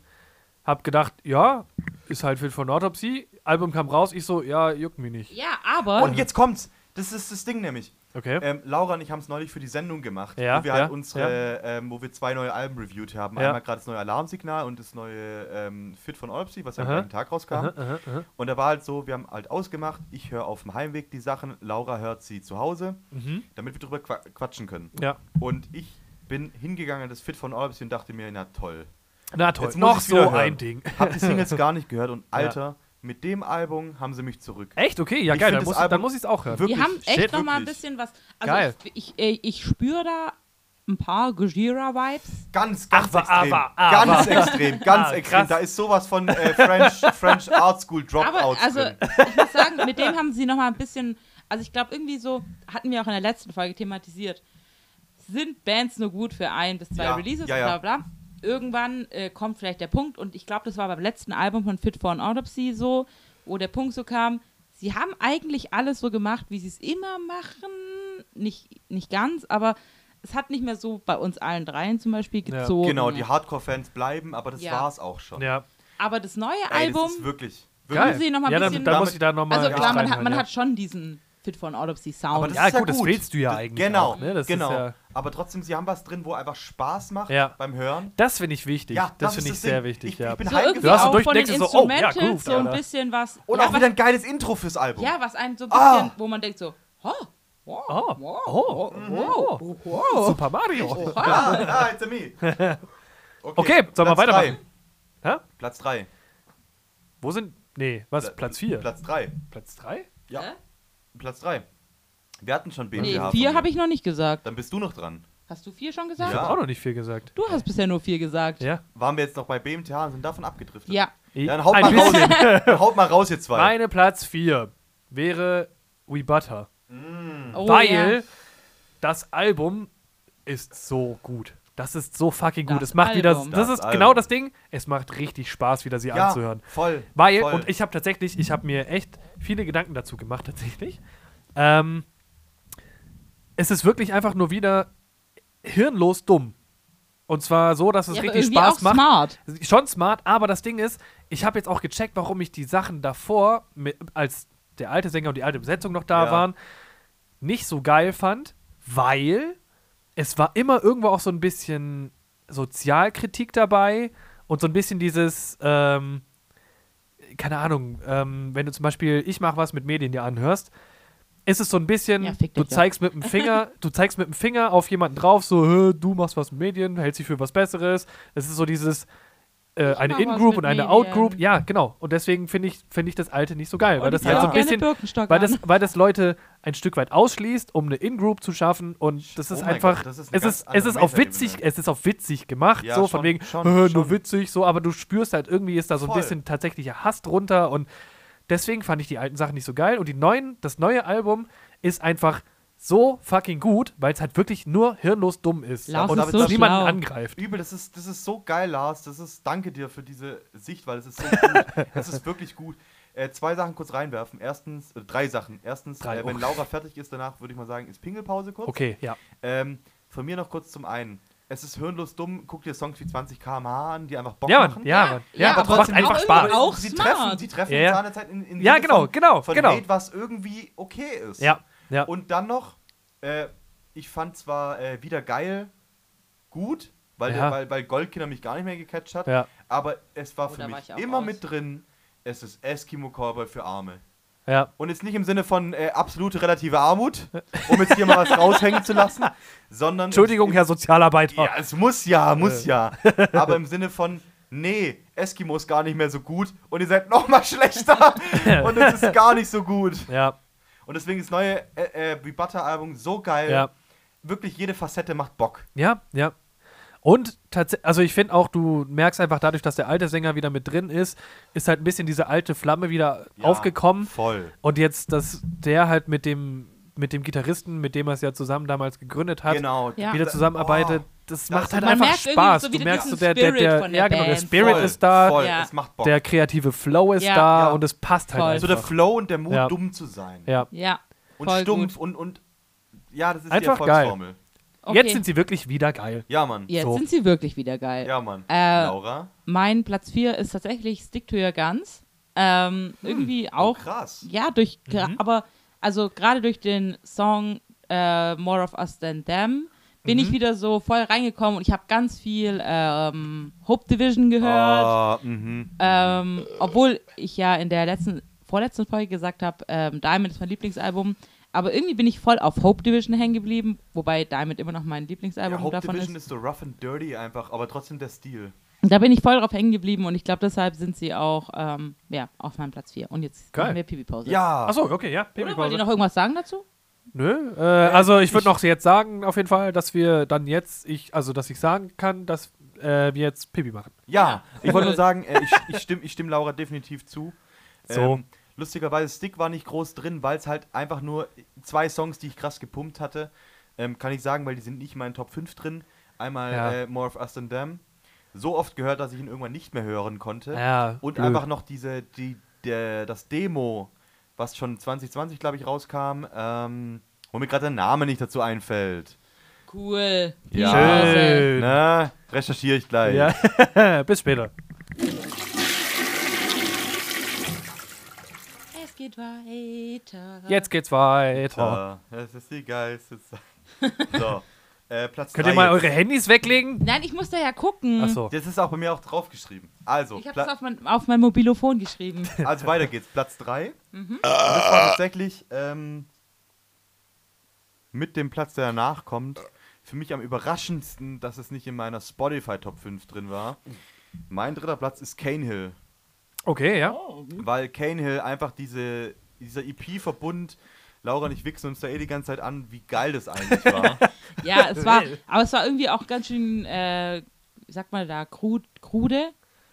Speaker 3: Hab gedacht, ja, ist halt Fit von Autopsy. Album kam raus. Ich so, ja, juckt mich nicht.
Speaker 2: Ja, aber
Speaker 1: Und jetzt kommt's. Das ist das Ding nämlich.
Speaker 3: Okay.
Speaker 1: Ähm, Laura und ich haben es neulich für die Sendung gemacht,
Speaker 3: Ja,
Speaker 1: wo wir halt
Speaker 3: ja,
Speaker 1: unsere, ähm, wo wir zwei neue Alben reviewed haben.
Speaker 3: Ja.
Speaker 1: Einmal gerade das neue Alarmsignal und das neue ähm, Fit von Olpsy, was ja am
Speaker 3: Aha.
Speaker 1: gleichen Tag rauskam.
Speaker 3: Aha, aha, aha.
Speaker 1: Und da war halt so, wir haben halt ausgemacht, ich höre auf dem Heimweg die Sachen, Laura hört sie zu Hause,
Speaker 3: Mhm.
Speaker 1: damit wir drüber qua quatschen können.
Speaker 3: Ja.
Speaker 1: Und ich bin hingegangen an das Fit von Olpsy und dachte mir, na toll.
Speaker 3: Na toll.
Speaker 1: Jetzt muss
Speaker 3: Noch
Speaker 1: ich's wieder
Speaker 3: so
Speaker 1: hören.
Speaker 3: ein Ding.
Speaker 1: Hab die Singles gar nicht gehört und Alter, mit dem Album haben sie mich zurück.
Speaker 3: Echt? Okay, ja
Speaker 1: Ich
Speaker 3: geil.
Speaker 1: find
Speaker 3: Dann
Speaker 1: das
Speaker 3: muss,
Speaker 1: Album
Speaker 3: dann muss ich es auch hören.
Speaker 1: wirklich,
Speaker 2: wir haben echt
Speaker 1: shit,
Speaker 2: noch mal ein
Speaker 1: wirklich.
Speaker 2: bisschen was. Also
Speaker 3: Geil.
Speaker 2: ich, ich, äh, ich spüre da ein paar Gojira-Vibes.
Speaker 1: Ganz, ganz
Speaker 3: Aber,
Speaker 1: extrem.
Speaker 3: aber, aber.
Speaker 1: Ganz extrem, ganz
Speaker 3: Ah,
Speaker 1: extrem.
Speaker 3: krass.
Speaker 1: Da ist sowas von äh, French, French Art School
Speaker 2: Aber
Speaker 1: Dropouts
Speaker 2: also,
Speaker 1: drin.
Speaker 2: ich muss sagen, mit dem haben sie nochmal ein bisschen, also ich glaube, irgendwie so, hatten wir auch in der letzten Folge thematisiert, sind Bands nur gut für ein bis zwei
Speaker 1: Ja,
Speaker 2: Releases,
Speaker 1: ja, ja.
Speaker 2: bla bla. Irgendwann äh, kommt vielleicht der Punkt und ich glaube, das war beim letzten Album von Fit for an Autopsy so, wo der Punkt so kam, sie haben eigentlich alles so gemacht, wie sie es immer machen, nicht, nicht ganz, aber es hat nicht mehr so bei uns allen dreien zum Beispiel
Speaker 3: Ja.
Speaker 2: gezogen.
Speaker 1: Genau, die Hardcore-Fans bleiben, aber das
Speaker 2: oh Ja.
Speaker 1: war's auch schon.
Speaker 3: Ja.
Speaker 2: aber das neue
Speaker 1: Ey,
Speaker 2: Album,
Speaker 1: das ist wirklich, wirklich
Speaker 3: Geil.
Speaker 2: Müssen Sie noch mal ein
Speaker 3: ja, dann,
Speaker 2: bisschen-
Speaker 3: dann muss ich da nochmal.
Speaker 2: also klar, man, hat,
Speaker 3: reinhören,
Speaker 2: man
Speaker 3: ja.
Speaker 2: hat schon diesen Fit for an Autopsy Sound.
Speaker 1: Aber das
Speaker 3: Ja,
Speaker 1: ist ja
Speaker 3: gut, das
Speaker 1: gut.
Speaker 3: willst du ja
Speaker 1: Das-
Speaker 3: eigentlich
Speaker 1: Genau,
Speaker 3: auch, ne? Das ist
Speaker 1: genau.
Speaker 3: ja-
Speaker 1: aber trotzdem, sie haben was drin, wo einfach Spaß macht
Speaker 3: Ja.
Speaker 1: beim Hören.
Speaker 3: Das finde ich wichtig.
Speaker 1: Ja, das
Speaker 3: das
Speaker 1: ist
Speaker 3: finde ich
Speaker 1: das
Speaker 3: sehr
Speaker 1: Ding.
Speaker 3: wichtig.
Speaker 1: Ich-
Speaker 3: ja.
Speaker 1: ich bin
Speaker 2: so
Speaker 1: halt
Speaker 2: irgendwie
Speaker 3: Du hast so
Speaker 2: auch
Speaker 3: durch-
Speaker 2: von den
Speaker 3: denkst du so, oh, ja,
Speaker 2: Instrumentals so,
Speaker 3: grooved,
Speaker 2: ein
Speaker 3: Alter.
Speaker 2: bisschen was.
Speaker 1: Und
Speaker 2: ja,
Speaker 1: auch
Speaker 2: was,
Speaker 1: wieder ein geiles Intro fürs Album.
Speaker 2: ja, was einen so ein
Speaker 1: Ah!
Speaker 2: bisschen, wo man denkt so, oh, wow,
Speaker 3: Oh,
Speaker 2: wow,
Speaker 3: oh,
Speaker 2: wow,
Speaker 3: oh.
Speaker 2: wow.
Speaker 3: Super Mario. Oh.
Speaker 1: Ah, ah, it's a me.
Speaker 3: Okay, sollen wir
Speaker 1: Platz
Speaker 3: weitermachen?
Speaker 1: drei.
Speaker 3: Hä?
Speaker 1: Platz 3.
Speaker 3: Wo sind. Nee, was? Platz 4?
Speaker 1: Platz 3.
Speaker 3: Platz 3?
Speaker 1: Ja,
Speaker 2: Hä?
Speaker 1: Platz 3. Wir hatten schon BMH.
Speaker 2: Nee,
Speaker 1: von
Speaker 2: vier
Speaker 1: mir.
Speaker 2: habe ich noch nicht gesagt.
Speaker 1: Dann bist du noch dran.
Speaker 2: Hast du vier schon gesagt?
Speaker 3: Ich
Speaker 1: Ja.
Speaker 3: habe auch noch nicht viel gesagt.
Speaker 2: Du hast bisher nur vier gesagt.
Speaker 3: Ja.
Speaker 1: Waren wir jetzt noch bei BMTH und sind davon abgedriftet?
Speaker 2: Ja.
Speaker 1: Dann haut
Speaker 3: Ein
Speaker 1: mal raus.
Speaker 3: bisschen.
Speaker 1: Dann haut mal raus, ihr zwei.
Speaker 3: Meine Platz 4 wäre We Butter.
Speaker 1: Hm.
Speaker 2: Oh,
Speaker 3: weil
Speaker 2: ja.
Speaker 3: das Album ist so gut. Das ist so fucking gut.
Speaker 2: Das
Speaker 3: es macht wieder. Das,
Speaker 2: Album.
Speaker 1: Das
Speaker 3: ist
Speaker 1: Album.
Speaker 3: genau das Ding. Es macht richtig Spaß, wieder sie anzuhören.
Speaker 1: voll.
Speaker 3: Weil,
Speaker 1: voll.
Speaker 3: und ich habe tatsächlich, ich habe mir echt viele Gedanken dazu gemacht, tatsächlich. Ähm, es ist wirklich einfach nur wieder hirnlos dumm. Und zwar so, dass es
Speaker 2: Ja, aber
Speaker 3: richtig
Speaker 2: irgendwie
Speaker 3: Spaß
Speaker 2: auch
Speaker 3: macht.
Speaker 2: smart.
Speaker 3: Schon smart, aber das Ding ist, ich habe jetzt auch gecheckt, warum ich die Sachen davor, mi- als der alte Sänger und die alte Besetzung noch da
Speaker 1: Ja.
Speaker 3: waren, nicht so geil fand, weil es war immer irgendwo auch so ein bisschen Sozialkritik dabei und so ein bisschen dieses, ähm, keine Ahnung, ähm, wenn du zum Beispiel ich mache was mit Medien dir anhörst, ist es so ein bisschen,
Speaker 2: Ja, fick
Speaker 3: du
Speaker 2: dich, ja.
Speaker 3: zeigst mit dem Finger, du zeigst mit dem Finger auf jemanden drauf, so "Hä, du machst was mit Medien, hältst dich für was Besseres. Es ist so dieses äh,
Speaker 2: mach
Speaker 3: eine
Speaker 2: was
Speaker 3: In-Group
Speaker 2: mit
Speaker 3: und eine
Speaker 2: Medien.
Speaker 3: Out-Group. Ja, genau. Und deswegen finde ich finde ich das Alte nicht so geil, weil
Speaker 2: Und
Speaker 3: das
Speaker 2: ich
Speaker 3: halt so
Speaker 2: auch
Speaker 3: ein
Speaker 2: gerne
Speaker 3: bisschen
Speaker 2: Birkenstock
Speaker 3: weil das,
Speaker 2: an.
Speaker 3: weil das Leute ein Stück weit ausschließt, um eine In-Group zu schaffen. Und das
Speaker 1: Oh
Speaker 3: ist
Speaker 1: mein
Speaker 3: einfach,
Speaker 1: Gott, das ist eine
Speaker 3: es
Speaker 1: ganz
Speaker 3: ist, es
Speaker 1: andere
Speaker 3: ist auf
Speaker 1: Metaebene.
Speaker 3: witzig, es ist auf witzig gemacht,
Speaker 1: Ja,
Speaker 3: so
Speaker 1: schon,
Speaker 3: von wegen,
Speaker 1: schon,
Speaker 3: "Hä, nur
Speaker 1: schon."
Speaker 3: witzig, so, aber du spürst halt irgendwie ist da so ein
Speaker 1: Voll.
Speaker 3: bisschen tatsächlicher Hass drunter und deswegen fand ich die alten Sachen nicht so geil. Und die neuen, das neue Album ist einfach so fucking gut, weil es halt wirklich nur hirnlos dumm ist
Speaker 2: Lars
Speaker 3: und
Speaker 1: ist so
Speaker 3: niemanden
Speaker 2: schlau.
Speaker 3: angreift.
Speaker 1: Übel, das ist, das ist so geil, Lars. Das ist, danke dir für diese Sicht, weil es ist so gut. Es ist wirklich gut. Äh, zwei Sachen kurz reinwerfen. Erstens, äh, drei Sachen. Erstens,
Speaker 3: Drei,
Speaker 1: äh, wenn
Speaker 3: oh.
Speaker 1: Laura fertig ist, danach würde ich mal sagen, ist Pingelpause kurz.
Speaker 3: Okay, ja.
Speaker 1: Ähm, von mir noch kurz zum einen. Es ist hirnlos dumm, guck dir Songs wie 20 km/h an, die einfach Bock
Speaker 3: Ja, Mann,
Speaker 1: machen.
Speaker 3: ja, Mann. Ja,
Speaker 2: aber
Speaker 3: aber es macht
Speaker 2: trotzdem
Speaker 3: einfach
Speaker 2: auch
Speaker 3: Spaß.
Speaker 2: irgendwie auch
Speaker 1: sie
Speaker 2: smart.
Speaker 1: treffen, sie treffen
Speaker 3: Ja,
Speaker 1: in
Speaker 3: ja.
Speaker 1: seiner Zeit in, in
Speaker 3: Ja,
Speaker 1: Sinne
Speaker 3: genau,
Speaker 1: von,
Speaker 3: genau,
Speaker 1: von
Speaker 3: genau.
Speaker 1: Hate, was irgendwie okay ist.
Speaker 3: Ja, ja.
Speaker 1: Und dann noch, äh, ich fand zwar äh, wieder geil gut, weil,
Speaker 3: Ja.
Speaker 1: der, weil, weil Goldkinder mich gar nicht mehr gecatcht hat,
Speaker 3: Ja.
Speaker 1: aber es war
Speaker 2: Oh,
Speaker 1: für
Speaker 2: da war
Speaker 1: mich
Speaker 2: ich auch
Speaker 1: immer
Speaker 2: raus.
Speaker 1: mit drin, es ist Eskimo Cowboy für Arme.
Speaker 3: ja.
Speaker 1: Und jetzt nicht im Sinne von äh, absolute relative Armut, um jetzt hier mal was raushängen zu lassen, sondern
Speaker 3: Entschuldigung, Herr Äh. Sozialarbeiter.
Speaker 1: ja, es muss ja, muss ja. Aber im Sinne von, nee, Eskimo ist gar nicht mehr so gut und ihr seid noch mal schlechter und es ist gar nicht so gut.
Speaker 3: Ja,
Speaker 1: Und deswegen ist das neue äh, äh, Be Butter Album so geil.
Speaker 3: ja.
Speaker 1: Wirklich jede Facette macht Bock.
Speaker 3: Ja, ja. Und tatsächlich, also ich finde auch, du merkst einfach dadurch, dass der alte Sänger wieder mit drin ist, ist halt ein bisschen diese alte Flamme wieder
Speaker 1: Ja,
Speaker 3: aufgekommen.
Speaker 1: Voll.
Speaker 3: Und jetzt, dass der halt mit dem, mit dem Gitarristen, mit dem er es ja zusammen damals gegründet hat,
Speaker 1: Genau. Oh,
Speaker 2: Ja. Oh.
Speaker 3: wieder zusammenarbeitet, das, macht
Speaker 1: ist-
Speaker 3: halt
Speaker 1: Man
Speaker 3: einfach
Speaker 2: merkt irgendwie
Speaker 3: Spaß.
Speaker 2: so
Speaker 3: du
Speaker 2: wieder
Speaker 3: merkst so,
Speaker 2: diesen
Speaker 3: der, der,
Speaker 2: Spirit
Speaker 3: der,
Speaker 2: von der
Speaker 3: ja, genau, der
Speaker 2: Band.
Speaker 3: Spirit
Speaker 1: Voll,
Speaker 3: ist da,
Speaker 1: Voll,
Speaker 2: Ja.
Speaker 1: es macht Bock.
Speaker 3: der kreative Flow ist
Speaker 2: Ja.
Speaker 3: da
Speaker 1: Ja.
Speaker 3: und es passt halt
Speaker 2: Voll.
Speaker 1: so
Speaker 3: einfach.
Speaker 1: der Flow und der Mut,
Speaker 3: Ja.
Speaker 1: dumm zu sein.
Speaker 3: ja.
Speaker 2: Ja,
Speaker 1: Und
Speaker 2: voll
Speaker 1: stumpf
Speaker 2: gut.
Speaker 1: und, und. Ja, das ist
Speaker 3: Einfach
Speaker 1: die
Speaker 3: geil.
Speaker 1: Erfolgsformel.
Speaker 2: Okay.
Speaker 3: Jetzt sind sie wirklich wieder geil.
Speaker 1: Ja, Mann.
Speaker 2: Jetzt
Speaker 3: so.
Speaker 2: sind sie wirklich wieder geil.
Speaker 1: Ja, Mann.
Speaker 2: Äh,
Speaker 1: Laura? Oh,
Speaker 2: Mein Platz 4 ist tatsächlich Stick to Your Guns. Ähm, irgendwie auch,
Speaker 1: Hm. Krass.
Speaker 2: ja, durch,
Speaker 1: Mhm.
Speaker 2: gra- aber also gerade durch den Song äh, More of Us Than Them bin
Speaker 1: Mhm.
Speaker 2: ich wieder so voll reingekommen und ich habe ganz viel ähm, Hope Division gehört.
Speaker 1: Ah, mhm.
Speaker 2: Ähm, obwohl ich ja in der letzten, vorletzten Folge gesagt habe, ähm, Diamond ist mein Lieblingsalbum. Aber irgendwie bin ich voll auf Hope Division hängen geblieben, wobei Diamond immer noch mein Lieblingsalbum
Speaker 1: Ja, Hope
Speaker 2: davon
Speaker 1: Division
Speaker 2: ist.
Speaker 1: ist so rough and dirty einfach, aber trotzdem der Stil.
Speaker 2: Da bin ich voll drauf hängen geblieben und ich glaube, deshalb sind sie auch ähm, ja, auf meinem Platz 4. Und jetzt
Speaker 3: Geil.
Speaker 2: machen wir Pipi-Pause.
Speaker 1: Ja.
Speaker 3: Achso, okay, ja.
Speaker 2: Ah. Oder wollt
Speaker 3: Babypause.
Speaker 2: ihr noch irgendwas sagen dazu?
Speaker 3: Nö, äh, also ich würde noch jetzt sagen, auf jeden Fall, dass wir dann jetzt, ich, also dass ich sagen kann, dass äh, wir jetzt Pipi machen.
Speaker 1: Ja, ich wollte
Speaker 2: Cool.
Speaker 1: nur sagen, äh, ich, ich stimme ich stimm Laura definitiv zu.
Speaker 3: So.
Speaker 1: Ähm, lustigerweise, Stick war nicht groß drin, weil es halt einfach nur zwei Songs, die ich krass gepumpt hatte, ähm, kann ich sagen, weil die sind nicht in meinen Top 5 drin. Einmal
Speaker 3: Ja.
Speaker 1: äh, More of Us Than Them. So oft gehört, dass ich ihn irgendwann nicht mehr hören konnte.
Speaker 3: Ja,
Speaker 1: Ne? Und
Speaker 3: blöd.
Speaker 1: einfach noch diese, die, der, das Demo, was schon 2020, glaube ich, rauskam, ähm, wo mir gerade der Name nicht dazu einfällt.
Speaker 2: Cool.
Speaker 1: Ja.
Speaker 2: Pipi-Pause.
Speaker 1: Na, recherchiere ich gleich.
Speaker 3: Ja. Bis später.
Speaker 2: Es geht weiter.
Speaker 3: Jetzt geht's
Speaker 1: Alter,
Speaker 3: weiter.
Speaker 1: das ist die geilste Zeit. So, äh, Platz
Speaker 3: Könnt
Speaker 1: drei
Speaker 3: ihr mal
Speaker 1: jetzt.
Speaker 3: eure Handys weglegen?
Speaker 2: Nein, ich muss da ja gucken.
Speaker 3: Achso.
Speaker 1: Das ist auch bei mir auch draufgeschrieben. Also,
Speaker 2: Ich habe
Speaker 1: Pla-
Speaker 2: das auf mein, auf mein Mobilophon geschrieben.
Speaker 1: also weiter geht's. Platz 3. Das war tatsächlich ähm, mit dem Platz, der danach kommt, für mich am überraschendsten, dass es nicht in meiner Spotify Top 5 drin war. Mein dritter Platz ist Canehill,
Speaker 3: Okay, ja.
Speaker 1: weil Canehill einfach diese, dieser EP-Verbund, Laura und ich wichsen uns da eh die ganze Zeit an, wie geil das eigentlich war. genau,
Speaker 2: Ja, es war, aber es war irgendwie auch ganz schön, äh, wie sagt man da, krud, krude,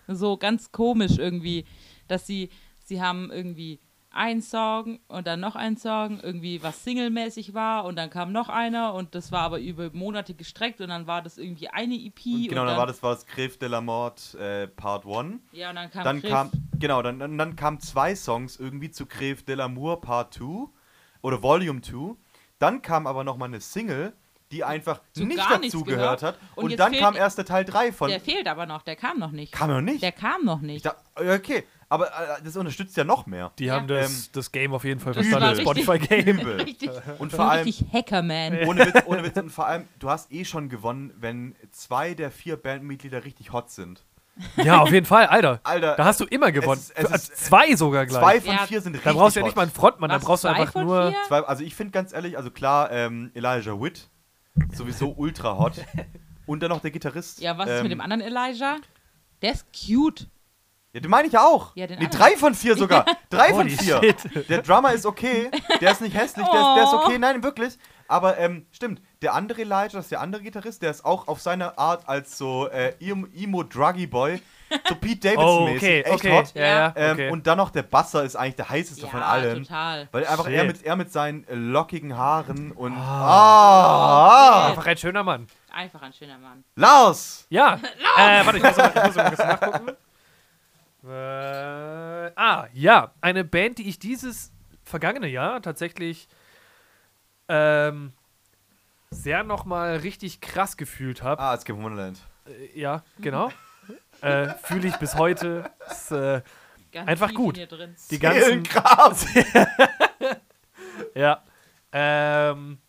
Speaker 2: so ganz komisch irgendwie, dass sie, sie haben irgendwie ein Song und dann noch ein Song, irgendwie was singlemäßig war und dann kam noch einer und das war aber über Monate gestreckt und dann war das irgendwie eine EP.
Speaker 1: Und genau,
Speaker 2: und
Speaker 1: dann war das war das Griff de la Mort äh, Part 1.
Speaker 2: Ja, und dann kam
Speaker 1: Dann
Speaker 2: Griff.
Speaker 1: kam, genau, dann, dann, dann kamen zwei Songs irgendwie zu Creve de l'Amour Part 2 oder Volume 2. Dann kam aber nochmal eine Single, die einfach
Speaker 2: Zu
Speaker 1: nicht
Speaker 2: gar nichts
Speaker 1: dazu gehört hat.
Speaker 2: gehört. Und
Speaker 1: Und,
Speaker 2: jetzt
Speaker 1: dann
Speaker 2: fehlt-
Speaker 1: kam erst der Teil 3 von.
Speaker 2: der fehlt aber noch, der kam noch nicht.
Speaker 1: Kam er noch nicht?
Speaker 2: Der kam noch
Speaker 1: Ich
Speaker 2: nicht.
Speaker 1: dachte, okay, aber äh, das unterstützt ja noch mehr.
Speaker 3: Die
Speaker 2: Ja.
Speaker 3: haben das,
Speaker 1: Ähm,
Speaker 3: das Game auf jeden Fall
Speaker 2: Das
Speaker 3: verstanden, das
Speaker 2: war richtig-
Speaker 3: Spotify-Game.
Speaker 1: Übel.
Speaker 2: Richtig.
Speaker 1: Und vor allem,
Speaker 2: Richtig Hackerman.
Speaker 1: ohne Witz, ohne Witz, und vor allem, du hast eh schon gewonnen, wenn zwei der vier Bandmitglieder richtig hot sind.
Speaker 3: ja, auf jeden Fall, Alter.
Speaker 1: Alter,
Speaker 3: Da hast du immer gewonnen.
Speaker 1: es ist- es ist-
Speaker 3: zwei sogar gleich.
Speaker 1: Zwei von
Speaker 2: Ja.
Speaker 1: vier sind richtig
Speaker 3: da brauchst du ja
Speaker 1: hot.
Speaker 3: nicht mal einen Frontmann, da
Speaker 2: Was,
Speaker 3: brauchst du
Speaker 2: zwei
Speaker 3: einfach
Speaker 2: von
Speaker 3: nur.
Speaker 2: vier?
Speaker 1: Zwei, also ich finde ganz ehrlich, also klar, ähm, Elijah Witt, sowieso ultra hot. Und dann noch der Gitarrist.
Speaker 2: Ja, was ist
Speaker 1: ähm,
Speaker 2: mit dem anderen Elijah? Der ist cute.
Speaker 1: Ja, den meine ich ja auch.
Speaker 2: Ja, den
Speaker 1: nee,
Speaker 2: anderen.
Speaker 1: drei von vier sogar. Drei von
Speaker 3: Holy
Speaker 1: vier.
Speaker 3: shit.
Speaker 1: Der Drummer ist okay, der ist nicht hässlich, der, ist, der ist
Speaker 2: Oh.
Speaker 1: okay, nein, wirklich. Aber ähm, stimmt, der andere Elijah, das ist der andere Gitarrist, der ist auch auf seine Art als so äh, Em- Emo-Druggy-Boy, so Pete
Speaker 3: Oh,
Speaker 1: Davidson-mäßig,
Speaker 3: okay,
Speaker 1: echt
Speaker 3: okay.
Speaker 1: hot.
Speaker 3: Ja, ja,
Speaker 1: Ähm,
Speaker 3: okay.
Speaker 1: Und dann noch der Basser ist eigentlich der heißeste von allen.
Speaker 2: total.
Speaker 1: Weil einfach er
Speaker 3: Shit.
Speaker 1: mit, er mit seinen äh, lockigen Haaren und.
Speaker 2: Oh,
Speaker 1: Ah,
Speaker 2: shit.
Speaker 1: ah,
Speaker 3: einfach ein schöner Mann.
Speaker 2: Einfach ein schöner Mann.
Speaker 1: Lars!
Speaker 3: Ja. äh, warte, ich muss mal, ich muss mal ein bisschen nachgucken. Äh, ah, ja. Eine Band, die ich dieses vergangene Jahr tatsächlich ähm, sehr nochmal richtig krass gefühlt habe.
Speaker 1: Ah, es gibt Wonderland.
Speaker 3: Äh, ja, genau. äh, Fühle ich bis heute. Ist, äh,
Speaker 2: Ganz
Speaker 3: Einfach
Speaker 2: tief
Speaker 3: gut.
Speaker 2: in ihr drin.
Speaker 3: die ganzen,
Speaker 1: Krass.
Speaker 3: ja. Ähm,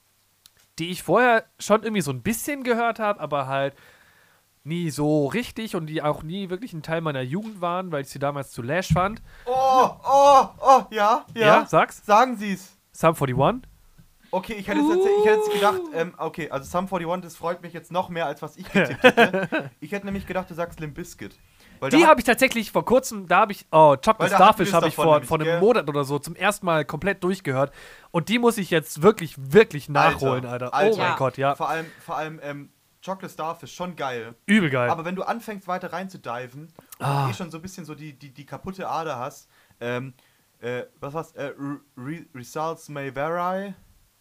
Speaker 3: die ich vorher schon irgendwie so ein bisschen gehört habe, aber halt nie so richtig und die auch nie wirklich ein Teil meiner Jugend waren, weil ich sie damals zu Lash fand.
Speaker 1: Oh, oh, oh, ja, ja.
Speaker 3: Ja, sag's.
Speaker 1: Sagen Sie es.
Speaker 3: Sum 41.
Speaker 1: Okay, ich hätte jetzt, tatsächlich- ich hätte jetzt gedacht,
Speaker 3: Uh.
Speaker 1: ähm, okay, also Sum 41, das freut mich jetzt noch mehr, als was ich getippt hätte. Ich hätte nämlich gedacht, du sagst Limp Bizkit. Weil
Speaker 3: Die
Speaker 1: da-
Speaker 3: habe ich tatsächlich vor kurzem, da habe ich, oh,
Speaker 1: Weil
Speaker 3: Chocolate
Speaker 1: da hatten
Speaker 3: Starfish
Speaker 1: wir's
Speaker 3: habe ich
Speaker 1: davon
Speaker 3: vor,
Speaker 1: nämlich,
Speaker 3: vor einem
Speaker 1: gell?
Speaker 3: Monat oder so zum ersten Mal komplett durchgehört. Und die muss ich jetzt wirklich, wirklich nachholen, Alter.
Speaker 1: Alter.
Speaker 3: Oh mein
Speaker 2: Ja.
Speaker 3: Gott, ja.
Speaker 1: Vor allem, vor allem ähm, Chocolate Starfish, schon geil.
Speaker 3: Übel geil.
Speaker 1: Aber wenn du anfängst, weiter rein zu diven und
Speaker 3: Ah.
Speaker 1: eh schon so ein bisschen so die, die, die kaputte Ader hast, ähm, äh, was war's? Äh, Re Re- Results May Vary,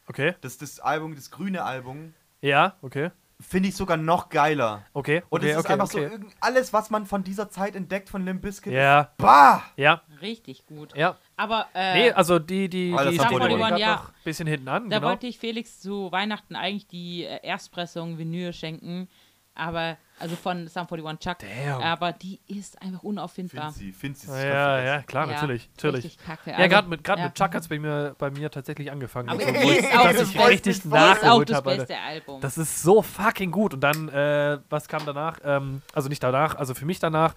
Speaker 3: okay.
Speaker 1: das, das Album, das grüne Album,
Speaker 3: Ja, okay.
Speaker 1: finde ich sogar noch geiler.
Speaker 3: Okay,
Speaker 1: Und
Speaker 3: okay,
Speaker 1: es ist
Speaker 3: okay.
Speaker 1: einfach so,
Speaker 3: okay.
Speaker 1: irgend- alles, was man von dieser Zeit entdeckt von Limp Bizkit,
Speaker 3: ja,
Speaker 1: bah!
Speaker 3: ja,
Speaker 2: Richtig gut.
Speaker 3: ja.
Speaker 2: Aber äh,
Speaker 3: Nee, also die, die,
Speaker 1: Alles
Speaker 3: die
Speaker 1: Sum
Speaker 3: stehen
Speaker 1: 41,
Speaker 3: gerade
Speaker 2: ja.
Speaker 3: noch ein bisschen hinten an,
Speaker 2: da
Speaker 3: genau.
Speaker 2: wollte ich Felix zu Weihnachten eigentlich die äh, Erstpressung Vinyl schenken. Aber, also von Sum 41 Chuck.
Speaker 3: Damn.
Speaker 2: Aber die ist einfach unauffindbar.
Speaker 1: Find sie, find sie. das
Speaker 3: Ja,
Speaker 1: ist
Speaker 3: ja, klar,
Speaker 2: Ja,
Speaker 3: natürlich, natürlich.
Speaker 2: Richtig kacke. Also,
Speaker 3: Ja, gerade mit, grad
Speaker 2: ja.
Speaker 3: mit Chuck hat es bei mir, bei mir tatsächlich angefangen.
Speaker 2: Aber
Speaker 3: Also,
Speaker 2: die
Speaker 3: obwohl
Speaker 2: ist
Speaker 3: ich-
Speaker 2: auch
Speaker 3: dass
Speaker 2: das
Speaker 3: ich
Speaker 2: beste-
Speaker 3: richtig
Speaker 1: die
Speaker 2: Das ist auch
Speaker 3: nachgeholt
Speaker 2: das
Speaker 3: habe. Alter.
Speaker 2: beste Album.
Speaker 3: Das ist so fucking gut. Und dann, äh, was kam danach? Ähm, also nicht danach, also für mich danach,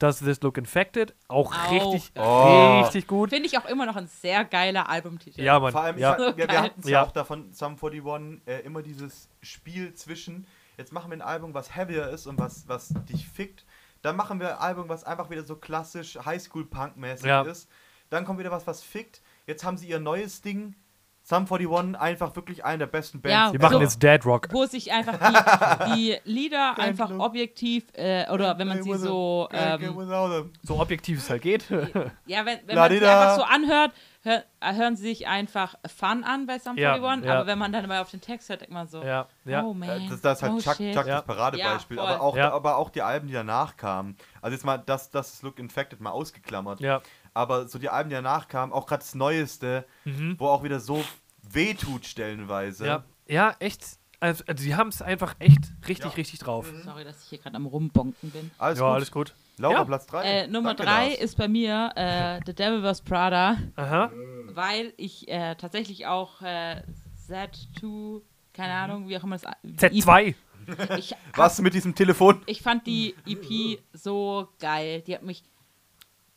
Speaker 3: das This Look Infected. Auch
Speaker 2: Auch.
Speaker 3: richtig,
Speaker 1: Oh.
Speaker 3: richtig gut.
Speaker 2: Finde ich auch immer noch ein sehr geiler Albumtitel.
Speaker 3: Ja, Mann.
Speaker 1: Vor allem,
Speaker 3: ja.
Speaker 1: ich, hab- wir, wir hatten es ja.
Speaker 3: Ja.
Speaker 1: auch davon, Sum 41, äh, immer dieses Spiel zwischen, jetzt machen wir ein Album, was heavier ist und was, was dich fickt. Dann machen wir ein Album, was einfach wieder so klassisch Highschool-Punk-mäßig
Speaker 3: Ja.
Speaker 1: ist. Dann kommt wieder was, was fickt. Jetzt haben sie ihr neues Ding. Sum 41, einfach wirklich eine der besten Bands.
Speaker 2: Ja,
Speaker 3: Wir
Speaker 1: ever.
Speaker 3: machen
Speaker 2: so-
Speaker 3: jetzt Dead Rock.
Speaker 2: wo sich einfach die, die Lieder einfach objektiv äh, oder wenn man sie so ähm,
Speaker 3: So objektiv es halt geht.
Speaker 2: ja wenn, wenn
Speaker 1: La
Speaker 2: man sie
Speaker 1: dida.
Speaker 2: einfach so anhört hör, äh, hören sie sich einfach Fun an bei Sum
Speaker 3: Ja,
Speaker 2: 41
Speaker 3: ja.
Speaker 2: aber wenn man dann mal auf den Text hört denkt man so
Speaker 3: ja, ja.
Speaker 2: oh
Speaker 1: Äh,
Speaker 2: man
Speaker 1: Das, das ist halt
Speaker 2: oh
Speaker 1: Chuck,
Speaker 2: shit.
Speaker 1: Chuck
Speaker 3: Ja.
Speaker 1: das Paradebeispiel,
Speaker 2: Ja, voll.
Speaker 1: aber, auch,
Speaker 3: Ja.
Speaker 1: aber auch die Alben, die danach kamen. Also jetzt mal das, das Look Infected mal ausgeklammert.
Speaker 3: ja.
Speaker 1: Aber so die Alben, die danach kamen, auch gerade das Neueste,
Speaker 3: Mhm.
Speaker 1: wo auch wieder so wehtut stellenweise.
Speaker 3: Hm? Ja, ja, echt. Also, also die haben es einfach echt richtig,
Speaker 1: Ja. Mhm.
Speaker 3: richtig drauf.
Speaker 2: sorry dass ich hier gerade am rumbonken bin
Speaker 1: Alles
Speaker 3: ja,
Speaker 1: gut.
Speaker 3: alles gut.
Speaker 1: Laura,
Speaker 3: Ja.
Speaker 1: Platz 3.
Speaker 2: äh, Nummer drei ist bei mir äh, The Devil Wears Prada
Speaker 3: Aha.
Speaker 1: Mhm.
Speaker 2: weil ich äh, tatsächlich auch äh, Z2
Speaker 1: Mhm.
Speaker 2: keine Ahnung wie auch immer das
Speaker 3: Z2.
Speaker 2: ich
Speaker 1: Was mit diesem Telefon?
Speaker 2: ich fand die EP so geil. Die hat mich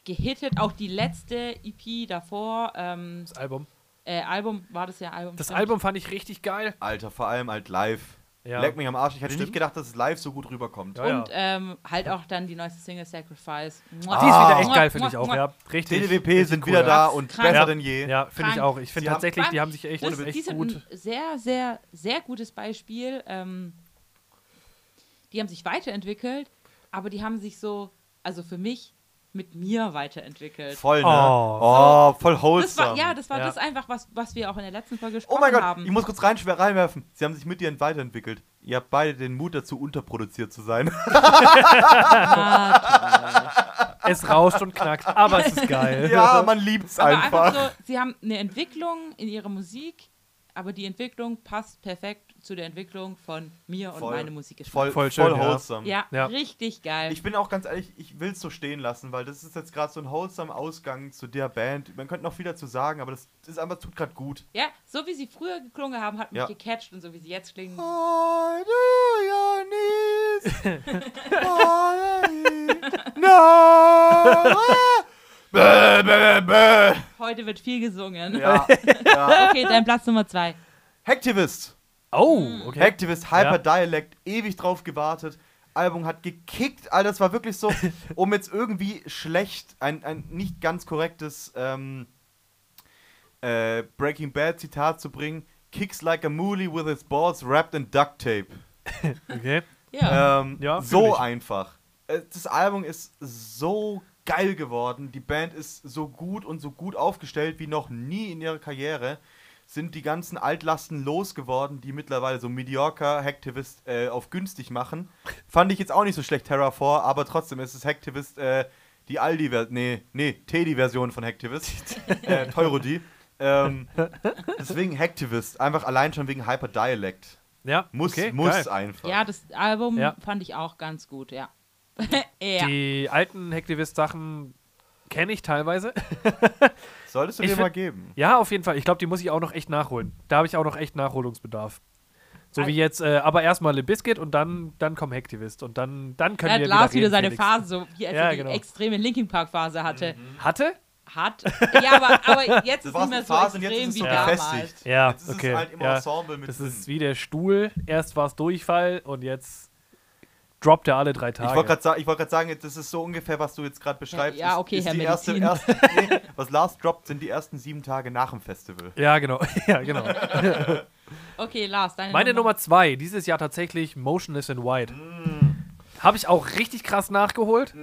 Speaker 2: gehittet. Auch die letzte EP davor, ähm,
Speaker 3: Das Album.
Speaker 2: äh, Album, war das ja Album.
Speaker 3: Das
Speaker 2: stimmt.
Speaker 3: Album fand ich richtig geil.
Speaker 1: Alter, vor allem halt live.
Speaker 3: Ja.
Speaker 1: Leck mich am Arsch. Ich hätte
Speaker 3: Stimmt.
Speaker 1: nicht gedacht, dass es live so gut rüberkommt.
Speaker 3: Ja, Ah,
Speaker 2: Und ähm, halt auch dann die neueste Single Sacrifice. Mua,
Speaker 3: Die ist wieder echt
Speaker 2: mua,
Speaker 3: geil, finde ich
Speaker 2: Ah. mua,
Speaker 3: auch.
Speaker 2: mua.
Speaker 3: Ja, richtig.
Speaker 1: TDWP
Speaker 3: richtig
Speaker 1: sind
Speaker 3: cool,
Speaker 1: wieder
Speaker 3: ja.
Speaker 1: da und
Speaker 2: Krank.
Speaker 1: besser
Speaker 3: Ja.
Speaker 1: denn je.
Speaker 3: Ja, finde ich
Speaker 2: Krank.
Speaker 3: auch. Ich finde
Speaker 1: Sie haben-
Speaker 3: tatsächlich, die haben sich echt,
Speaker 2: Das, die
Speaker 3: echt
Speaker 2: sind
Speaker 3: gut.
Speaker 2: ein sehr, sehr, sehr gutes Beispiel. Ähm, die haben sich weiterentwickelt, aber die haben sich so, also für mich, mit mir weiterentwickelt.
Speaker 1: Voll, ne?
Speaker 3: Oh.
Speaker 1: Oh, voll
Speaker 2: Das
Speaker 1: wholesome.
Speaker 2: war, ja, das war
Speaker 3: Ja.
Speaker 2: das einfach, was, was wir auch in der letzten Folge gesprochen
Speaker 1: oh mein Gott,
Speaker 2: haben.
Speaker 1: ich muss kurz rein, reinwerfen. Sie haben sich mit dir weiterentwickelt. Ihr habt beide den Mut dazu, unterproduziert zu sein.
Speaker 2: Ah.
Speaker 3: Es rauscht und knackt, aber es ist geil.
Speaker 1: ja, man liebt's
Speaker 2: aber
Speaker 1: einfach.
Speaker 2: einfach. so, sie haben eine Entwicklung in ihrer Musik, aber die Entwicklung passt perfekt zu der Entwicklung von mir und
Speaker 1: Voll.
Speaker 2: meiner Musikgeschmack.
Speaker 1: voll, voll,
Speaker 3: Voll schön, ja.
Speaker 1: wholesome.
Speaker 2: Ja,
Speaker 3: Ja.
Speaker 2: richtig geil.
Speaker 1: Ich bin auch ganz ehrlich, ich will es so stehen lassen, weil das ist jetzt gerade so ein wholesome Ausgang zu der Band. Man könnte noch viel dazu sagen, aber das ist einfach tut gerade gut.
Speaker 2: ja, so wie sie früher geklungen haben, hat mich
Speaker 1: Ja.
Speaker 2: gecatcht und so wie sie jetzt klingen.
Speaker 1: I do your knees. no. Bäh, bäh, bäh.
Speaker 2: Heute wird viel gesungen.
Speaker 1: Ja, ja.
Speaker 2: Okay, dein Platz Nummer zwei.
Speaker 1: Hacktivist.
Speaker 3: Oh,
Speaker 2: Mhm.
Speaker 3: okay.
Speaker 1: Hacktivist, Hyperdialect, ewig drauf gewartet. Album hat gekickt, Alter, das war wirklich so, um jetzt irgendwie schlecht, ein, ein nicht ganz korrektes ähm, äh, Breaking Bad Zitat zu bringen. Kicks like a moolie with his balls wrapped in duct tape.
Speaker 3: okay.
Speaker 2: Ja.
Speaker 1: Ähm,
Speaker 3: Ja, fühl
Speaker 1: so
Speaker 3: ich.
Speaker 1: einfach. Äh, Das Album ist so geil geworden. Die Band ist so gut und so gut aufgestellt wie noch nie in ihrer Karriere. Sind die ganzen Altlasten losgeworden, die mittlerweile so mediocre Hacktivist äh, auf günstig machen. Fand ich jetzt auch nicht so schlecht Terra 4, aber trotzdem ist es Hacktivist äh, die Aldi, nee, nee, Teddy-Version von Hacktivist. äh, Teurodi. Ähm, deswegen Hacktivist, einfach allein schon wegen Hyperdialect.
Speaker 3: Ja,
Speaker 1: Muss,
Speaker 3: okay,
Speaker 1: muss
Speaker 3: geil.
Speaker 1: einfach.
Speaker 2: ja, das Album
Speaker 3: Ja.
Speaker 2: fand ich auch ganz gut, ja. ja.
Speaker 3: Die alten Hacktivist-Sachen kenne ich teilweise.
Speaker 1: Solltest du
Speaker 3: Ich
Speaker 1: dir
Speaker 3: find-
Speaker 1: mal geben.
Speaker 3: Ja, auf jeden Fall. Ich glaube, die muss ich auch noch echt nachholen. Da habe ich auch noch echt Nachholungsbedarf. So
Speaker 2: Al-
Speaker 3: wie jetzt, äh, aber erstmal Limp Bizkit und dann, dann kommt Hacktivist und dann, dann können
Speaker 2: Da
Speaker 3: wir
Speaker 2: hat Lars
Speaker 3: wieder,
Speaker 2: wieder
Speaker 3: reden,
Speaker 2: seine
Speaker 3: Felix.
Speaker 2: Phase, so wie als
Speaker 3: Ja,
Speaker 2: er die
Speaker 3: genau.
Speaker 2: extreme Linkin Park Phase hatte.
Speaker 3: Hatte?
Speaker 2: Hat. Ja, aber, aber
Speaker 1: Das
Speaker 2: jetzt ist
Speaker 1: war Mhm.
Speaker 2: nicht
Speaker 1: eine
Speaker 2: mehr so
Speaker 1: Phase und
Speaker 2: extrem
Speaker 1: jetzt ist es
Speaker 2: wie
Speaker 1: so
Speaker 2: damals.
Speaker 1: gefestigt.
Speaker 3: Ja,
Speaker 1: jetzt ist
Speaker 3: okay.
Speaker 1: es halt im
Speaker 3: ja.
Speaker 1: Ensemble mit
Speaker 3: Das
Speaker 1: drin.
Speaker 3: ist wie der Stuhl. Erst war es Durchfall und jetzt droppt er alle drei Tage.
Speaker 1: ich wollte gerade sa ich wollt grad sagen, jetzt- das ist so ungefähr, was du jetzt gerade beschreibst.
Speaker 2: Ja,
Speaker 1: ist-
Speaker 2: okay,
Speaker 1: ist
Speaker 2: Herr
Speaker 1: die erste,
Speaker 2: Medizin.
Speaker 1: erste, nee, Was Lars droppt, sind die ersten sieben Tage nach dem Festival.
Speaker 3: ja, genau. ja, genau.
Speaker 2: Okay, Lars, deine
Speaker 3: Meine Nummer zwei, dieses Jahr tatsächlich Motionless in White. Habe ich auch richtig krass nachgeholt.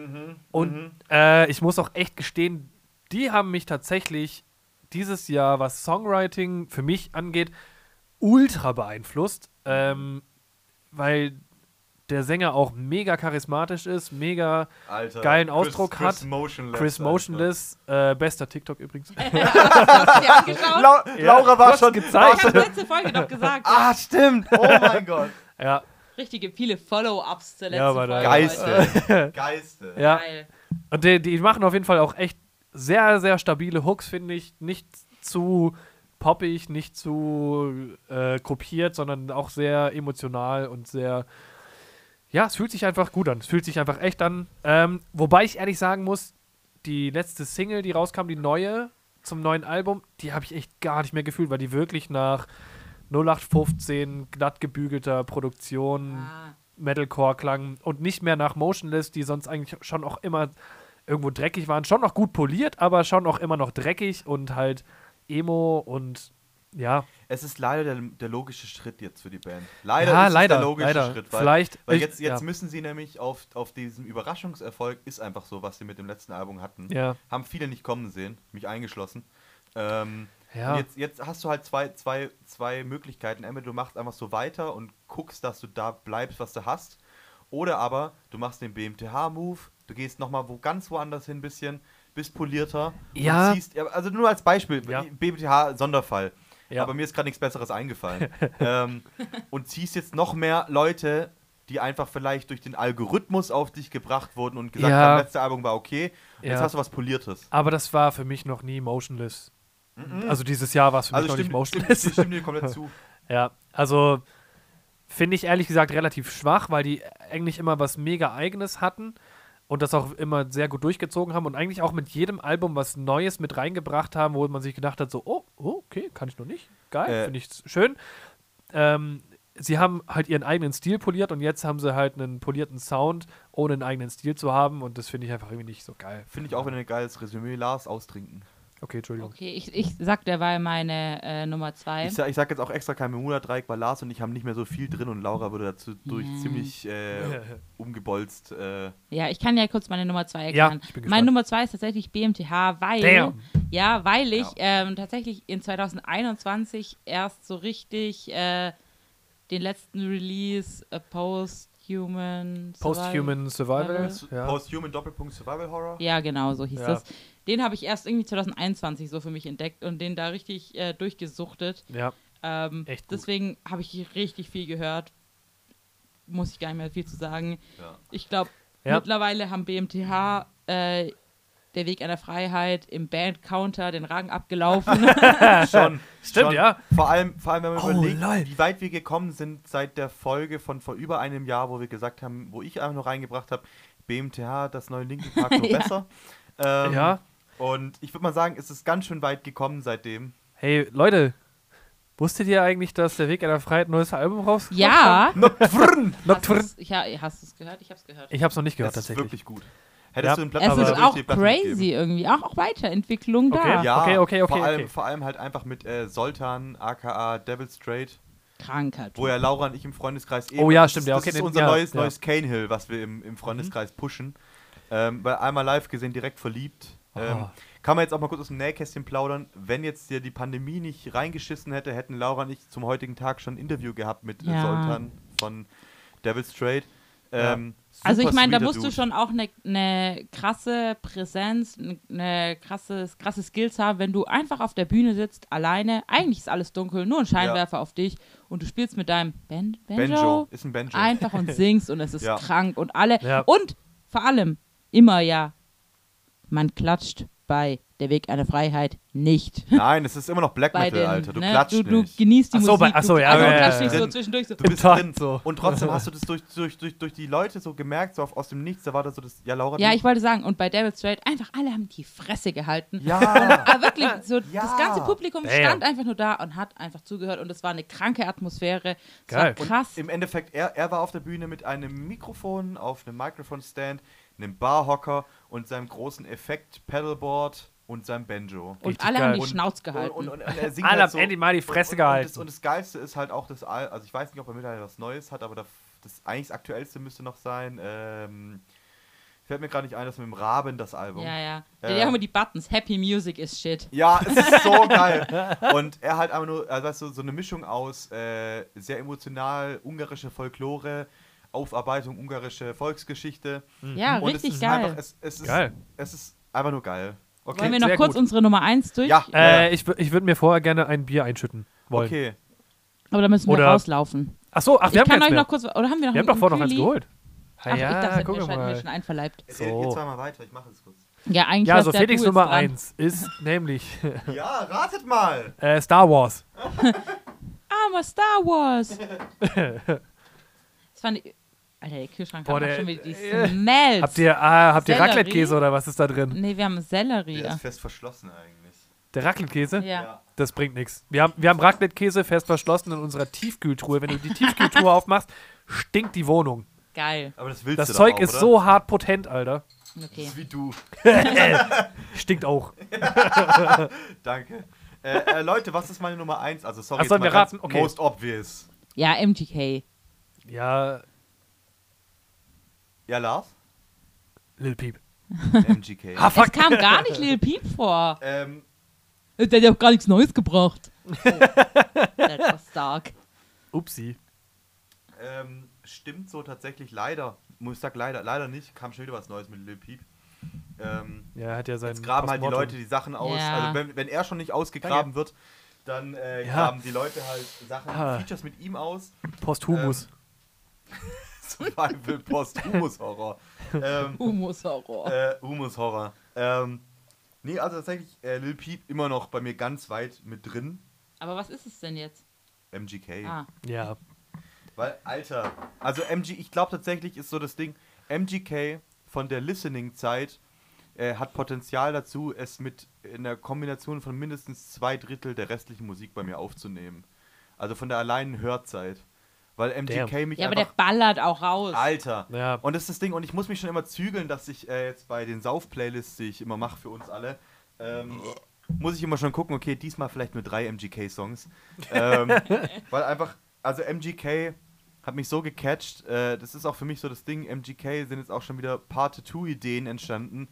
Speaker 3: Und äh, ich muss auch echt gestehen, die haben mich tatsächlich dieses Jahr, was Songwriting für mich angeht, ultra beeinflusst. Ähm, weil der Sänger auch mega charismatisch ist, mega
Speaker 1: Alter.
Speaker 3: Geilen
Speaker 1: Chris-
Speaker 3: Ausdruck
Speaker 1: Chris
Speaker 3: hat.
Speaker 1: Motionless.
Speaker 3: Chris
Speaker 1: Alter.
Speaker 3: Motionless, äh, bester TikTok übrigens.
Speaker 2: Hast du dir angeschaut?
Speaker 1: Lau Laura war schon
Speaker 2: Ich
Speaker 3: gezeigt.
Speaker 2: habe letzte Folge noch gesagt.
Speaker 1: Ah, stimmt. Oh mein Gott.
Speaker 3: Ja,
Speaker 2: Richtige viele Follow-ups zur letzten
Speaker 3: Ja, aber
Speaker 2: Folge.
Speaker 3: da-
Speaker 1: Geiste.
Speaker 2: Leute.
Speaker 1: Geiste.
Speaker 3: ja.
Speaker 2: Geil.
Speaker 3: Und die, die machen auf jeden Fall auch echt sehr, sehr stabile Hooks, finde ich. Nicht zu poppig, nicht zu äh, kopiert, sondern auch sehr emotional und sehr. Ja, es fühlt sich einfach gut an. Es fühlt sich einfach echt an. Ähm, wobei ich ehrlich sagen muss, die letzte Single, die rauskam, die neue zum neuen Album, die habe ich echt gar nicht mehr gefühlt, weil die wirklich nach 0815 glatt gebügelter Produktion
Speaker 2: Ah,
Speaker 3: Metalcore klang und nicht mehr nach Motionless, die sonst eigentlich schon auch immer irgendwo dreckig waren. Schon noch gut poliert, aber schon auch immer noch dreckig und halt Emo und ja,
Speaker 1: Es ist leider der, der logische Schritt jetzt für die Band. Leider
Speaker 3: Ja,
Speaker 1: ist es
Speaker 3: leider,
Speaker 1: der logische
Speaker 3: leider.
Speaker 1: Schritt. Weil,
Speaker 3: Vielleicht-
Speaker 1: weil
Speaker 3: ich-
Speaker 1: jetzt, jetzt
Speaker 3: ja.
Speaker 1: müssen sie nämlich auf, auf diesen Überraschungserfolg, ist einfach so, was sie mit dem letzten Album hatten.
Speaker 3: ja,
Speaker 1: Haben viele nicht kommen sehen, mich eingeschlossen. Ähm,
Speaker 3: ja.
Speaker 1: und Jetzt, jetzt hast du halt zwei, zwei, zwei Möglichkeiten. Entweder du machst einfach so weiter und guckst, dass du da bleibst, was du hast. Oder aber du machst den BMTH-Move, du gehst nochmal wo, ganz woanders hin ein bisschen, bist polierter.
Speaker 3: Ja.
Speaker 1: Und ziehst, ja, also nur als Beispiel,
Speaker 3: Ja.
Speaker 1: BMTH-Sonderfall.
Speaker 3: Ja.
Speaker 1: Aber mir ist gerade nichts Besseres eingefallen. ähm, und ziehst jetzt noch mehr Leute, die einfach vielleicht durch den Algorithmus auf dich gebracht wurden und gesagt
Speaker 3: Ja.
Speaker 1: haben, letzte Album war okay. Und Jetzt
Speaker 3: Ja.
Speaker 1: hast du was Poliertes.
Speaker 3: aber das war für mich noch nie Motionless. Also dieses Jahr war es für mich
Speaker 1: Mhm. Also
Speaker 3: noch nicht
Speaker 1: stimmt, stimmt,
Speaker 3: Motionless.
Speaker 1: stimmt, stimmt dir komplett zu.
Speaker 3: Ja, also finde ich ehrlich gesagt relativ schwach, weil die eigentlich immer was mega eigenes hatten und das auch immer sehr gut durchgezogen haben und eigentlich auch mit jedem Album was Neues mit reingebracht haben, wo man sich gedacht hat, so, oh, oh, okay, kann ich noch nicht. Geil,
Speaker 1: Äh.
Speaker 3: finde ich schön. Ähm, sie haben halt ihren eigenen Stil poliert und jetzt haben sie halt einen polierten Sound, ohne einen eigenen Stil zu haben und das finde ich einfach irgendwie nicht so geil.
Speaker 1: Finde ich auch, wenn du ein geiles Resümee Lars austrinken.
Speaker 3: Okay, Entschuldigung.
Speaker 2: Okay, ich, ich sag derweil meine äh, Nummer zwei.
Speaker 1: Ich, sa- ich sag jetzt auch extra kein Bermuda-Dreieck, weil Lars und ich haben nicht mehr so viel drin und Laura wurde dazu durch
Speaker 2: Ja.
Speaker 1: ziemlich äh, umgebolzt. Äh,
Speaker 2: Ja, ich kann ja kurz meine Nummer zwei
Speaker 3: Ja,
Speaker 2: erklären.
Speaker 3: ich bin gespannt.
Speaker 2: meine Nummer zwei ist tatsächlich BMTH, weil
Speaker 3: Damn.
Speaker 2: ja, weil ich
Speaker 1: Ja.
Speaker 2: ähm, tatsächlich in 2021 erst so richtig äh, den letzten Release äh, Posthuman
Speaker 3: Post-Human Survival.
Speaker 2: Survival.
Speaker 3: Ja.
Speaker 1: Post-Human Doppelpunkt Survival Horror.
Speaker 2: Ja, genau, so hieß
Speaker 3: Ja.
Speaker 2: das. Den habe ich erst irgendwie 2021 so für mich entdeckt und den da richtig äh, durchgesuchtet.
Speaker 3: ja.
Speaker 2: Ähm,
Speaker 3: Echt gut.
Speaker 2: Deswegen habe ich richtig viel gehört. Muss ich gar nicht mehr viel zu sagen.
Speaker 1: Ja.
Speaker 2: Ich glaube,
Speaker 3: Ja.
Speaker 2: mittlerweile haben BMTH äh, der Weg einer Freiheit im Band-Counter den Rang abgelaufen.
Speaker 1: Schon.
Speaker 3: Stimmt,
Speaker 1: schon.
Speaker 3: ja.
Speaker 1: Vor allem, vor allem wenn man
Speaker 3: Oh,
Speaker 1: überlegt,
Speaker 3: lol.
Speaker 1: wie weit wir gekommen sind seit der Folge von vor über einem Jahr, wo wir gesagt haben, wo ich einfach noch reingebracht habe, BMTH, das neue Linkin Park nur
Speaker 2: Ja.
Speaker 1: besser. Ähm,
Speaker 3: Ja.
Speaker 1: Und ich würde mal sagen, es ist ganz schön weit gekommen seitdem.
Speaker 3: Hey, Leute. Wusstet ihr eigentlich, dass der Weg einer Freiheit ein neues Album rauskommt?
Speaker 2: ja.
Speaker 3: Nocturne.
Speaker 2: Hast
Speaker 3: Nocturne.
Speaker 2: du's- ja, hast du es gehört? Ich habe es gehört.
Speaker 3: Ich hab's noch nicht gehört,
Speaker 1: es ist
Speaker 3: tatsächlich.
Speaker 1: wirklich gut. Hättest
Speaker 3: Ja.
Speaker 1: du den Platz
Speaker 2: es
Speaker 3: aber
Speaker 2: ist
Speaker 1: würde ich
Speaker 2: auch
Speaker 1: dir Platin
Speaker 2: crazy
Speaker 1: geben.
Speaker 2: irgendwie. Auch, auch Weiterentwicklung da.
Speaker 3: Okay,
Speaker 1: Ja,
Speaker 3: Okay, okay, okay,
Speaker 1: vor, allem,
Speaker 3: okay.
Speaker 1: vor allem halt einfach mit äh, Soltan, aka Devil Straight,
Speaker 2: Krankheit.
Speaker 1: wo ja Laura und ich im Freundeskreis eh.
Speaker 3: Oh ja,
Speaker 1: das-
Speaker 3: stimmt, ja, okay,
Speaker 1: Das ist
Speaker 3: den-
Speaker 1: unser
Speaker 3: ja,
Speaker 1: neues,
Speaker 3: ja. Mhm.
Speaker 1: neues Cane Hill, was wir im, im Freundeskreis pushen. Ähm, weil einmal live gesehen, direkt verliebt. Ähm,
Speaker 3: Ah.
Speaker 1: kann man jetzt auch mal kurz aus dem Nähkästchen plaudern. Wenn jetzt dir die Pandemie nicht reingeschissen hätte, hätten Laura und ich zum heutigen Tag schon ein Interview gehabt mit äh,
Speaker 2: Ja.
Speaker 1: Soltan von Devil Straight. Ähm,
Speaker 2: Also ich
Speaker 1: super
Speaker 2: meine, da
Speaker 1: sweeter
Speaker 2: musst du
Speaker 1: Dude.
Speaker 2: schon auch eine ne krasse Präsenz, eine ne krasse, krasse Skills haben, wenn du einfach auf der Bühne sitzt, alleine, eigentlich ist alles dunkel, nur ein Scheinwerfer auf dich und du spielst mit deinem ben
Speaker 1: Benjo.
Speaker 2: Benjo,
Speaker 1: Ist ein Benjo.
Speaker 2: einfach und singst und es ist
Speaker 1: Ja.
Speaker 2: krank und alle.
Speaker 3: Ja.
Speaker 2: Und vor allem, immer ja, man klatscht bei Der Weg einer Freiheit nicht.
Speaker 1: Nein, es ist immer noch Black
Speaker 2: Bei
Speaker 1: Metal,
Speaker 2: den,
Speaker 1: Alter. Du
Speaker 2: ne,
Speaker 1: klatscht
Speaker 2: du, du
Speaker 1: nicht.
Speaker 2: genießt die
Speaker 3: Ach so, bei-
Speaker 2: Musik,
Speaker 3: ach so,
Speaker 2: du,
Speaker 3: ja,
Speaker 2: also
Speaker 3: ja, ja,
Speaker 2: klatscht nicht
Speaker 1: ja.
Speaker 2: so zwischendurch so.
Speaker 1: Du bist
Speaker 3: Takt
Speaker 1: drin.
Speaker 3: so.
Speaker 1: Und trotzdem hast du das durch, durch, durch, durch die Leute so gemerkt, so auf, aus dem Nichts. Da war das so das. Ja, Laura.
Speaker 2: Ja,
Speaker 1: du-
Speaker 2: ich wollte sagen, und bei Devil Straight einfach alle haben die Fresse gehalten.
Speaker 1: ja.
Speaker 2: Aber wirklich, so
Speaker 1: Ja.
Speaker 2: das ganze Publikum
Speaker 3: Damn.
Speaker 2: stand einfach nur da und hat einfach zugehört und es war eine kranke Atmosphäre. Es
Speaker 3: Geil.
Speaker 2: war krass.
Speaker 1: Im Endeffekt, er, er war auf der Bühne mit einem Mikrofon, auf einem Microphone-Stand, einem Barhocker und seinem großen Effekt-Pedalboard und seinem Banjo.
Speaker 2: Und
Speaker 3: Richtig
Speaker 2: alle
Speaker 3: geil.
Speaker 2: haben die
Speaker 1: Und-
Speaker 2: Schnauze
Speaker 1: Und,
Speaker 2: gehalten.
Speaker 1: und, und er singt
Speaker 3: Alle
Speaker 1: halt
Speaker 3: haben
Speaker 1: so,
Speaker 3: Ah, endlich mal die
Speaker 1: und,
Speaker 3: Fresse
Speaker 1: und, das,
Speaker 3: gehalten.
Speaker 1: und das Geilste ist halt auch das, Al- also ich weiß nicht, ob er mittlerweile was Neues hat, aber das, das eigentlich das Aktuellste müsste noch sein. Ähm, fällt mir gerade nicht ein, das mit dem Raben, das Album.
Speaker 2: ja, ja.
Speaker 1: Ja,
Speaker 2: Der
Speaker 1: ja.
Speaker 2: ja. immer die Buttons. Happy Music is shit.
Speaker 1: Ja, es ist so geil. Und er halt einfach nur, also weißt du, so eine Mischung aus äh, sehr emotional ungarische Folklore, Aufarbeitung ungarische Volksgeschichte.
Speaker 2: Ja,
Speaker 1: Mhm. Und
Speaker 2: Ah, richtig
Speaker 1: es ist
Speaker 2: geil.
Speaker 1: Einfach, es, es, ist,
Speaker 3: Geil.
Speaker 1: es ist einfach nur geil. Okay.
Speaker 2: Wollen wir
Speaker 3: Sehr
Speaker 2: noch kurz
Speaker 3: gut.
Speaker 2: unsere Nummer 1 durch?
Speaker 1: Ja. Ja, ja.
Speaker 3: Äh, ich wür- ich würde mir vorher gerne ein Bier einschütten wollen.
Speaker 1: Okay.
Speaker 2: Aber da müssen wir
Speaker 3: Oder-
Speaker 2: rauslaufen.
Speaker 3: Ach so, ach, wir
Speaker 2: ich
Speaker 3: haben
Speaker 2: kann
Speaker 3: keins
Speaker 2: euch
Speaker 3: mehr.
Speaker 2: noch kurz. Oder haben wir noch
Speaker 3: wir haben doch vorher noch eins
Speaker 2: Kühli?
Speaker 3: geholt.
Speaker 2: Ach, ich dachte,
Speaker 3: guck
Speaker 2: wir hatten mir
Speaker 3: mal.
Speaker 2: schon einverleibt.
Speaker 1: So.
Speaker 3: So.
Speaker 1: Redet jetzt mal weiter, ich mache es kurz.
Speaker 2: Ja, eigentlich
Speaker 3: Ja,
Speaker 2: warst
Speaker 3: so
Speaker 2: ja
Speaker 3: Felix
Speaker 2: du jetzt
Speaker 3: Nummer
Speaker 2: dran.
Speaker 3: 1 ist nämlich
Speaker 1: Ja, ratet mal!
Speaker 3: äh, Star Wars.
Speaker 2: I'm a Ah, Star Wars. das fand ich. Alter, der Kühlschrank
Speaker 3: Boah,
Speaker 2: hat auch
Speaker 3: der-
Speaker 2: schon wieder die
Speaker 3: äh,
Speaker 2: Smells.
Speaker 3: Habt ihr, ah, habt ihr
Speaker 2: Sellerie?
Speaker 3: Raclette-Käse oder was ist da drin?
Speaker 2: Nee, wir haben Sellerie.
Speaker 1: Der ist fest verschlossen eigentlich.
Speaker 3: Der Raclette-Käse?
Speaker 2: Ja.
Speaker 3: Das bringt nichts. Wir haben, wir haben Raclette-Käse fest verschlossen in unserer Tiefkühltruhe. Wenn du die Tiefkühltruhe aufmachst, stinkt die Wohnung.
Speaker 2: Geil.
Speaker 1: Aber das willst
Speaker 3: Das
Speaker 1: du
Speaker 3: Zeug
Speaker 1: doch auch,
Speaker 3: ist
Speaker 1: oder?
Speaker 3: so hart potent, Alter.
Speaker 1: Das
Speaker 2: Okay.
Speaker 1: ist wie du.
Speaker 3: Stinkt auch.
Speaker 1: Danke. Äh, äh, Leute, was ist meine Nummer 1? Also sorry,
Speaker 3: Ach,
Speaker 1: jetzt
Speaker 3: sollen
Speaker 1: mal
Speaker 3: wir
Speaker 1: ganz
Speaker 3: raten? Okay.
Speaker 1: most obvious.
Speaker 2: Ja, MGK.
Speaker 3: Ja,
Speaker 1: Ja, Lars?
Speaker 3: Lil Peep.
Speaker 1: MGK.
Speaker 3: Ah,
Speaker 2: Es
Speaker 3: fuck.
Speaker 2: kam gar nicht Lil Peep vor.
Speaker 1: ähm,
Speaker 2: Äh, Der hat ja auch gar nichts Neues gebracht. Oh. das war stark.
Speaker 3: Upsi.
Speaker 1: Ähm, stimmt so tatsächlich leider. Muss ich sagen, leider, leider nicht. Kam schon wieder was Neues mit Lil Peep. Ähm,
Speaker 3: Ja, hat ja seinen.
Speaker 1: jetzt graben halt die
Speaker 3: Hm, Postmortem.
Speaker 1: Leute die Sachen aus.
Speaker 2: Ja.
Speaker 1: Also wenn, wenn er schon nicht ausgegraben wird, dann äh,
Speaker 3: Ja.
Speaker 1: graben die Leute halt Sachen,
Speaker 3: Ah.
Speaker 1: Features mit ihm aus.
Speaker 3: Posthumus.
Speaker 1: Survival Post Humus Horror. Ähm,
Speaker 2: Humus-Horror.
Speaker 1: äh, Humus Horror. Ähm, nee, also tatsächlich äh, Lil Peep immer noch bei mir ganz weit mit drin.
Speaker 2: Aber was ist es denn jetzt?
Speaker 1: MGK.
Speaker 2: Ah,
Speaker 3: Ja.
Speaker 1: Weil, Alter, also MG, ich glaube tatsächlich ist so das Ding, MGK von der Listening-Zeit äh, hat Potenzial dazu, es mit einer Kombination von mindestens zwei Drittel der restlichen Musik bei mir aufzunehmen. Also von der alleinen Hörzeit. Weil MGK mich
Speaker 2: ja, aber der
Speaker 1: einfach...
Speaker 2: ballert auch raus.
Speaker 1: Alter.
Speaker 3: Ja.
Speaker 1: Und das ist das Ding, und ich muss mich schon immer zügeln, dass ich äh, jetzt bei den Sauf-Playlists, die ich immer mache für uns alle, ähm, muss ich immer schon gucken, okay, diesmal vielleicht nur drei MGK-Songs. ähm, weil einfach, also MGK hat mich so gecatcht, äh, das ist auch für mich so das Ding, MGK sind jetzt auch schon wieder Part-2-Ideen entstanden,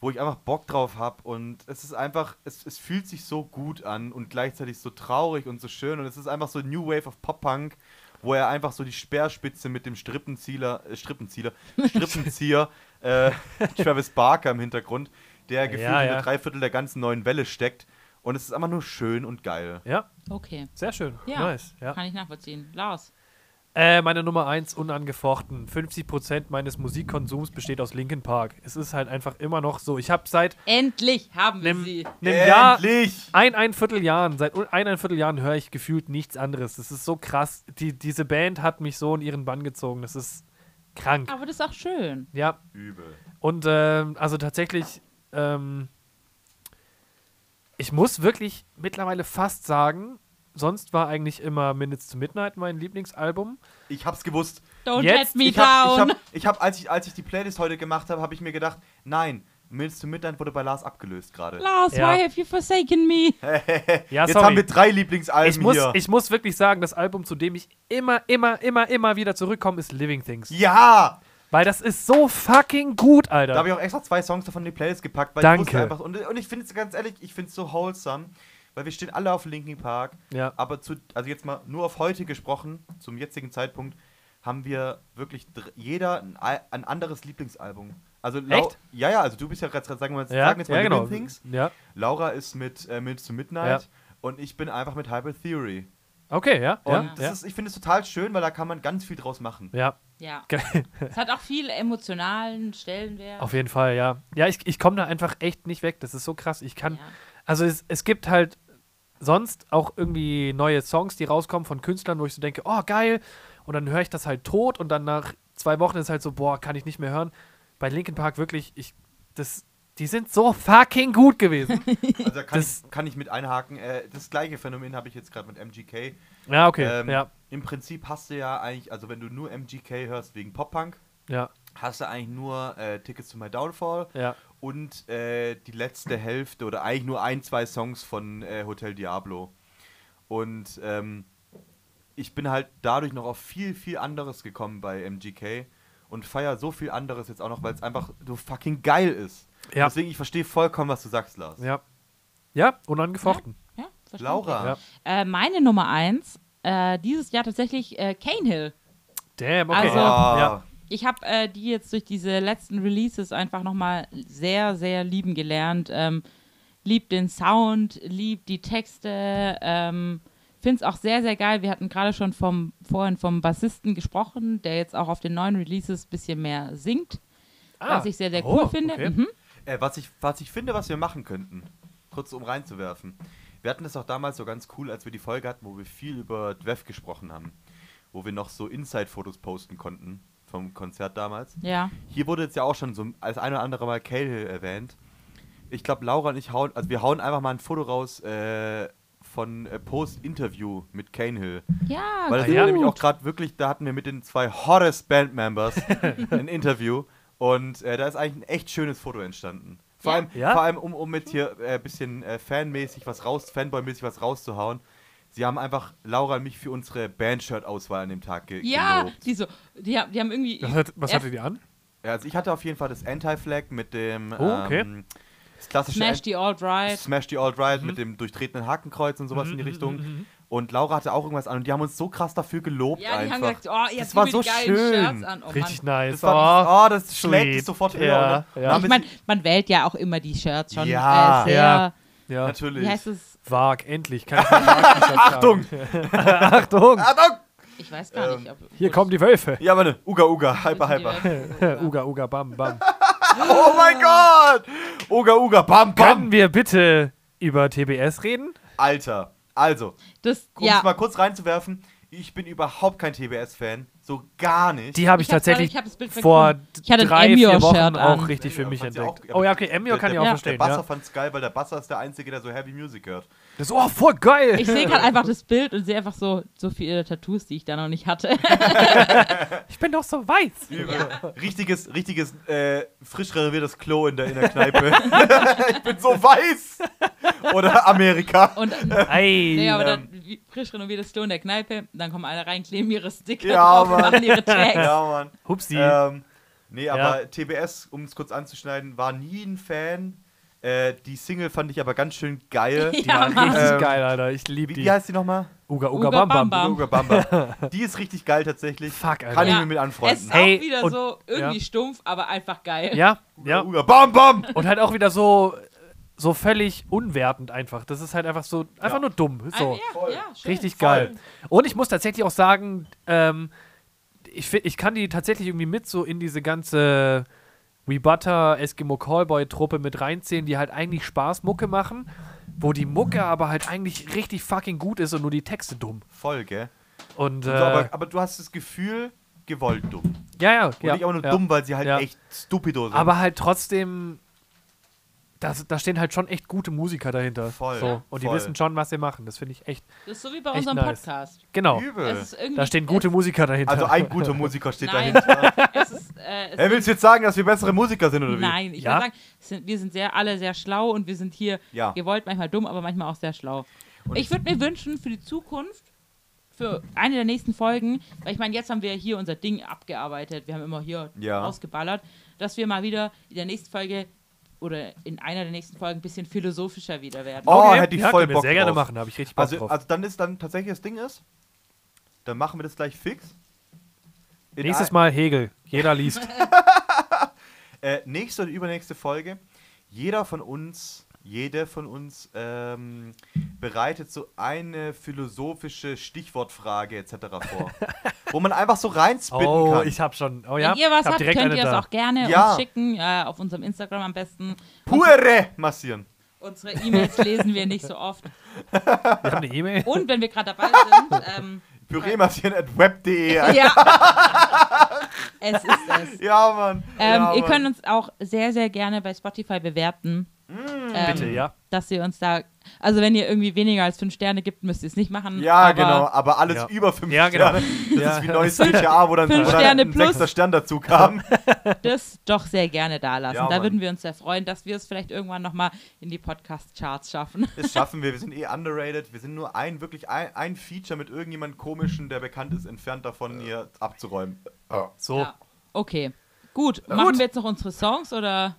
Speaker 1: wo ich einfach Bock drauf habe und es ist einfach, es, es fühlt sich so gut an und gleichzeitig so traurig und so schön und es ist einfach so New Wave of Pop-Punk, wo er einfach so die Speerspitze mit dem Strippenzieler, äh, Strippenzieler, Strippenzieher äh, Travis Barker im Hintergrund, der gefühlt
Speaker 3: Ja,
Speaker 1: in
Speaker 3: ja.
Speaker 1: der Dreiviertel der ganzen neuen Welle steckt und es ist einfach nur schön und geil.
Speaker 3: Ja,
Speaker 2: Okay.
Speaker 3: sehr schön.
Speaker 2: Ja.
Speaker 3: Nice. Ja.
Speaker 2: Kann ich nachvollziehen. Lars.
Speaker 3: Äh, meine Nummer 1, unangefochten. 50% meines Musikkonsums besteht aus Linkin Park. Es ist halt einfach immer noch so. Ich habe seit
Speaker 2: Endlich haben wir
Speaker 3: einem,
Speaker 2: sie.
Speaker 3: einem Jahr,
Speaker 1: Endlich!
Speaker 3: ein, ein Vierteljahren, seit un- ein, ein Vierteljahren höre ich gefühlt nichts anderes. Das ist so krass. Die, diese Band hat mich so in ihren Bann gezogen. Das ist krank.
Speaker 2: Aber das ist auch schön.
Speaker 3: Ja,
Speaker 1: Übel.
Speaker 3: Und ähm, also tatsächlich, ähm, ich muss wirklich mittlerweile fast sagen, sonst war eigentlich immer Minutes to Midnight mein Lieblingsalbum.
Speaker 1: Ich hab's gewusst.
Speaker 2: Don't let
Speaker 3: Jetzt-
Speaker 2: me
Speaker 1: ich hab, ich
Speaker 2: down.
Speaker 1: hab, ich hab, als ich, als ich die Playlist heute gemacht habe, habe ich mir gedacht, nein, Mills to Midnight wurde bei Lars abgelöst gerade.
Speaker 2: Lars,
Speaker 3: Ja.
Speaker 2: why have you forsaken me?
Speaker 3: Ja,
Speaker 1: Jetzt
Speaker 3: sorry.
Speaker 1: haben wir drei Lieblingsalben
Speaker 3: ich, muss,
Speaker 1: hier.
Speaker 3: ich muss wirklich sagen, das Album, zu dem ich immer, immer, immer, immer wieder zurückkomme, ist Living Things.
Speaker 1: ja!
Speaker 3: Weil das ist so fucking gut,
Speaker 1: Da habe
Speaker 3: Alter.
Speaker 1: ich auch extra zwei Songs davon in die Playlist gepackt, weil
Speaker 3: Danke.
Speaker 1: ich wusste einfach. Und, und ich finde es ganz ehrlich, ich finde es so wholesome, weil wir stehen alle auf Linkin Park.
Speaker 3: Ja.
Speaker 1: Aber zu, also jetzt mal nur auf heute gesprochen, zum jetzigen Zeitpunkt, haben wir wirklich dr- jeder ein, Al- ein anderes Lieblingsalbum. Also Lau-
Speaker 3: Echt?
Speaker 1: Ja, ja, also du bist ja gerade sagen wir jetzt,
Speaker 3: Ja,
Speaker 1: sagen jetzt mal
Speaker 3: ja, genau.
Speaker 1: Living Things.
Speaker 3: Ja.
Speaker 1: Laura ist mit äh, Minutes to Midnight
Speaker 3: Ja.
Speaker 1: und ich bin einfach mit Hybrid Theory.
Speaker 3: Okay, ja.
Speaker 1: Und
Speaker 3: ja,
Speaker 1: das
Speaker 3: ja.
Speaker 1: Ist, ich finde es total schön, weil da kann man ganz viel draus machen.
Speaker 3: ja.
Speaker 2: Ja.
Speaker 3: Geil.
Speaker 2: Es hat auch viel emotionalen Stellenwert.
Speaker 3: Auf jeden Fall, ja. Ja, ich, ich komme da einfach echt nicht weg. Das ist so krass. Ich kann,
Speaker 2: Ja.
Speaker 3: Also es, es gibt halt sonst auch irgendwie neue Songs, die rauskommen von Künstlern, wo ich so denke, oh geil, und dann höre ich das halt tot und dann nach zwei Wochen ist halt so, boah, kann ich nicht mehr hören. Bei Linkin Park wirklich, ich, das, die sind so fucking gut gewesen.
Speaker 1: Also da kann,
Speaker 3: Das-
Speaker 1: ich, kann ich mit einhaken. Äh, das gleiche Phänomen habe ich jetzt gerade mit MGK.
Speaker 3: ja, okay,
Speaker 1: Ähm,
Speaker 3: ja,
Speaker 1: Im Prinzip hast du ja eigentlich, also wenn du nur MGK hörst wegen Pop-Punk,
Speaker 3: ja,
Speaker 1: hast du eigentlich nur äh, Tickets to My Downfall
Speaker 3: ja.
Speaker 1: und äh, die letzte Hälfte oder eigentlich nur ein, zwei Songs von äh, Hotel Diablo. Und ähm, ich bin halt dadurch noch auf viel, viel anderes gekommen bei MGK und feier so viel anderes jetzt auch noch, weil es einfach so fucking geil ist.
Speaker 3: Ja.
Speaker 1: Deswegen, ich verstehe vollkommen, was du sagst, Lars.
Speaker 3: Ja, ja unangefochten.
Speaker 2: Ja, verständlich.
Speaker 1: Laura,
Speaker 3: Ja.
Speaker 2: Äh, meine Nummer eins, äh, dieses Jahr tatsächlich äh, Canehill.
Speaker 3: Damn, okay.
Speaker 2: Also-
Speaker 3: ja, ja.
Speaker 1: Ah,
Speaker 2: Ich habe äh, die jetzt durch diese letzten Releases einfach nochmal sehr, sehr lieben gelernt. Ähm, lieb den Sound, lieb die Texte. Ähm, Finde es auch sehr, sehr geil. Wir hatten gerade schon vom, vorhin vom Bassisten gesprochen, der jetzt auch auf den neuen Releases ein bisschen mehr singt,
Speaker 3: Ah,
Speaker 2: was ich sehr, sehr
Speaker 3: oh,
Speaker 2: cool finde.
Speaker 3: okay.
Speaker 2: Mhm.
Speaker 1: Äh, was, ich, was ich finde, was wir machen könnten, kurz um reinzuwerfen. Wir hatten das auch damals so ganz cool, als wir die Folge hatten, wo wir viel über Dweff gesprochen haben. Wo wir noch so Inside-Fotos posten konnten vom Konzert damals.
Speaker 2: Ja,
Speaker 1: Hier wurde jetzt ja auch schon so als ein oder andere Mal Cahill erwähnt. Ich glaube, Laura und ich hauen, also wir hauen einfach mal ein Foto raus äh, von äh, Post-Interview mit Cahill.
Speaker 2: ja,
Speaker 1: Weil da sind
Speaker 3: ja.
Speaker 1: wir nämlich auch
Speaker 2: gut.
Speaker 1: gerade wirklich, da hatten wir mit den zwei hottest Bandmembers ein Interview und äh, da ist eigentlich ein echt schönes Foto entstanden. Vor
Speaker 2: Ja.
Speaker 1: allem,
Speaker 3: Ja.
Speaker 1: vor allem um, um mit hier ein äh, bisschen äh, fanmäßig was raus, Fanboy-mäßig was rauszuhauen. Sie haben einfach Laura und mich für unsere Bandshirt-Auswahl an dem Tag ge
Speaker 2: Ja,
Speaker 1: gelobt.
Speaker 2: die, so, die, haben- die haben irgendwie.
Speaker 3: Was, hat, was
Speaker 2: erst
Speaker 3: hattet ihr an?
Speaker 1: Ja, Also ich hatte auf jeden Fall das Anti-Flag mit dem
Speaker 3: Oh, okay.
Speaker 1: ähm, das klassische
Speaker 2: Smash the All Right.
Speaker 1: Smash the Old Right
Speaker 2: Mhm.
Speaker 1: mit dem durchtretenen Hakenkreuz und sowas in die Richtung. Und Laura hatte auch irgendwas an und die haben uns so krass dafür gelobt
Speaker 2: Ja, die
Speaker 1: einfach.
Speaker 2: haben gesagt, oh, jetzt
Speaker 1: das war
Speaker 2: gib
Speaker 1: so
Speaker 2: mir die geilen Shirts
Speaker 1: schön.
Speaker 2: an. Oh, Mann.
Speaker 3: Richtig nice.
Speaker 1: Das war,
Speaker 3: oh.
Speaker 1: oh, das schlägt
Speaker 3: sweet.
Speaker 1: dich sofort ne? höher.
Speaker 3: Ja,
Speaker 1: oder?
Speaker 3: ja.
Speaker 1: Dann
Speaker 2: Ich
Speaker 1: bist-
Speaker 2: meine, man wählt ja auch immer die Shirts schon
Speaker 1: Ja.
Speaker 2: äh, sehr,
Speaker 3: Ja. Ja.
Speaker 1: natürlich.
Speaker 2: wie heißt es?
Speaker 3: Wag, endlich. Kann ich mal Achtung! Achtung!
Speaker 1: Achtung!
Speaker 2: Ich weiß gar
Speaker 1: Ähm,
Speaker 2: nicht. Ob,
Speaker 3: Hier kommen die Wölfe.
Speaker 1: Ah, Ja, aber ne, Uga Uga, Hyper Hyper.
Speaker 2: halber.
Speaker 3: Uga, uga, bam, bam.
Speaker 1: Oh mein Gott! Uga Uga, bam bam!
Speaker 3: Können wir bitte über TBS reden?
Speaker 1: Alter, also,
Speaker 2: Das,
Speaker 1: um es
Speaker 2: ja,
Speaker 1: mal kurz reinzuwerfen, ich bin überhaupt kein TBS-Fan. So gar nicht.
Speaker 3: Die habe ich,
Speaker 2: Ich hab's-
Speaker 3: tatsächlich
Speaker 2: ich hab das Bild
Speaker 3: vor
Speaker 2: vergessen. Ich hatte ein
Speaker 3: drei, vier
Speaker 2: Emio-Shirt
Speaker 3: Wochen auch
Speaker 2: an.
Speaker 3: richtig für
Speaker 1: Ja,
Speaker 3: mich
Speaker 1: fand's ja
Speaker 3: entdeckt.
Speaker 1: auch-
Speaker 3: oh ja, okay, Emio kann ich auch
Speaker 1: Der
Speaker 2: der-
Speaker 3: verstehen.
Speaker 1: Basser
Speaker 3: ja.
Speaker 1: fand's geil, weil der Basser ist der Einzige, der so Heavy Music hört.
Speaker 3: Das, oh, voll geil!
Speaker 2: Ich sehe gerade einfach das Bild und sehe einfach so, so viele Tattoos, die ich da noch nicht hatte.
Speaker 3: Ich bin doch so weiß.
Speaker 1: Richtiges, richtiges, äh, frisch renoviertes Klo in der, in der Kneipe. ich bin so weiß! Oder Amerika.
Speaker 2: Und
Speaker 3: Ei.
Speaker 2: nee, aber dann
Speaker 1: ähm,
Speaker 2: wie- frisch renoviertes Klo in der Kneipe, dann kommen alle rein, kleben ihre Sticker
Speaker 1: Ja,
Speaker 2: drauf,
Speaker 1: Mann.
Speaker 2: machen ihre Tags.
Speaker 1: Ja, Mann.
Speaker 3: Hupsi.
Speaker 1: Ähm, nee,
Speaker 3: Ja.
Speaker 1: aber TBS, um es kurz anzuschneiden, war nie ein Fan. Äh, die Single fand ich aber ganz schön geil.
Speaker 2: Ja,
Speaker 1: Die
Speaker 3: Die war
Speaker 2: Mann.
Speaker 3: richtig
Speaker 1: Ähm,
Speaker 3: geil, Alter. Ich liebe
Speaker 1: Wie,
Speaker 3: die.
Speaker 1: wie heißt die nochmal?
Speaker 3: Uga Uga
Speaker 2: Uga
Speaker 3: Bam Bam.
Speaker 2: Bam.
Speaker 1: Uga Bamba. Die ist richtig geil tatsächlich.
Speaker 3: Fuck, Alter.
Speaker 1: Kann ich
Speaker 2: Ja.
Speaker 1: mir mit
Speaker 2: Es
Speaker 1: anfreunden.
Speaker 2: ist
Speaker 3: Hey,
Speaker 2: auch wieder
Speaker 3: und-
Speaker 2: so irgendwie
Speaker 3: ja.
Speaker 2: stumpf, aber einfach geil.
Speaker 3: Ja, ja.
Speaker 1: Uga Bam Bam!
Speaker 3: Und halt auch wieder so, so völlig unwertend einfach. Das ist halt einfach so, einfach
Speaker 1: Ja.
Speaker 3: nur dumm.
Speaker 2: Ein-
Speaker 3: So.
Speaker 2: ja,
Speaker 1: Voll.
Speaker 2: ja, schön.
Speaker 3: Richtig geil. Und ich muss tatsächlich auch sagen, ähm, ich, fi- ich kann die tatsächlich irgendwie mit so in diese ganze We Butter, Eskimo Callboy Truppe mit reinziehen, die halt eigentlich Spaß Mucke machen, wo die Mucke aber halt eigentlich richtig fucking gut ist und nur die Texte dumm.
Speaker 1: Voll, gell?
Speaker 3: Und äh,
Speaker 1: So, aber, aber du hast das Gefühl, gewollt dumm. Und
Speaker 3: ja, ja, ja,
Speaker 1: nicht aber nur
Speaker 3: ja.
Speaker 1: dumm, weil sie halt
Speaker 3: Ja.
Speaker 1: echt stupido sind.
Speaker 3: Aber halt trotzdem, das, da stehen halt schon echt gute Musiker dahinter.
Speaker 1: Voll,
Speaker 3: So. Und die
Speaker 1: voll.
Speaker 3: wissen schon, was sie machen. Das finde ich echt.
Speaker 2: Das ist so wie bei
Speaker 3: Echt
Speaker 2: unserem
Speaker 3: nice.
Speaker 2: Podcast.
Speaker 3: Genau.
Speaker 1: Übel.
Speaker 2: Es ist irgendwie,
Speaker 3: Da stehen gute Musiker dahinter.
Speaker 1: Also ein guter Musiker steht
Speaker 2: Nein.
Speaker 1: dahinter.
Speaker 2: Es ist, äh, es
Speaker 1: Er willst du jetzt sagen, dass wir bessere Musiker sind, oder wie?
Speaker 2: Nein, ich
Speaker 3: Ja?
Speaker 2: würde sagen, es sind, wir sind sehr, alle sehr schlau und wir sind hier
Speaker 1: Ja.
Speaker 2: gewollt, manchmal dumm, aber manchmal auch sehr schlau. ich würde mir wünschen für die Zukunft, für eine der nächsten Folgen, weil ich meine, jetzt haben wir hier unser Ding abgearbeitet, wir haben immer hier
Speaker 1: Ja.
Speaker 2: ausgeballert, dass wir mal wieder in der nächsten Folge oder in einer der nächsten Folgen ein bisschen philosophischer wieder werden.
Speaker 1: Oh, hätte ich
Speaker 3: ja,
Speaker 1: voll
Speaker 3: können wir
Speaker 1: Bock
Speaker 3: sehr gerne
Speaker 1: drauf.
Speaker 3: machen, da habe ich richtig Bock
Speaker 1: Also,
Speaker 3: drauf.
Speaker 1: also dann ist dann tatsächlich das Ding ist, dann machen wir das gleich fix. In
Speaker 3: Nächstes
Speaker 1: ein-
Speaker 3: Mal Hegel. Jeder liest.
Speaker 1: Äh, nächste und übernächste Folge. Jeder von uns, jede von uns ähm, bereitet so eine philosophische Stichwortfrage etc. vor. wo man einfach so reinspinnen
Speaker 3: oh,
Speaker 1: kann.
Speaker 3: ich habe schon. Oh
Speaker 2: Wenn
Speaker 3: ja,
Speaker 2: ihr was
Speaker 3: ich hab
Speaker 2: habt,
Speaker 3: direkt
Speaker 2: könnt
Speaker 3: eine
Speaker 2: ihr es
Speaker 3: da.
Speaker 2: auch gerne
Speaker 1: Ja.
Speaker 2: uns schicken, äh, auf unserem Instagram am besten.
Speaker 1: Pure massieren.
Speaker 2: Unsere E-Mails lesen wir nicht so oft.
Speaker 3: Wir haben eine E-Mail.
Speaker 2: Und wenn wir gerade dabei sind, ähm,
Speaker 1: Püree massieren at web.de.
Speaker 2: ja. es ist es.
Speaker 1: Ja, Mann.
Speaker 2: Ähm,
Speaker 1: ja,
Speaker 2: ihr
Speaker 1: Mann.
Speaker 2: könnt uns auch sehr, sehr gerne bei Spotify bewerten.
Speaker 1: Mm,
Speaker 2: ähm,
Speaker 3: Bitte, ja.
Speaker 2: Dass ihr uns da, also wenn ihr irgendwie weniger als fünf Sterne gibt, müsst ihr es nicht machen.
Speaker 1: Ja,
Speaker 2: aber
Speaker 1: genau, aber alles
Speaker 3: Ja.
Speaker 1: über 5
Speaker 3: Ja, genau.
Speaker 1: Sterne. Das
Speaker 3: Ja.
Speaker 1: ist wie neues GTA, wo dann,
Speaker 2: Fünf
Speaker 1: wo dann
Speaker 2: Sterne
Speaker 1: ein
Speaker 2: plus.
Speaker 1: sechster Stern dazu kam.
Speaker 2: Das doch sehr gerne da lassen.
Speaker 1: Ja,
Speaker 2: da
Speaker 1: Mann.
Speaker 2: würden wir uns sehr freuen, dass wir es vielleicht irgendwann nochmal in die Podcast-Charts schaffen.
Speaker 1: Das schaffen wir, wir sind eh underrated. Wir sind nur ein, wirklich ein, ein Feature mit irgendjemandem komischen, der bekannt ist, entfernt davon, hier abzuräumen.
Speaker 3: So.
Speaker 2: Ja. Okay. Gut, machen wir jetzt noch unsere Songs oder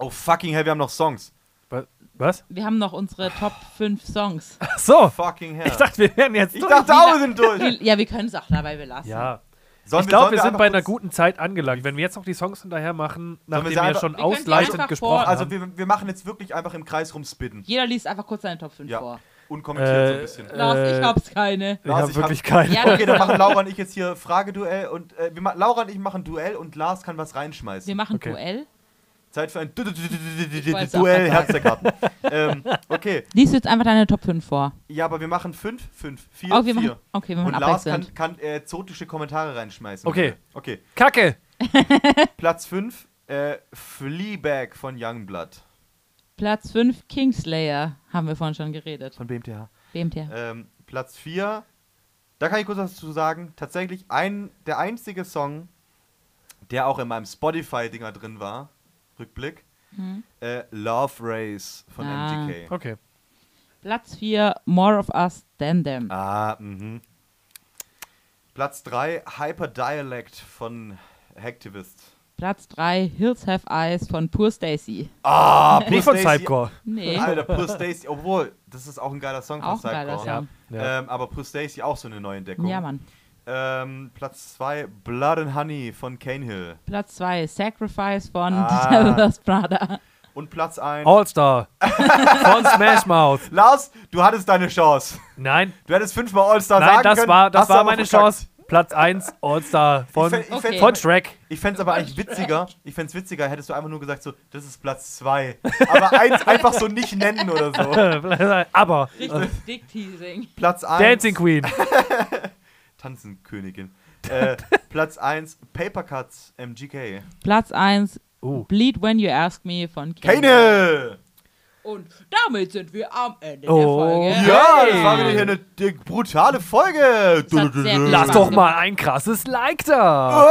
Speaker 1: Oh fucking hell, wir haben noch Songs.
Speaker 3: Wa- Was?
Speaker 2: wir haben noch unsere Top 5 Songs.
Speaker 3: Ach so.
Speaker 1: Fucking hell.
Speaker 3: Ich dachte, wir wären jetzt
Speaker 1: ich
Speaker 3: durch.
Speaker 1: dachte auch, wir sind durch.
Speaker 2: Wir- Ja, wir können es auch dabei belassen.
Speaker 3: Ja.
Speaker 1: Sollen
Speaker 3: Ich glaube, wir
Speaker 1: sollen
Speaker 3: sind bei
Speaker 1: einfach
Speaker 3: einer
Speaker 1: kurz-
Speaker 3: guten Zeit angelangt. Wenn wir jetzt noch die Songs hinterher machen, nachdem
Speaker 1: sie
Speaker 3: wir
Speaker 1: einfach-
Speaker 3: schon
Speaker 2: Wir können sie
Speaker 3: ausleitend
Speaker 2: einfach
Speaker 3: gesprochen
Speaker 2: vor-
Speaker 1: Also
Speaker 3: haben.
Speaker 1: wir, wir machen jetzt wirklich einfach im Kreis rumspitten
Speaker 2: Jeder liest einfach kurz seine Top 5
Speaker 1: Ja.
Speaker 2: vor.
Speaker 1: und kommentiert so ein
Speaker 3: Äh,
Speaker 1: bisschen.
Speaker 3: äh,
Speaker 2: Lars, ich hab's keine.
Speaker 3: ich
Speaker 1: Lars,
Speaker 3: habe
Speaker 1: ich
Speaker 3: wirklich
Speaker 1: hab-
Speaker 3: keine.
Speaker 2: Ja,
Speaker 1: Okay, dann machen Laura und ich jetzt hier Frageduell und äh, wir ma- Laura und ich machen Duell und Lars kann was
Speaker 2: wir
Speaker 1: reinschmeißen.
Speaker 2: machen
Speaker 3: Okay.
Speaker 2: Duell.
Speaker 1: Zeit für ein Du- Du- Du- Du- Du- Du-
Speaker 2: wollt's
Speaker 1: Du-
Speaker 2: auch
Speaker 1: Duell
Speaker 2: sagen.
Speaker 1: Herz der Karten. ähm, okay,
Speaker 2: Lies jetzt einfach deine Top 5 vor.
Speaker 1: ja, aber wir machen 5, 5, 4,
Speaker 2: Oh,
Speaker 1: 4.
Speaker 2: wir machen, okay, wir
Speaker 1: Und
Speaker 2: machen
Speaker 1: Lars
Speaker 2: abwechselnd.
Speaker 1: kann, kann äh, zotische Kommentare reinschmeißen.
Speaker 3: Okay.
Speaker 1: Okay,
Speaker 3: Kacke.
Speaker 1: Platz 5, äh, Fleabag von Youngblood.
Speaker 2: Platz 5 Kingslayer, haben wir vorhin schon geredet.
Speaker 1: Von BMTH.
Speaker 2: BMT.
Speaker 1: Ähm, Platz 4, da kann ich kurz was dazu sagen. Tatsächlich ein, der einzige Song, der auch in meinem Spotify-Dinger drin war, Rückblick, äh, Love Race von
Speaker 2: Mhm. Ah.
Speaker 1: MGK.
Speaker 3: Okay.
Speaker 2: Platz 4 More of Us Than Them.
Speaker 1: Ah, mhm. Platz 3, Hyperdialect von Hacktivist.
Speaker 2: Platz 3 Hills Have Eyes von Poor Stacy.
Speaker 1: Ah,
Speaker 3: Nicht von
Speaker 1: Stacy-
Speaker 3: Typecore.
Speaker 2: Nee,
Speaker 1: Alter, Pur Stacy, obwohl, das ist auch ein geiler Song von
Speaker 2: auch ein geiler
Speaker 1: Cypcore.
Speaker 2: Song.
Speaker 3: Ja.
Speaker 1: Ähm, aber Pur Stacy auch so eine neue Entdeckung.
Speaker 2: Ja, Mann.
Speaker 1: Ähm, Platz 2, Blood and Honey von Cane Hill.
Speaker 2: Platz 2 Sacrifice von
Speaker 1: Ah.
Speaker 2: The Devil's Brother.
Speaker 1: Und Platz 1,
Speaker 3: Oh. All-Star. von Smash Mouth.
Speaker 1: Lars, du hattest deine Chance.
Speaker 3: Nein,
Speaker 1: Du hättest fünfmal All-Star
Speaker 3: Nein,
Speaker 1: sagen
Speaker 3: das
Speaker 1: können.
Speaker 3: war,
Speaker 1: hast
Speaker 3: das
Speaker 1: du
Speaker 3: war
Speaker 1: aber
Speaker 3: meine
Speaker 1: verkackt.
Speaker 3: Chance. Platz 1, All-Star von,
Speaker 1: Ich, fänd- ich,
Speaker 2: Okay.
Speaker 1: fänd's,
Speaker 3: von Shrek.
Speaker 1: ich fänd's aber eigentlich witziger, ich fänd's witziger, hättest du einfach nur gesagt so, das ist Platz 2. Aber eins einfach so nicht nennen oder so.
Speaker 3: Aber
Speaker 2: Richtig Dick Teasing.
Speaker 1: Platz 1.
Speaker 3: Dancing Queen.
Speaker 1: Tanzenkönigin. Äh, Platz 1, Paper Cuts MGK.
Speaker 2: Platz 1,
Speaker 3: Oh.
Speaker 2: Bleed When You Ask Me von Kane.
Speaker 1: Keine!
Speaker 2: Und damit sind wir am Ende
Speaker 3: Oh.
Speaker 2: der Folge.
Speaker 1: Ja, das war wieder hier eine dick- brutale Folge.
Speaker 2: Das hat sehr viel
Speaker 3: Lass
Speaker 2: Spaß
Speaker 3: doch
Speaker 2: gemacht.
Speaker 3: mal ein krasses Like da. Oh,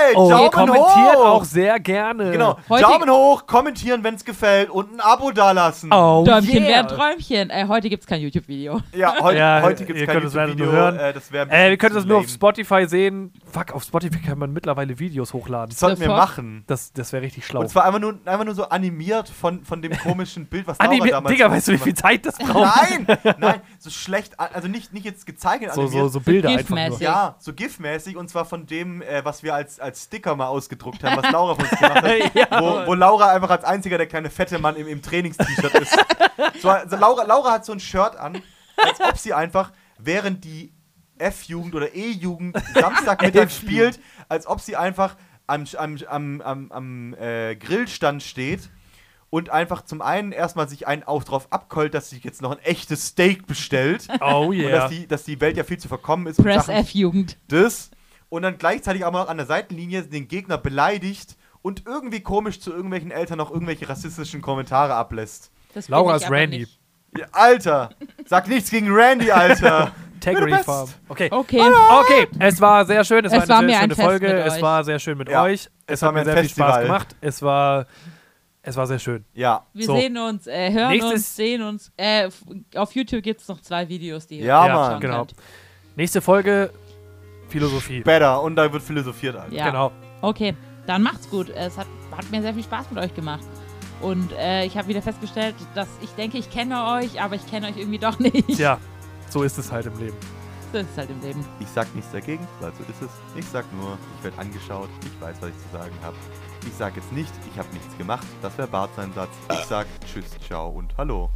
Speaker 1: Hey, Oh, Daumen
Speaker 3: kommentiert
Speaker 1: hoch.
Speaker 3: auch sehr gerne.
Speaker 1: Genau,
Speaker 2: Heute-
Speaker 1: Daumen hoch, kommentieren, wenn's gefällt und ein Abo dalassen.
Speaker 3: Oh,
Speaker 2: Däumchen
Speaker 3: yeah.
Speaker 2: wäre Träumchen. Äh, heute gibt es kein YouTube-Video.
Speaker 1: Ja, heute,
Speaker 3: Ja,
Speaker 1: heute gibt's
Speaker 3: ihr
Speaker 1: kein
Speaker 3: könnt es leider nur
Speaker 1: YouTube-Video.
Speaker 3: hören.
Speaker 1: Äh, das wär ein
Speaker 3: Äh, wir
Speaker 1: bisschen
Speaker 3: können das
Speaker 1: zu
Speaker 3: nur auf
Speaker 1: lame.
Speaker 3: Spotify sehen. Fuck, auf Spotify kann man mittlerweile Videos hochladen.
Speaker 1: Das sollten wir
Speaker 2: The fuck?
Speaker 1: machen.
Speaker 3: Das, das wäre richtig schlau.
Speaker 1: Und zwar einfach nur, einfach nur so animiert von, von dem komischen Bild, was Laura
Speaker 3: Anime,
Speaker 1: damals
Speaker 3: Ah, Digga, weißt du, wie viel
Speaker 1: gemacht
Speaker 3: Zeit das
Speaker 1: hat.
Speaker 3: braucht?
Speaker 1: Nein, nein, so schlecht, an- also nicht, nicht jetzt gezeichnet
Speaker 3: so, so,
Speaker 1: animiert.
Speaker 3: so Bilder einfach nur.
Speaker 2: GIF-mäßig.
Speaker 1: Ja, so GIF-mäßig und zwar von dem, äh, was wir als, als Sticker mal ausgedruckt haben, was Laura von uns gemacht hat. wo, wo Laura einfach als einziger der kleine fette Mann im, im Trainings-T-Shirt ist. So, also Laura, Laura hat so ein Shirt an, als ob sie einfach, während die F-Jugend oder E-Jugend Samstagmittag spielt, als ob sie einfach am, am, am, am, am äh, Grillstand steht und einfach zum einen erstmal sich einen auch drauf abkollt, dass sie jetzt noch ein echtes Steak bestellt.
Speaker 3: Oh
Speaker 1: Und dass
Speaker 3: yeah.
Speaker 1: die, dass die Welt ja viel zu verkommen ist. und
Speaker 2: Press
Speaker 1: Sachen-
Speaker 2: F-Jugend.
Speaker 1: das und dann gleichzeitig aber noch an der Seitenlinie den Gegner beleidigt und irgendwie komisch zu irgendwelchen Eltern noch irgendwelche rassistischen Kommentare ablässt.
Speaker 2: Das bin
Speaker 3: Laura
Speaker 2: ich
Speaker 3: ist
Speaker 2: aber
Speaker 3: Randy.
Speaker 2: nicht.
Speaker 1: Ja, Alter, sag nichts gegen Randy, Alter.
Speaker 3: Tag
Speaker 1: Wer du bist.
Speaker 3: Farm. Okay.
Speaker 2: Okay.
Speaker 3: Okay, es war sehr schön, es,
Speaker 2: Es
Speaker 3: war
Speaker 2: war
Speaker 3: eine
Speaker 2: mir
Speaker 3: sehr
Speaker 2: ein
Speaker 3: schöne
Speaker 2: Fest
Speaker 3: Folge,
Speaker 2: mit
Speaker 3: es
Speaker 2: euch.
Speaker 3: war sehr schön mit
Speaker 1: Ja,
Speaker 3: euch, es
Speaker 1: war
Speaker 3: hat
Speaker 1: mir
Speaker 3: mir
Speaker 1: ein
Speaker 3: sehr viel Spaß
Speaker 1: Festival.
Speaker 3: gemacht, es war, es war sehr schön.
Speaker 1: Ja.
Speaker 2: Wir
Speaker 3: So.
Speaker 2: sehen uns, äh, hören
Speaker 3: Nächstes-
Speaker 2: uns, sehen uns. Äh, f- auf YouTube gibt es noch zwei Videos, die ihr
Speaker 1: Ja,
Speaker 2: euch
Speaker 1: Mann.
Speaker 2: anschauen
Speaker 3: genau.
Speaker 2: könnt.
Speaker 3: Nächste Folge, Philosophie.
Speaker 1: Better und da wird philosophiert, Alter.
Speaker 2: Ja.
Speaker 3: Genau.
Speaker 2: Okay, dann macht's gut. Es hat, hat mir sehr viel Spaß mit euch gemacht. Und äh, ich habe wieder festgestellt, dass ich denke, ich kenne euch, aber ich kenne euch irgendwie doch nicht.
Speaker 3: Tja, so ist es halt im Leben.
Speaker 2: Das ist halt im Leben.
Speaker 1: Ich sag nichts dagegen, weil so ist es. Ich sag nur, ich werde angeschaut, ich weiß, was ich zu sagen habe. Ich sag jetzt nicht, ich habe nichts gemacht, das wäre Bart sein Satz. Ich sag Tschüss, ciao und hallo.